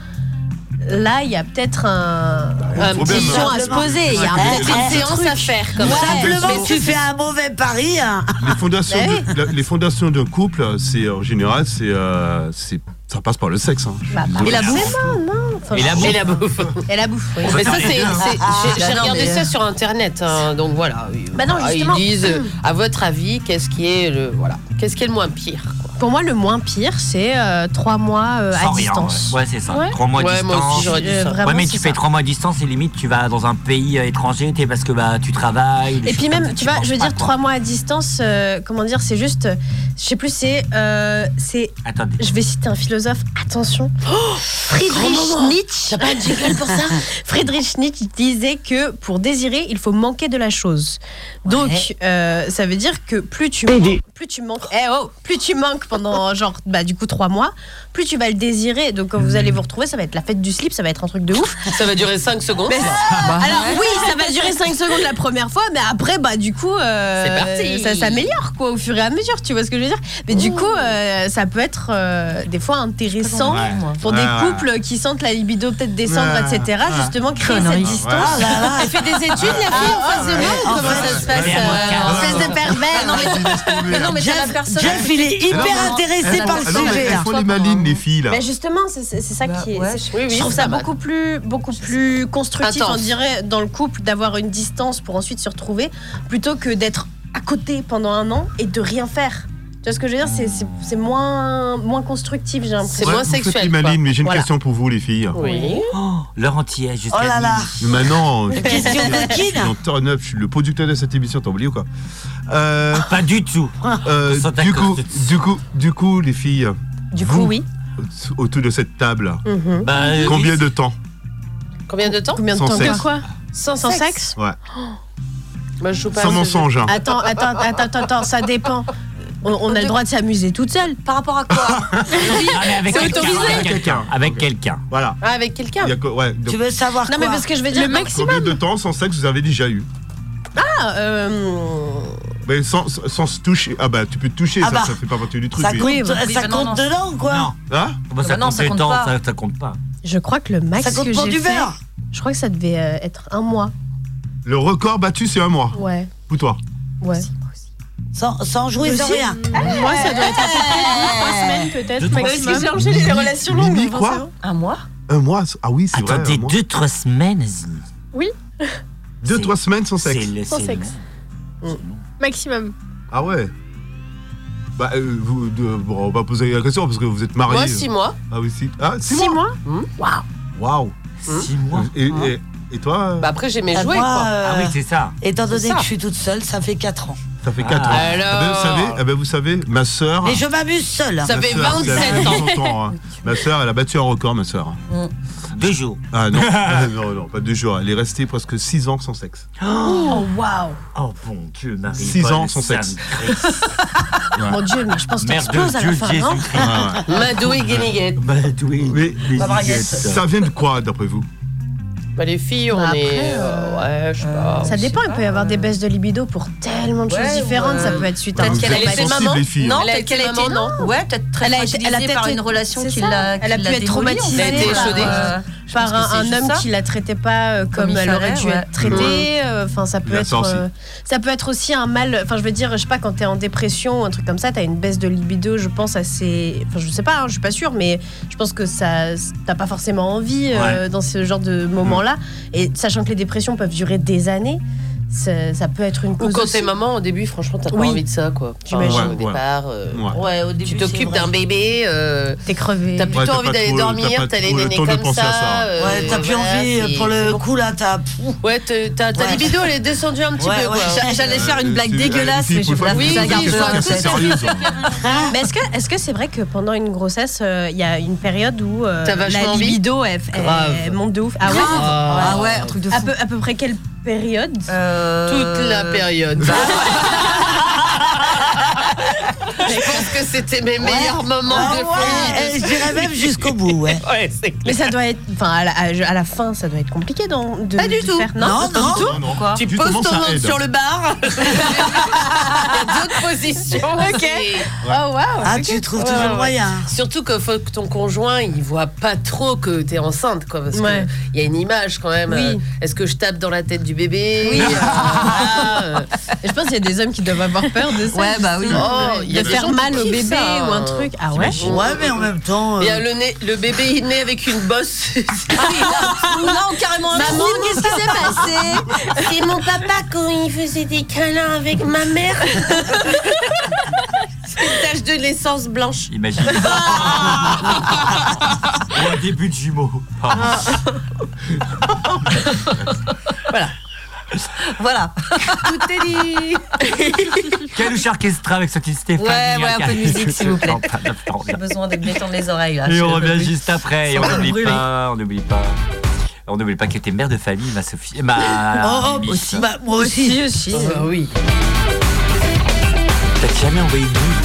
F: Là, il y a peut-être un, un petit
N: problème,
F: euh, question
N: hein.
F: à se poser. Il y a
N: Ouais,
F: peut-être
N: ouais.
F: une séance à faire. Comme ça.
N: Simplement,
F: Mais
N: tu fais un mauvais pari. hein.
I: Les
F: *laughs*
I: fondations,
N: Bah
F: Ah
I: de- la- les fondations d'un couple, c'est en général, c'est, euh, c'est, ça passe par le sexe. hein.
F: Bah,
I: Je suis
F: et la
I: désolé.
F: bouffe non, enfin,
I: Et la
F: je-
I: bouffe.
F: Et la bouffe, oui.
B: Mais ça, c'est.
F: hein.
B: c'est- j'ai- J'ai
F: Ah, non,
B: regardé
F: mais,
B: ça
F: euh,
B: sur internet, hein, donc voilà.
F: Bah non,
B: Ah,
F: justement.
B: Ils disent, euh, à votre avis, qu'est-ce qui est le. Voilà. Qu'est-ce qui est le moins pire
F: Pour moi, le moins pire, c'est euh, trois mois euh, à
A: Sans rien,
F: distance.
A: ouais. Ouais, c'est ça.
F: Ouais.
A: Trois mois à
F: Ouais, moi
A: distance.
F: aussi, j'aurais dit Euh, ça. vraiment,
A: Ouais, mais
F: c'est
A: tu fais
F: ça.
A: trois mois à distance et limite tu vas dans un pays euh, étranger, t'es parce que bah tu travailles. des
F: Et puis
A: choses comme ça,
F: même, tu vois,
A: penses
F: je veux
A: pas,
F: dire,
A: quoi.
F: trois mois à distance, euh, comment dire, c'est juste, euh, je sais plus, c'est, euh, c'est,
A: Attendez.
F: je vais citer un philosophe, attention, Oh, Friedrich
B: grand moment.
F: Nietzsche.
B: T'as pas de jingle
F: *laughs*
B: pour ça
F: Friedrich Nietzsche disait que pour désirer, il faut manquer de la chose. Donc, euh, ça veut dire que plus tu manques, plus tu manques, eh oh, plus tu manques pendant *laughs* genre, bah du coup trois mois, plus tu vas le désirer. Donc quand vous
A: Hmm.
F: allez vous retrouver, ça va être la fête du slip, ça va être un truc de ouf.
B: Ça va durer 5 secondes. Bah,
F: Alors oui, ça va durer 5 secondes la première fois, mais après, bah du coup, euh,
B: C'est parti.
F: ça s'améliore quoi au fur et à mesure, tu vois ce que je veux dire Mais du coup, euh, ça peut être euh, des fois intéressant
N: Ouais.
F: pour
N: Ouais,
F: des
N: ouais.
F: couples qui sentent la libido peut-être descendre,
N: Ouais.
F: etc.
N: Ouais.
F: Justement, créer
N: Conneries.
F: cette distance.
N: Ouais. Ah là Ah, là.
F: Elle fait des études, la fille, en face de moi ou Comment ça se passe euh, Espèce de pervers
K: Non, mais- mais non, mais t'as la personne
N: Ah, Jeff,
K: avec
N: il est
K: qui tu
N: hyper
K: parles.
N: intéressé par le
I: Non, mais
N: sujet.
I: elles
N: hein.
I: font les malines, les filles, là.
F: Mais Ben, justement, c'est c'est- c'est ça qui est.
N: ouais,
F: c'est-
N: je- oui, oui,
F: je trouve
N: ça
F: ça
N: va.
F: beaucoup plus, beaucoup plus constructif,
N: Intense.
F: on dirait, dans le couple, d'avoir une distance pour ensuite se retrouver, plutôt que d'être à côté pendant un an et de rien faire. Tu vois ce que je veux dire C'est- c'est- C'est moins, moins constructif, j'ai l'impression.
I: Ouais, vous faites les malines, mais j'ai une question pour vous, les filles.
F: Oui.
A: Oh, L'heure entière jusqu'à.
F: Oh là là.
A: minuit.
I: Mais Maintenant, je-
A: Question
I: je suis
A: coquine.
I: en turn up, je suis le producteur de cette émission, t'as oublié ou quoi Euh,
A: Ah, Pas du tout.
I: du, coup, du, coup, du coup, les filles.
F: Du
I: vous,
F: coup, oui.
I: Autour de cette table,
F: Mhm.
B: Bah, euh,
I: combien de temps
B: Combien de temps
F: Combien de
I: Sans
F: temps
I: sexe.
F: De quoi Sans, sans sexe
I: Ouais.
B: Moi, je joue pas
I: Sans
B: à ce
I: mensonge,
B: jeu.
I: hein.
F: Attends, attends, attends, attends, attends, ça dépend. On, on a le droit de s'amuser toute seule. Par rapport à quoi
A: Ah, mais avec
F: *gasps* *laughs* C'est
A: quelqu'un,
F: autorisé.
A: Avec quelqu'un. Avec quelqu'un.
I: Voilà.
F: *laughs* Ah, avec quelqu'un
I: Il y a quoi- ouais, donc-
F: Non, mais parce que je veux dire,
I: Combien de temps sans sexe vous avez déjà eu
F: Ah, euh,
I: Mais sans, sans se toucher. Ah bah tu peux te toucher,
N: Ah
I: ça,
N: bah,
I: ça fait pas partie du truc.
N: ça
I: mais-
N: compte,
F: bah,
N: ça compte dedans, quoi.
I: Hein
A: Bah, ça
F: Ah bah non,
A: compte
F: ça
A: des
F: compte
A: temps,
F: pas.
A: ça, ça compte pas.
F: Je crois que le max
N: Ça compte
F: que
N: pour
F: j'ai
N: du
F: fait,
N: beurre.
F: je crois que ça devait euh, être un mois.
I: Le record battu, c'est un mois.
F: Ouais,
I: Pour toi.
F: ouais.
N: Sans, sans jouer, sans
H: Aussi.
N: rien.
H: Moi, ça doit être à peu près deux, trois semaines,
N: Deux,
H: peut-être,
N: trois
H: maximum.
N: semaines. Euh, Parce que j'ai enchaîné les relations longues, hein,
H: Mimi,
N: avant
H: quoi
N: ça.
K: Un mois
I: Un mois c'est- Ah oui, c'est vrai.
R: Attendez,
I: un mois.
R: deux, trois semaines.
H: Oui,
I: Deux, trois semaines sans sexe.
H: sans sexe.
N: Mm.
H: Maximum.
I: Ah ouais Bah, euh, vous, de- bon, on va poser la question parce que vous êtes mariés.
B: Moi, six mois.
I: Ah oui, six, ah, six, mois
B: Waouh.
I: Waouh
R: Six mois
I: et, et- et toi euh
B: Bah après, j'aimais
N: Ah,
B: jouer,
N: moi,
B: quoi.
N: euh,
I: Ah oui, c'est ça.
N: Étant
B: C'est
N: donné
B: ça.
N: que je suis toute seule, ça fait 4 ans.
I: Ça fait 4 ans.
N: Alors
I: Ah ben, vous savez, ah ben, vous savez, ma sœur...
N: Mais je m'amuse seule.
I: Ma sœur, vous avez 30 hein. Ma sœur, elle a battu un record, ma sœur.
N: Mm.
R: Deux jours.
I: Ah non, Ah, non, non, pas deux jours. Elle est restée presque 6 ans sans sexe.
K: Oh, waouh
R: Oh bon Dieu,
A: Ah,
R: Marie.
I: Six
R: Paul,
I: ans sans
R: ça
I: sexe.
R: me triste.
K: Mon Dieu, mais je pense que
R: Merde
K: t'exploses à la
R: Dieu,
K: fin, non
I: Ah
F: *laughs*
I: ouais.
B: Madoué Guéniguette.
R: Madoué.
I: Mais
B: Ma braguette.
I: ça vient de quoi, d'après vous
B: Bah, les filles, on
F: Bah, après,
B: est. euh, ouais, je sais pas.
F: Ça dépend, il peut y avoir des baisses de libido pour tellement de
B: Ouais,
F: choses différentes.
B: ouais.
F: Ça peut être suite à
I: Peut-être qu'elle a
F: Elle a
I: été
F: été
I: sensible, les filles.
K: Non,
F: Elle a
K: peut-être
F: été
K: qu'elle a été.
F: maman,
K: Non, ouais, peut-être très
F: Elle a été-
K: fragilisée
F: elle a peut-être
K: par
F: été-
K: une relation
F: c'est
K: qui
F: ça.
K: l'a.
F: Elle a
K: qui
F: pu
K: l'a
F: être
K: démolie, en
F: traumatisée
K: fait.
F: Elle a été
K: par,
F: échaudée.
K: euh, je
F: par
K: pense que
F: un,
K: c'est
F: un
K: juste
F: homme
K: ça.
F: qui la traitait pas euh,
K: Comme
F: comme,
K: il
F: elle aurait
K: fallait,
F: dû
K: ouais. Mmh.
F: être traitée. euh, Enfin, ça
K: Il
F: peut
K: y a
F: être,
K: ça aussi.
F: euh, ça peut être aussi un mal. Enfin, je veux dire, je sais pas quand t'es en dépression ou un truc comme ça, t'as une baisse de libido. Je pense assez. Enfin, je sais pas, hein, je suis pas sûre, mais je pense que ça, t'as pas forcément envie euh,
K: Ouais.
F: dans ce genre de moment-là. Et sachant que les dépressions peuvent durer des années, ça, ça peut être une
B: Ou
F: cause.
B: quand
F: aussi.
B: t'es maman, au début, franchement, t'as pas
F: Oui.
B: envie de ça, quoi. Enfin,
F: J'imagine.
B: Au
F: Ouais,
B: départ. euh,
I: Ouais.
B: au début, tu t'occupes d'un bébé. euh,
F: T'es crevé.
B: T'as plutôt
N: Ouais, t'as
B: envie
N: pas
B: d'aller
N: trop- t'as
B: dormir,
N: pas
B: t'as les
N: trop le
B: nénés
N: temps de
B: comme
N: penser
B: ça.
N: à ça.
B: euh,
N: Ouais, t'as plus
B: voilà,
N: envie,
B: c'est-
N: pour le
B: c'est bon.
N: coup, là, t'as.
B: Ouais, t'es- t'as ta
N: Ouais.
B: libido, elle est descendue un petit
N: Ouais,
B: peu,
N: ouais.
B: quoi.
N: J'a-
K: J'allais faire une blague
N: Euh, c'est-
K: dégueulasse,
N: les
K: mais je
N: filles,
K: vais la
N: faut pas-
K: faire. Ça
N: oui,
K: garde
N: oui,
K: ça.
N: faut-
I: C'est sérieux, ça.
N: hein.
F: *laughs* Mais est-ce que est-ce que c'est vrai que pendant une grossesse, euh, il y a une période où euh,
K: T'as vachement
F: la
K: envie
F: libido elle, elle
K: Grave.
F: monte de ouf Ah ouais,
K: Grave. Ah ouais, un truc de
F: À peu, à peu près quelle période Euh,
B: Toute la période.
F: bah
B: Je pense que c'était mes meilleurs moments
N: Ah
B: de
F: Eh,
N: ouais,
B: folie.
N: je dirais même jusqu'au bout, ouais.
B: Ouais, c'est
F: Mais ça doit être, enfin à la, à- à la fin, ça doit être compliqué dans, de. Pas du tout. non,
N: Non,
F: pas
N: non,
F: du tout.
N: non, non. Tu Justement, poses ton ça ventre aide. sur le
F: bar.
B: *laughs* d'autres positions.
N: Ok.
F: Oh, wow,
N: Ah, tu trouves toujours le moyen.
B: Surtout que faut que ton conjoint, il voit pas trop que t'es enceinte, quoi. Parce
F: Ouais.
B: que il y a une image quand même.
F: Oui.
B: euh, Est-ce que je tape dans la tête du bébé
F: Oui.
B: Euh, voilà, euh,
F: Je pense qu'il y a des hommes qui doivent avoir peur de ça.
K: Ouais, bah oui.
F: justement.
B: Oh, il y a
F: de
B: des
F: faire
B: gens
F: mal
B: pour
F: au
B: qui
F: bébé
B: ça,
F: ou un
B: hein.
F: truc. Ah ouais.
B: T'imagines
N: temps.
B: Il y a le, nez, le bébé, il naît avec une bosse. *laughs*
K: Non, carrément un
B: Maman,
K: trou, qu'est-ce qui s'est
F: Ah,
K: passé
B: *laughs* C'est mon papa quand il faisait des câlins avec ma mère. C'est une tache de l'essence blanche.
I: *laughs*
A: Imagine. Ou un début de jumeaux. Pardon.
K: Ah. Voilà.
B: Tout est dit.
A: Calouche orchestral avec ce petit Stéphane.
K: Ouais, ouais, un peu de musique, s'il vous plaît.
A: Non, pas de Florent.
K: J'ai besoin de me détendre les oreilles là.
A: Et
K: Je
A: on
K: peux
A: revient
K: plus.
A: juste après. Et
K: Ça
A: on
K: va
A: n'oublie
K: brûler.
A: pas, on n'oublie pas. On n'oublie pas qu'elle était mère de famille, ma Sophie. Ma.
N: Oh,
A: Mimi.
N: oh, aussi. Bah, moi aussi.
K: aussi.
B: Ah, bah oui.
A: T'as jamais envoyé de boule.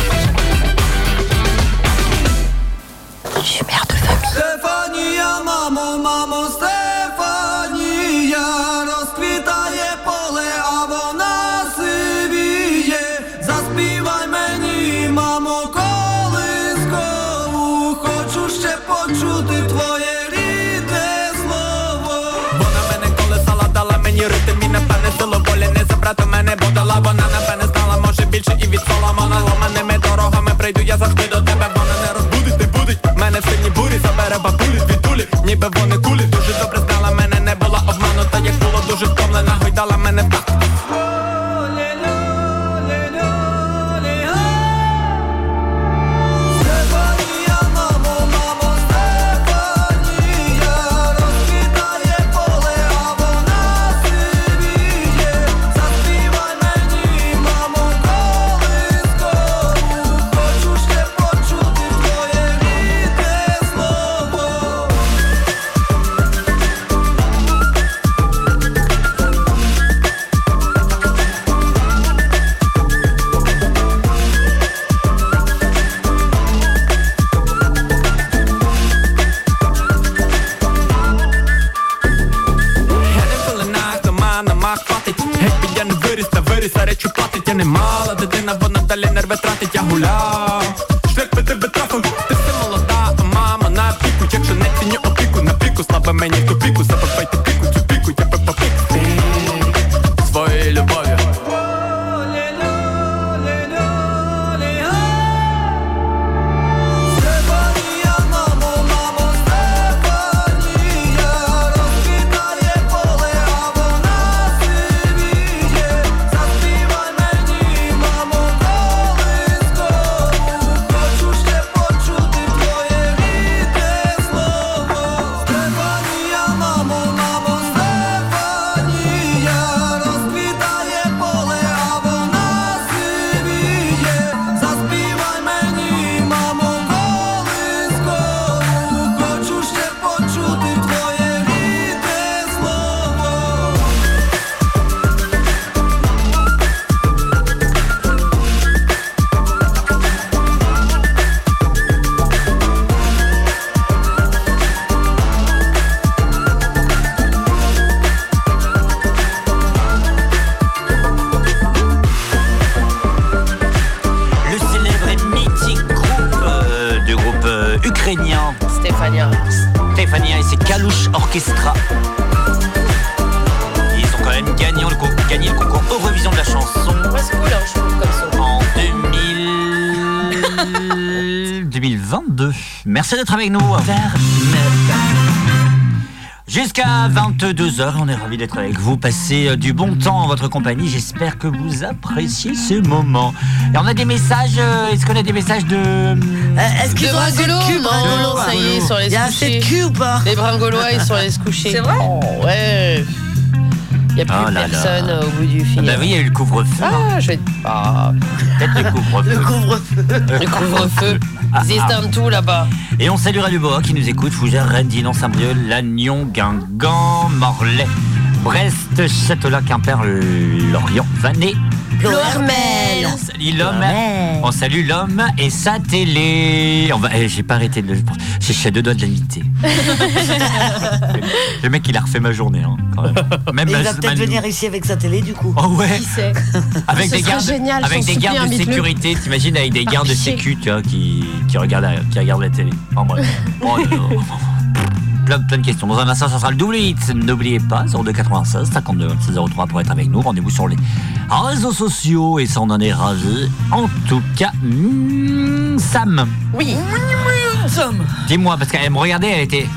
J: Стефанія, мамо, мамо, Стефанія, розквітає поле, а вона сивіє. Заспівай мені, мамо, колискову, хочу ще почути твоє рідне слово.
T: Вона мене колесала, дала мені ритм і напевне силу волі не забрати мене, бо дала вона напевне знала, може більше і від сола Вона ламаними дорогами прийду, я завжди до тебе, вона не розбудить, не будить мене в сильні бурі, забере бабулі, відулі, ніби вони кулі, дуже добре знала мене, не була обманута, як було дуже втомлена, гойдала мене в так.
J: Стефанія, мамо, мамо, Стефанія, розквітає поле, а вона сивіє. Заспівай мені, мамо, колискову, хочу ще почути твоє рідне слово.
T: Коли нахто мене мах хватить, геть під я не виріс та виріс, а речі платить, я не мала дитина, вона далі нерви тратить, я гуляв. Шлях би тебе трафив, ти все молода, а мама на піку, якщо не ціню опіку, на піку, слабе мені в ту піку, запапайте піку, цю піку, я пепа пік. Своєю любов'ю.
J: Стефанія,
K: hein.
B: Stéphania.
A: Stéphania et ses Calouches Orchestra. Ils ont quand même gagné le, con- gagné le concours Eurovision de la chanson. En *laughs* 2000 2022. Merci d'être avec nous. Jusqu'à 22h, on est ravis d'être avec vous. Passez euh, du bon temps en votre compagnie. J'espère que vous appréciez ces moments. Et on a des messages. euh, Est-ce qu'on a des messages de. euh,
B: Euh,
N: Est-ce
A: qu'ils
N: qu'ils ont assez de cul, Bringolo
B: ça y est, ils sont allés
N: Il y a
B: se coucher.
N: assez de cul ou pas
B: Les Bringolois, ils sont allés se coucher.
N: C'est vrai
B: Oh, Ouais. Il n'y a plus
A: Oh là là.
B: personne au bout du fil.
A: Bah oui, il y a eu le couvre-feu.
B: Ah, je vais.
A: Ah, Peut-être
N: *laughs*
A: le couvre-feu.
B: Le couvre-feux. Le
A: *laughs*
B: couvre-feu. Ils éteignent tout là-bas.
A: Et on salue Radio Boa qui nous écoute, Fougères, Rennes, Dinan, Saint-Brieuc, Lannion, Guingamp, Morlaix, Brest, Châtelac, Quimper, Lorient, Vannes.
B: L'Ormel.
A: On salue l'homme. On salue l'homme et sa télé. On va, eh, j'ai pas arrêté de le. J'ai j'ai deux doigts de l'inviter. le mec, il a refait ma journée, hein, quand
N: *laughs*
A: même. Même
N: Et
A: la
N: Il va peut-être
A: semaine-
N: venir ici avec sa télé, du coup.
A: Oh ouais Avec
N: Ce
A: des
N: serait
A: gardes,
N: génial,
A: avec
N: j'en
A: des
N: suis
A: gardes
N: bien,
A: de
N: invite-le.
A: sécurité, t'imagines avec des gardes de
N: Marcher.
A: sécu tu vois, qui, qui, regardent la, qui regardent la télé. En bref.
N: *laughs*
A: Oh, là, là. plein, plein de questions. Dans un instant, ça sera le double hit. N'oubliez pas, 0296 52 26 03 pour être avec nous. Rendez-vous sur les réseaux sociaux et ça, on en est ravis. En tout cas, hmm, Sam,
B: Oui.
A: dis-moi, parce qu'elle me regardait, elle était.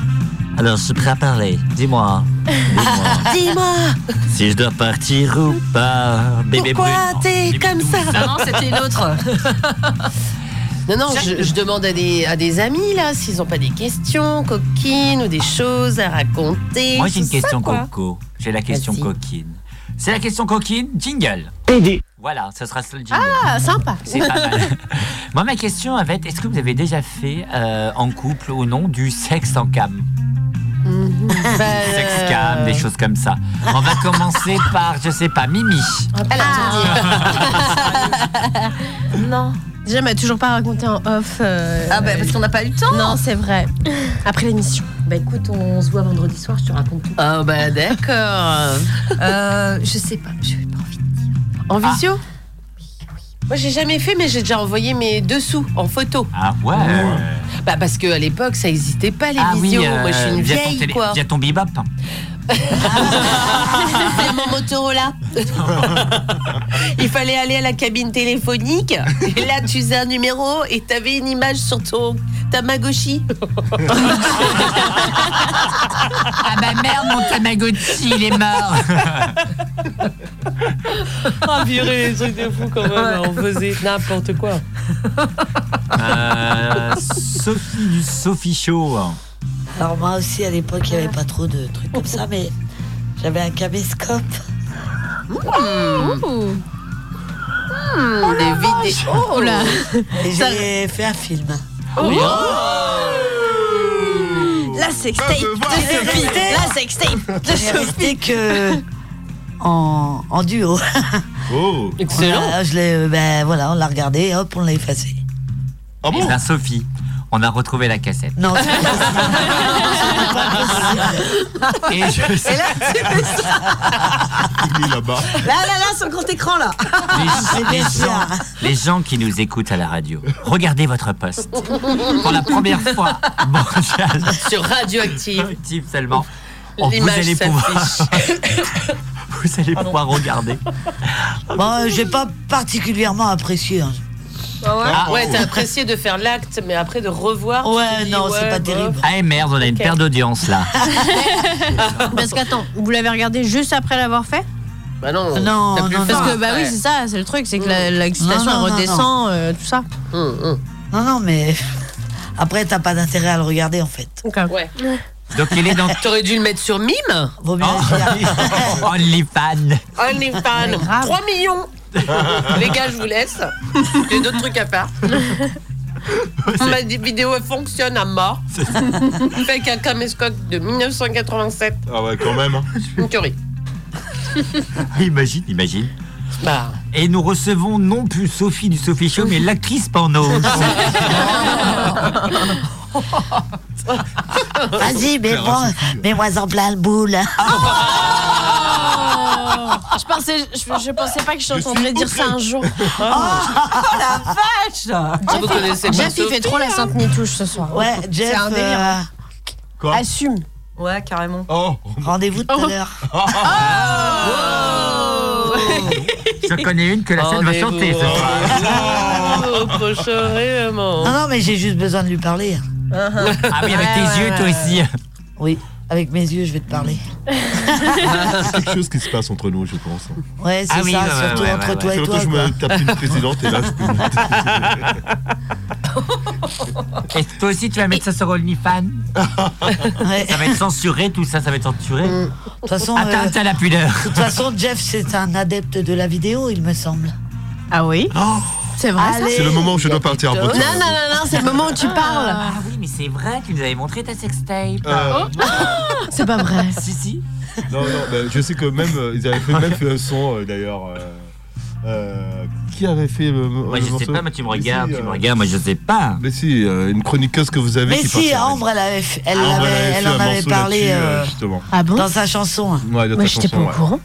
A: Alors, je suis prêt à parler. Dis-moi.
B: Dis-moi,
A: Si je dois partir ou pas, bébé brune.
B: t'es comme
A: ça
R: Ah Non, c'était l'autre.
B: *laughs* Non, non, je, je demande à des, à des amis, là, s'ils n'ont pas des questions coquines ou des choses à raconter.
A: Moi j'ai une question
B: coquine.
A: coco. J'ai la question coquine. C'est la question coquine, jingle. Voilà, ça sera ça le jingle.
F: Ah, sympa.
A: C'est pas
B: *laughs*
A: mal. Moi ma question va être, est-ce que vous avez déjà fait euh, en couple ou non du sexe en cam
B: Ah, bah,
A: Sexe
B: euh,
A: cam, des choses comme ça. On va
B: *laughs*
A: commencer par, je sais pas, Mimi.
F: *laughs* non. Déjà, elle m'a toujours pas raconté en off. euh,
R: Ah bah, parce qu'on n'a pas eu le temps.
F: Non, c'est vrai. Après l'émission. Bah écoute, on se voit vendredi soir, je te raconte tout.
B: Ah bah d'accord.
R: Euh, je sais pas, je
B: En
A: Ah.
B: visio Moi j'ai jamais fait, mais j'ai déjà envoyé mes dessous en photo.
A: Ah ouais
B: Bah parce que à l'époque ça n'existait pas les visios.
A: euh,
B: Moi je suis une
A: via ton
B: vieille
A: télé-
B: quoi.
A: Via ton bebop.
B: *laughs* Via mon Motorola. Il fallait aller à la cabine téléphonique. Et là tu faisais un numéro et t'avais une image sur ton Tamagotchi.
A: Ah bah merde, mon Tamagotchi, il est mort.
B: *laughs* Ah viré, les trucs de fou quand même. hein. On faisait n'importe quoi.
A: Euh, Sophie du Sophie Show.
N: Alors moi aussi à l'époque il n'y avait pas trop de trucs comme ça mais j'avais un caméscope. Mmh.
B: des vidéos.
N: Oh là Et j'ai fait un film.
B: Oh.
R: La sextape de Sophie. La sextape de
N: J'ai *laughs*
R: Sophie.
N: resté que en, en duo.
I: Oh
A: Excellent.
N: On l'a- je l'ai, ben voilà, on l'a regardé et hop on l'a effacé.
A: Ah bon Sophie, on a retrouvé la cassette.
N: Non, c'est
A: Et je sais-
R: Et là, tu fais ça.
A: là-bas.
R: Là, là, là, sur le grand écran, là.
B: Ah,
A: Les, les gens, les gens qui nous écoutent à la radio, regardez votre poste. Pour la
B: *laughs*
A: première fois, mondiale.
B: Sur Radioactive.
A: Radioactive seulement. Oh, vous
B: L'image
A: allez pouvoir. *laughs* vous
F: Ah
A: allez
F: *laughs*
A: pouvoir regarder.
N: Moi euh, j'ai pas particulièrement apprécié. hein.
B: Ah ouais, t'as apprécié de faire l'acte, mais après de revoir. tu
N: Ouais,
B: te dis,
N: non, c'est pas
B: bof.
N: terrible.
A: Ah et merde, on a une
B: Ok.
A: paire d'audience là.
B: *laughs*
F: Parce qu'attends, vous l'avez regardé juste après l'avoir fait
B: Bah non,
N: non,
B: t'as plus
N: non,
B: faim
F: Parce que bah
B: après.
F: oui, c'est ça, c'est le truc, c'est que la- l'excitation
N: Non, non,
F: elle
N: non,
F: redescend, euh, tout ça.
R: Hum,
N: Non, non, mais *laughs* après t'as pas d'intérêt à le regarder en fait.
B: Ouais.
A: Donc il est dans Ah,
B: T'aurais dû le mettre sur mime
N: Vaut mieux
A: OnlyFans.
B: OnlyFans. 3 millions Les gars, je vous laisse. J'ai d'autres trucs à faire. Ma di- vidéo elle fonctionne à mort. Fait qu'un caméscope de 1987.
I: Ah ouais, quand même. hein.
B: Une tuerie.
A: Imagine, imagine.
B: Bah.
A: Et nous recevons non plus Sophie du Sophie Show, mais l'actrice
B: *laughs*
A: porno.
B: Ah
N: Vas-y, mais moi, mets-moi en plein le boule.
F: Oh.
K: Je pensais, je, je pensais pas que je t'entendrais dire ça un jour.
N: Oh, la vache
B: vous connaissez pas
F: Jeff, il
N: Ah,
B: Sophie,
F: fait trop la sainte nitouche ce soir.
N: Ouais, Jeff,
K: hein.
F: C'est un délire. hein.
N: euh,
I: Quoi
F: Assume.
K: Ouais, carrément.
A: Oh.
K: Oh.
N: Rendez-vous tout à
A: *laughs*
N: l'heure.
B: Je connais une que la scène va chanter. ce soir.
N: Non, non, mais j'ai juste besoin de lui parler. hein.
B: Ah oui, avec tes yeux, toi aussi.
N: Oui, avec mes yeux, je vais te parler.
I: C'est quelque chose qui se passe entre nous, je pense.
N: Ouais, c'est Ah oui, ça, ouais, surtout ouais, entre ouais, toi et
I: Surtout,
N: toi,
I: je
N: quoi.
I: me tape une présidente et là, je peux me
B: Et toi aussi, tu vas mettre ça sur *laughs* OnlyFans Ça va être censuré, tout ça, ça va être censuré. De
N: toute façon,
B: Attends,
N: euh,
B: t'as la pudeur.
N: De toute
A: *laughs*
N: façon, Jeff, c'est un adepte de la vidéo, il me semble. Ah,
F: Ah oui
B: Oh.
F: C'est vrai, ça
I: C'est le moment où je dois partir à
F: Non, non,
I: Bretagne.
F: non, non, c'est le moment où tu parles.
B: Ah oui, mais c'est vrai, tu nous avais montré ta sextape.
I: Euh.
N: *laughs*
F: C'est pas vrai.
B: Si, si.
I: Non, non, bah, je sais que même, euh, ils avaient fait le même fait un son, euh, d'ailleurs. euh, euh, qui avait fait le.
A: Moi,
I: le
A: je sais
I: morceau
A: pas, mais tu me regardes,
I: Mais
A: tu
I: si,
A: me
I: euh,
A: regardes, moi, je sais pas.
I: Mais si, euh, une chroniqueuse que vous avez
N: Mais
I: qui est
N: si,
I: partie à
N: Ambre, elle, avait fait- elle,
I: Ambre,
N: avait-
I: Ah,
N: elle
I: elle avait fait
N: en
I: un
N: avait
I: morceau
N: parlé
I: là-dessus,
N: euh,
I: euh, justement.
F: Ah bon
N: dans sa chanson. hein.
I: Ouais, dans
F: Moi,
I: ta
F: j'étais pas
I: chanson,
F: au
I: ouais.
F: courant.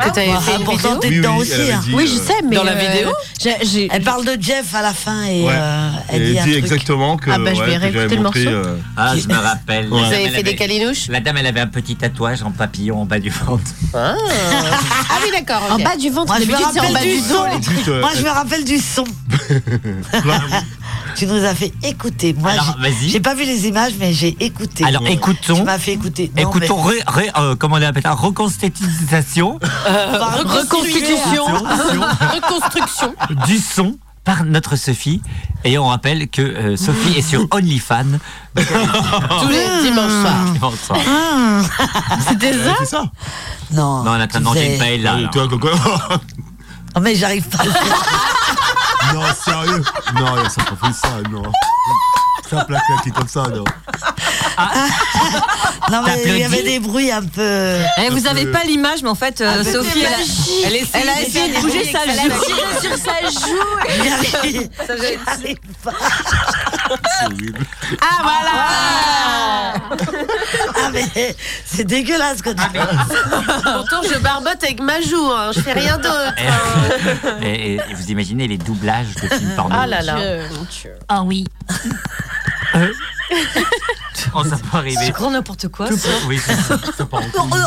N: Ah,
F: t'avais
N: bah,
F: fait une
N: pourtant,
F: vidéo
N: t'es
I: Oui, oui,
N: dedans
I: elle
N: aussi.
I: avait
N: hein.
I: dit, Oui, je euh, sais,
F: mais, Dans la euh, vidéo j'ai- j'ai-
N: Elle parle de Jeff à la fin et
I: Ouais.
N: euh, elle
I: Et
N: dit
I: elle
N: un
I: dit
N: truc.
I: exactement que.
N: Ah bah, je vais
I: ouais, que j'avais
N: réécouter le
I: montré,
N: morceau.
I: euh,
A: Ah, je me rappelle.
I: Ouais.
A: La dame, elle
F: fait des
N: *laughs*
A: avait-
F: calinouches
A: La dame, elle avait un petit tatouage en papillon en bas du ventre.
F: Ah oui, d'accord. En bas du ventre,
N: Moi, je me
F: d'habitude, c'est en
N: rappelle
F: bas
N: du
F: du dos. les trucs.
I: euh,
N: son. Moi, je me rappelle du
I: *laughs*
N: son. Tu nous as fait écouter. Moi,
A: Alors,
N: j'ai-
A: vas-y.
N: j'ai pas vu les images, mais j'ai écouté.
A: Alors, écoutons.
N: Tu m'as fait écouter. Non,
A: Écoutons,
N: mais-
A: ré- ré- euh, comment on appelle
N: *laughs*
A: ça Reconstitution
N: Bah,
F: Reconstitution.
N: Reconstruction.
A: du son par notre Sophie. Et on rappelle que euh, Sophie est sur OnlyFans.
F: *laughs* Tous les dimanches soirs.
A: Bonsoir.
F: C'était ça
I: C'est ça
N: Ah, Non.
A: Non, elle est en train de
N: tu
A: manger
N: faisais-
A: une paella. là.
N: Non, mais j'arrive
A: *laughs*
N: pas.
I: *laughs* Non, sérieux Non, ça n'a pas fait ça, non. Ça plaque là, qui est comme ça, non.
N: Non, mais il y
I: T'applaudis
N: avait des bruits un peu.
K: Eh, vous avez pas l'image, mais en fait, euh,
N: Ah, mais
K: Sophie,
N: c'est
K: elle a,
N: magique.
K: elle essaye
N: Elle a
K: de
N: essayé
K: faire
N: de bouger
K: des
N: sa
K: bruits,
N: joue.
K: *laughs* Elle a tiré sur sa
F: *laughs*
K: joue.
N: J'y arrive-
K: Ça faisait-
F: Ah, voilà
A: Ah,
N: Ah, mais c'est dégueulasse quand tu
F: Pourtant, je barbote avec ma joue, hein. je fais rien d'autre.
A: Et, et- et vous imaginez les doublages de films porno
F: Ah là là.
K: Ah oui.
A: Oh, ça peut
K: C'est
A: arriver.
K: grand *laughs* n'importe quoi. ça.
A: Oui, c'est ça. ça peut
F: *laughs*
A: arriver.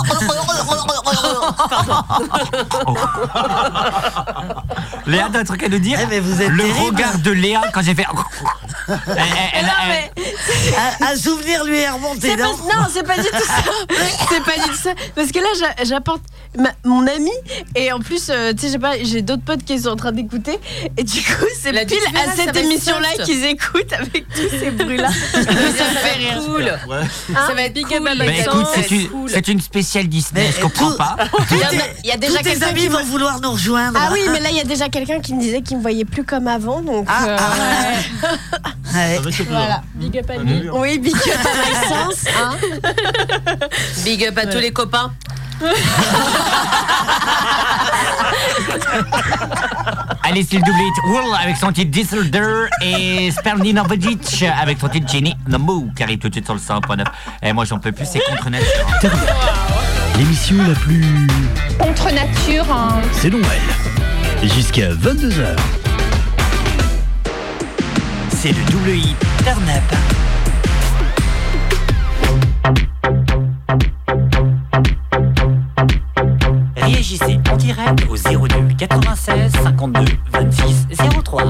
A: Oh. Léa, t'as un truc à nous
F: Eh,
A: dire Le regard de Léa quand
F: *laughs*
A: j'ai fait. Elle-
K: Eh,
A: elle- elle-
N: Un, un souvenir lui est remonté.
F: C'est pas-
N: non
F: non, c'est pas du tout ça.
N: *laughs*
F: C'est pas du tout ça. Parce que là, j'a- j'apporte ma- mon ami et en plus, euh, tu sais, j'ai pas, j'ai d'autres potes qui sont en train d'écouter et du coup, c'est pile
K: différence,
F: à
K: ça
F: cette
K: va être
F: émission-là
K: soft.
F: qu'ils écoutent avec tous ces bruits-là. ça me fait rire.
K: Cool.
I: Ouais.
F: Ça va être big cool.
A: Bah, écoute, c'est une, c'est une spéciale Disney, je comprends pas.
F: Il y, en a- il y a déjà
N: Tous tes
F: quelqu'un
N: amis
F: qui
N: vont vouloir nous rejoindre.
F: Ah oui, mais là il y a déjà quelqu'un qui me disait qu'il me voyait plus comme avant, donc
N: Ah,
F: euh,
N: Ouais.
F: voilà. Mmh. Big up à
N: lui. bien.
F: Oui, big up à Maxence. hein.
K: Big up à tous les copains.
A: *laughs* Allez, s'il double hit. Wool avec son titre Disorder et Sperlin Novajic avec son titre Jenny No Move qui arrive tout de suite sur le 100.9. Et Eh, moi, j'en peux plus, c'est contre nature. hein.
L: L'émission la plus.
G: Contre nature. hein.
L: C'est Noël. Jusqu'à 22h.
A: C'est le double hit turn up. Réagissez en direct au 02 96 52 26 03.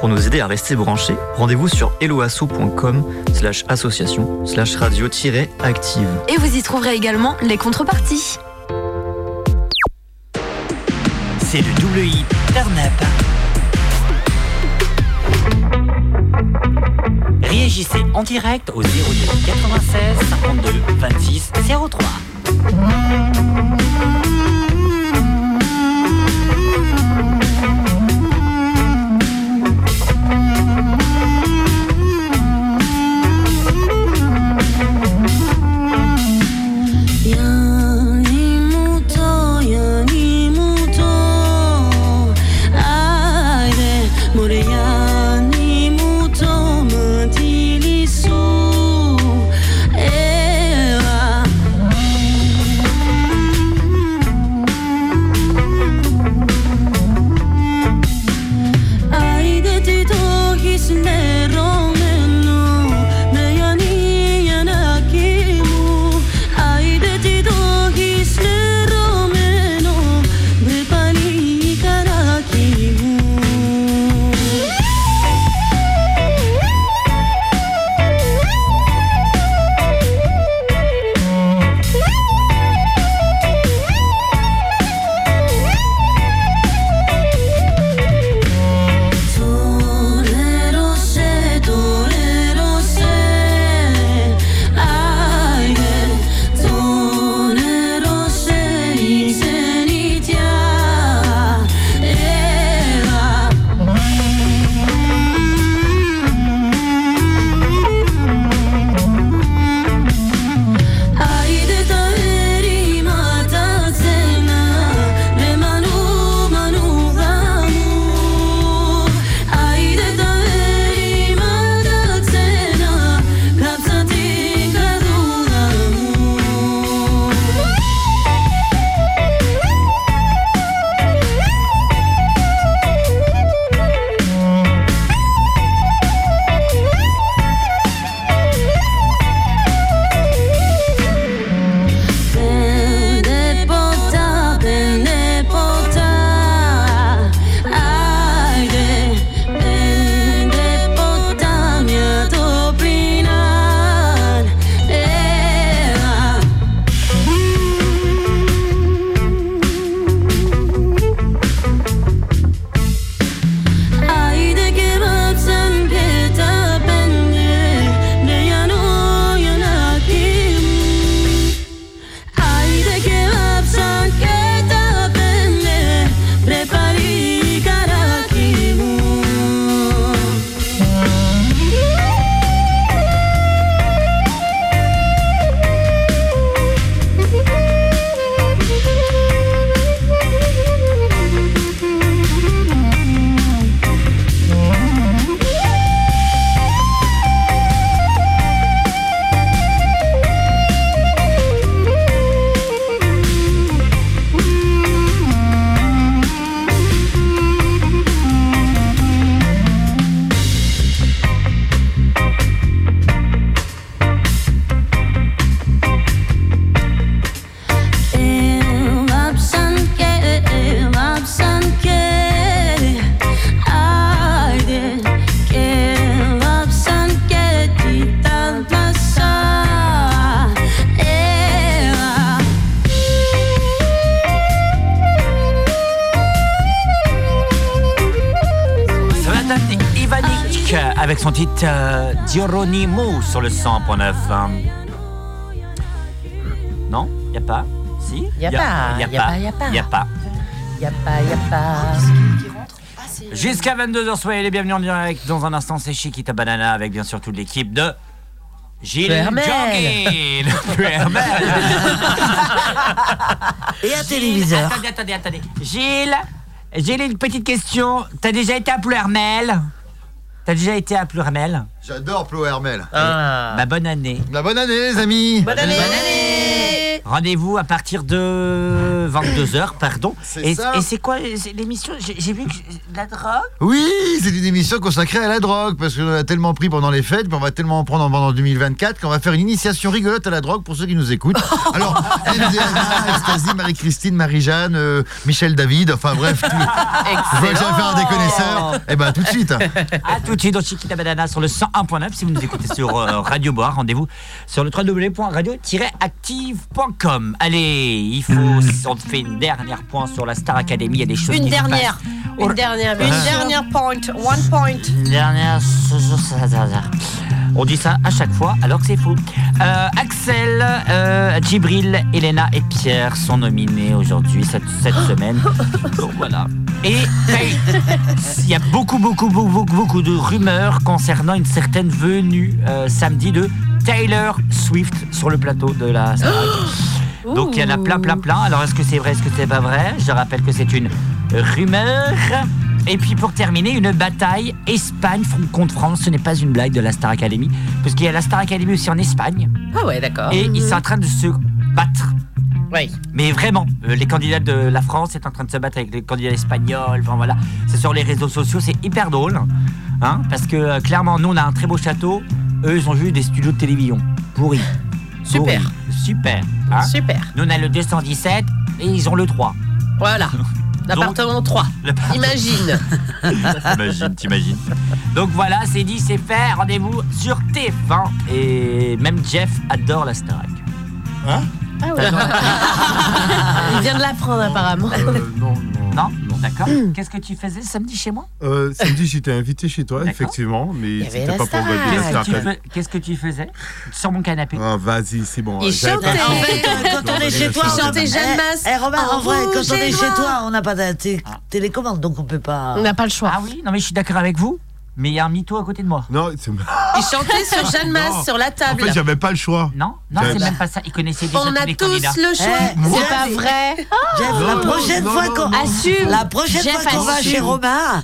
M: Pour nous aider à rester branchés, rendez-vous sur eloasso.com slash association slash radio-active.
Q: Et vous y trouverez également les contreparties.
M: C'est le double hit.
A: Réagissez en direct au 02 96 52 26 03.
C: Rien ni mouton, rien ni mouton. Aïe, Moréa ni mouton, mentilissou. Eva. Aïe, t'es toi qui se n'est romenu. Mais y'en y'en a qui mou. Aïe, t'es toi qui se n'est romenu. Mais pas ni y'en a qui mou. Tolero se, tolero se, aïe, tolero se, insenitia, eva. Aïe, de ta eri, ma ta zena, me manu, manu, ramu. Aïe, de ta eri, ma ta zena, kapsati, kadu, ramu. Benepota, benepota, aide, benepota, mia topinan, eva. Aide que m'absent peta pende, ne yano yana kimu. Aide que absent que t'apende Prepari karakimu Em absent que, em absent que Aide, que em absent que Ti tan plaça Eva
A: Ce matin, c'est Ivanik avec son titre euh, Dioronimu sur le 100.9. Non Y a pas Si
B: Y a pas,
A: y a,
B: y a
A: pas,
B: pas, y a pas.
A: y a pas.
B: Y'a pas, y'a pas.
A: Jusqu'à 22h, soyez les bienvenus en direct. Dans un instant, c'est Chiquita Banana avec bien sûr toute l'équipe de Gilles
R: Puermel.
A: Jogging. Puermel.
R: *laughs* Et un téléviseur.
A: Attendez, attendez, attendez. Gilles, Gilles, une petite question. T'as déjà été à Puermel T'as déjà été à Plourmel
U: J'adore Plo Hermel.
A: Bah, bonne année.
U: La bonne année, les amis. Ah. Bonne année.
A: Rendez-vous à partir de 22h, pardon. Et
U: ça.
A: et c'est quoi euh, c'est l'émission J'ai j'ai vu que la drogue
U: Oui, c'est une émission consacrée à la drogue parce qu'on a tellement pris pendant les fêtes, puis on va tellement en prendre en- pendant 2024 qu'on va faire une initiation rigolote à la drogue pour ceux qui nous
A: *laughs*
U: écoutent. Alors, MDMA, Ecstasy, Marie-Christine, Marie-Jeanne, euh, Michel David, enfin bref, tout. Vous voulez
A: Ah,
U: que j'aille faire un déconnaisseur Eh ben tout de suite.
A: À tout de suite dans Chiquita Banana sur le 101.9. Si vous nous écoutez sur euh, Radio Bois, rendez-vous sur le www.radio-active.com. Allez, il faut. On te fait une dernière point sur la Star Academy. Il y a des choses.
K: Une
A: qui se
K: dernière.
A: passent.
K: Une dernière. Une
A: Ah.
K: dernière point. One point.
A: Une dernière. On dit ça à chaque fois alors que c'est faux. Euh, Axel, euh, Djibril, Elena et Pierre sont nominés aujourd'hui, cette, cette semaine. Donc voilà. Et il y a beaucoup, beaucoup, beaucoup, beaucoup, beaucoup de rumeurs concernant une certaine venue euh, samedi de Taylor Swift sur le plateau de la Star Academy. Donc il y en a plein, plein, plein. Alors est-ce que c'est vrai, est-ce que c'est pas vrai Je rappelle que c'est une rumeur. Et puis pour terminer, une bataille Espagne fr- contre France. Ce n'est pas une blague de la Star Academy, parce qu'il y a la Star Academy aussi en Espagne.
B: Ah ouais, d'accord.
A: Et ils sont en train de se battre. Oui. Mais vraiment, euh, les candidats de la France sont en train de se battre avec les candidats espagnols. Enfin voilà, c'est sur les réseaux sociaux, c'est hyper drôle. Hein, parce que euh, clairement, nous on a un très beau château. Eux, ils ont juste des studios de télévision pourris.
K: Super.
A: Pourris. Super. hein.
K: Super.
A: Nous on a le 217 et ils ont le 3. *laughs*
K: Voilà. L'appartement 3. Imagine.
A: T'imagines, t'imagines. Donc voilà, c'est dit, c'est fait. Rendez-vous sur TF1. Et même Jeff adore la Starac. Hein
F: Ah ouais. Il vient de l'apprendre apparemment.
A: Non D'accord. Euh, Qu'est-ce que tu faisais samedi chez moi
I: Euh, samedi, j'étais invité chez toi, effectivement, mais
A: avait
I: c'était
A: la
I: pas pour
A: Starac.
I: regarder la
A: Qu'est-ce que
I: Star
A: tu fais- Qu'est-ce que tu faisais Sur mon canapé.
I: Ah, vas-y, c'est bon.
N: Il
I: j'avais pas
N: chantait.
I: compris.
N: En fait, quand on est chez toi, on
K: chantait Jeanne Masse.
N: Eh, eh, Robert,
K: En
N: en vrai,
K: rouge
N: quand on
K: et
N: est
K: noir.
N: chez toi, on n'a pas de té- télécommande, donc on peut pas.
K: On n'a pas le choix.
A: Ah oui, non mais je suis d'accord avec vous. Mais il y a un mytho à côté de moi.
I: Non, c'est. *laughs*
K: Il chantait sur Jeanne Masse sur la
I: En
K: table.
I: fait, j'avais pas le choix.
A: Non, non,
I: J'avais-
A: c'est même pas ça. Ils connaissaient déjà
K: On
A: tous
K: a
A: les
K: tous
A: candidats.
K: le choix.
N: Eh,
K: c'est
N: Jeff,
K: pas vrai.
N: Jeff,
A: Oh.
N: la prochaine fois qu'on
K: assume.
N: la prochaine
K: Jeff,
N: fois qu'on va
K: assume.
N: chez Romain,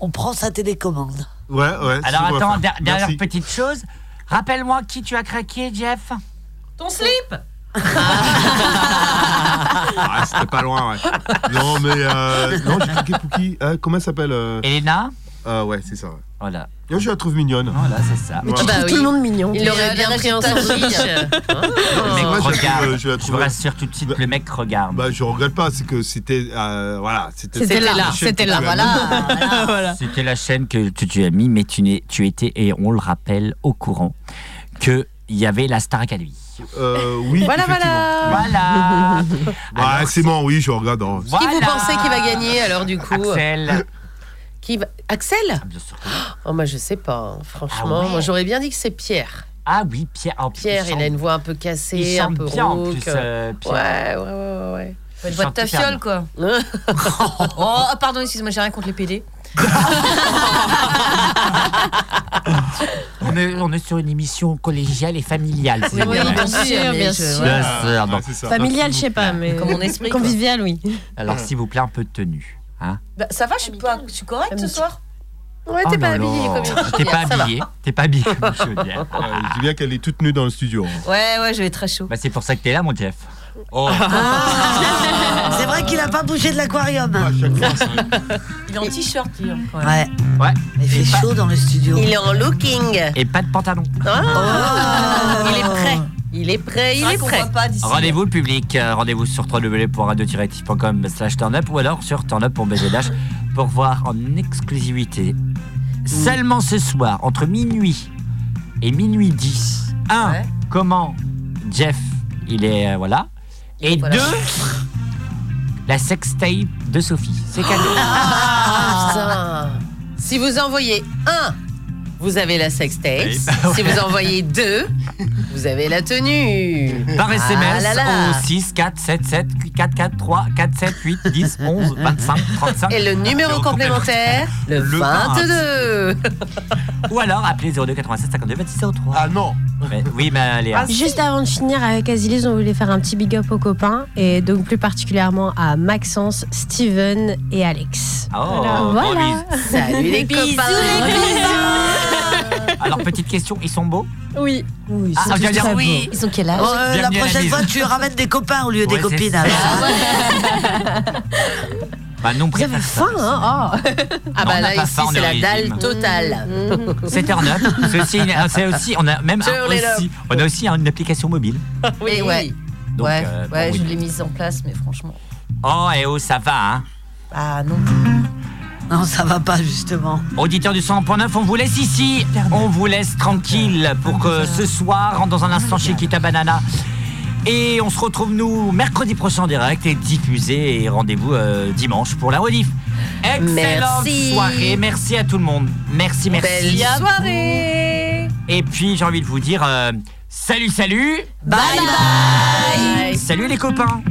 N: on prend sa télécommande.
I: Ouais, ouais.
A: Alors
I: c'est bon à
A: attends,
I: faire.
A: der- dernière
I: Merci.
A: petite chose. Rappelle-moi qui tu as craqué, Jeff.
K: Ton slip.
I: Ah, c'était pas loin, ouais. *laughs* Non, mais. euh, non, j'ai cliqué pour qui Euh, Comment elle s'appelle
A: Elena
I: Ah, ouais, c'est ça. ouais.
A: Voilà.
I: Yo, je la trouve mignonne.
A: Voilà, c'est ça.
N: ah,
I: Mais
N: bah
F: tu
I: *laughs*
F: trouves tout le monde mignon.
K: Il aurait bien pris un sandwich.
A: Le mec
I: Ouais, je la trouve,
A: regarde.
I: euh, je
A: Je
I: la
A: vous
I: trouve-
A: rassure tout de suite, le mec regarde.
I: Bah, je regrette pas, c'est que c'était. euh, voilà, c'était.
A: C'était là,
I: la chaîne
A: c'était
I: que
A: là,
I: tu as
A: voilà.
I: mis.
A: C'était la chaîne que tu, tu as mis, mais tu, n'es- tu étais, et on le rappelle au courant, qu'il y avait la Star Academy.
I: Euh, oui.
K: Voilà,
I: effectivement.
K: voilà.
A: Voilà.
I: Ouais, Ah, c'est bon, oui, je regarde. hein.
K: Qui vous pensez qui va gagner alors du coup
A: Axel.
K: Qui va... Axel
B: Oh, moi, je sais pas, hein, franchement.
K: Ah ouais.
B: Moi, j'aurais bien dit que c'est Pierre.
A: Ah oui, Pierre.
B: Pierre,
K: il
B: il,
K: chante-
B: a une voix un peu cassée,
K: il
B: un
K: chante
B: peu
K: bien, en
B: rauque.
K: plus, euh, Pierre.
B: Ouais, ouais, ouais, ouais.
K: Faut une voix de ta fiole quoi. *laughs* Oh pardon, excuse-moi, j'ai rien contre les PD.
A: On est, on est sur une émission collégiale et familiale. c'est
F: Oui,
A: bien.
F: bien sûr, bien sûr.
A: Bien sûr, donc.
F: Familial, je sais pas, mais
K: euh, Comme mon esprit, quoi.
F: convivial, oui.
I: Mm.
A: Alors, s'il vous plaît, un peu de tenue. Hein
K: Bah, ça va, je suis, pas, je suis correcte ce soir
F: Ouais,
A: Oh là là. T'es pas habillé. T'es pas habillé, comme chaudière.
I: Euh, je dis bien qu'elle est toute nue dans le studio.
K: Ouais, ouais, je vais très chaud.
A: Bah, c'est pour ça que t'es là, mon Jeff. Oh.
N: Ah.
K: Ah.
N: C'est vrai qu'il a pas bougé de l'aquarium.
K: Il est en t-shirt, lui.
N: Ouais.
A: Ouais.
N: Il fait chaud dans le studio.
K: Il est en looking.
A: Et pas de pantalon.
K: Il est prêt. Il est prêt, il est prêt.
A: Rendez-vous le public, euh, rendez-vous sur www.radio-active.com slash turnup ou alors sur turnup pour BZH pour voir en exclusivité seulement ce soir entre minuit et minuit 10. 1. Comment Jeff, il est euh, voilà. Et 2. La sextape de Sophie. C'est cadeau.
J: Ah.
B: Ah, putain.
K: Si vous envoyez un, vous avez la sextape.
A: Oui, bah ouais.
K: Si vous envoyez deux, vous avez la tenue.
A: Par
K: Ah
A: SMS
K: là là.
A: au 6 4 7 7 4 4 3 4 7 8 10 11 25 35.
K: Et le numéro complémentaire, le 22.
A: Ou alors appelez 02 87 52 26 03. Ah non Oui, mais Léa.
F: Ah, Juste avant de finir avec Azilis, on voulait faire un petit big up aux copains et donc plus particulièrement à Maxence, Steven et Alex.
A: Oh,
F: voilà.
A: gros
F: Salut les copains.
K: Bisous.
A: Alors, petite question, ils sont beaux
F: Oui.
K: Oui,
A: ils sont Ah, tous je veux dire très oui. Oh, beaux.
K: Ils sont quel âge
N: Bon, euh, la
A: Bienvenue à la
N: prochaine
A: maison.
N: fois, tu ramènes des copains au lieu des
A: Ouais, c'est
N: copines.
A: ça.
N: alors.
A: Bah, non, préfère ça.
K: Ah
A: Non, on
K: bah
A: n'a
K: là
A: pas
K: ici
A: faim, on
K: c'est
A: est
K: la
A: au
K: dalle
A: régime.
K: totale.
A: C'est turn up. C'est aussi,
K: *laughs*
A: une- c'est aussi, on a même
K: Sur
A: un-
K: les
A: aussi, on a aussi une application mobile.
K: Oui, ouais.
A: Donc,
K: ouais,
A: euh,
K: ouais,
A: bon,
K: je
A: oui.
K: l'ai mise en place, mais franchement.
A: Oh, et oh, ça va, hein
K: Ah non.
N: Non, ça va pas, justement.
A: Auditeurs du 100.9, on vous laisse ici. On vous laisse tranquille pour que ce soir, dans un instant, chez Kita Banana. Et on se retrouve, nous, mercredi prochain en direct et diffusé. Et rendez-vous euh, dimanche pour la rediff. Excellente
K: Merci.
A: soirée. Merci à tout le monde. Merci, merci.
K: Belle soirée.
A: Et puis, j'ai envie de vous dire euh, salut, salut.
K: Bye bye.
A: Salut les copains.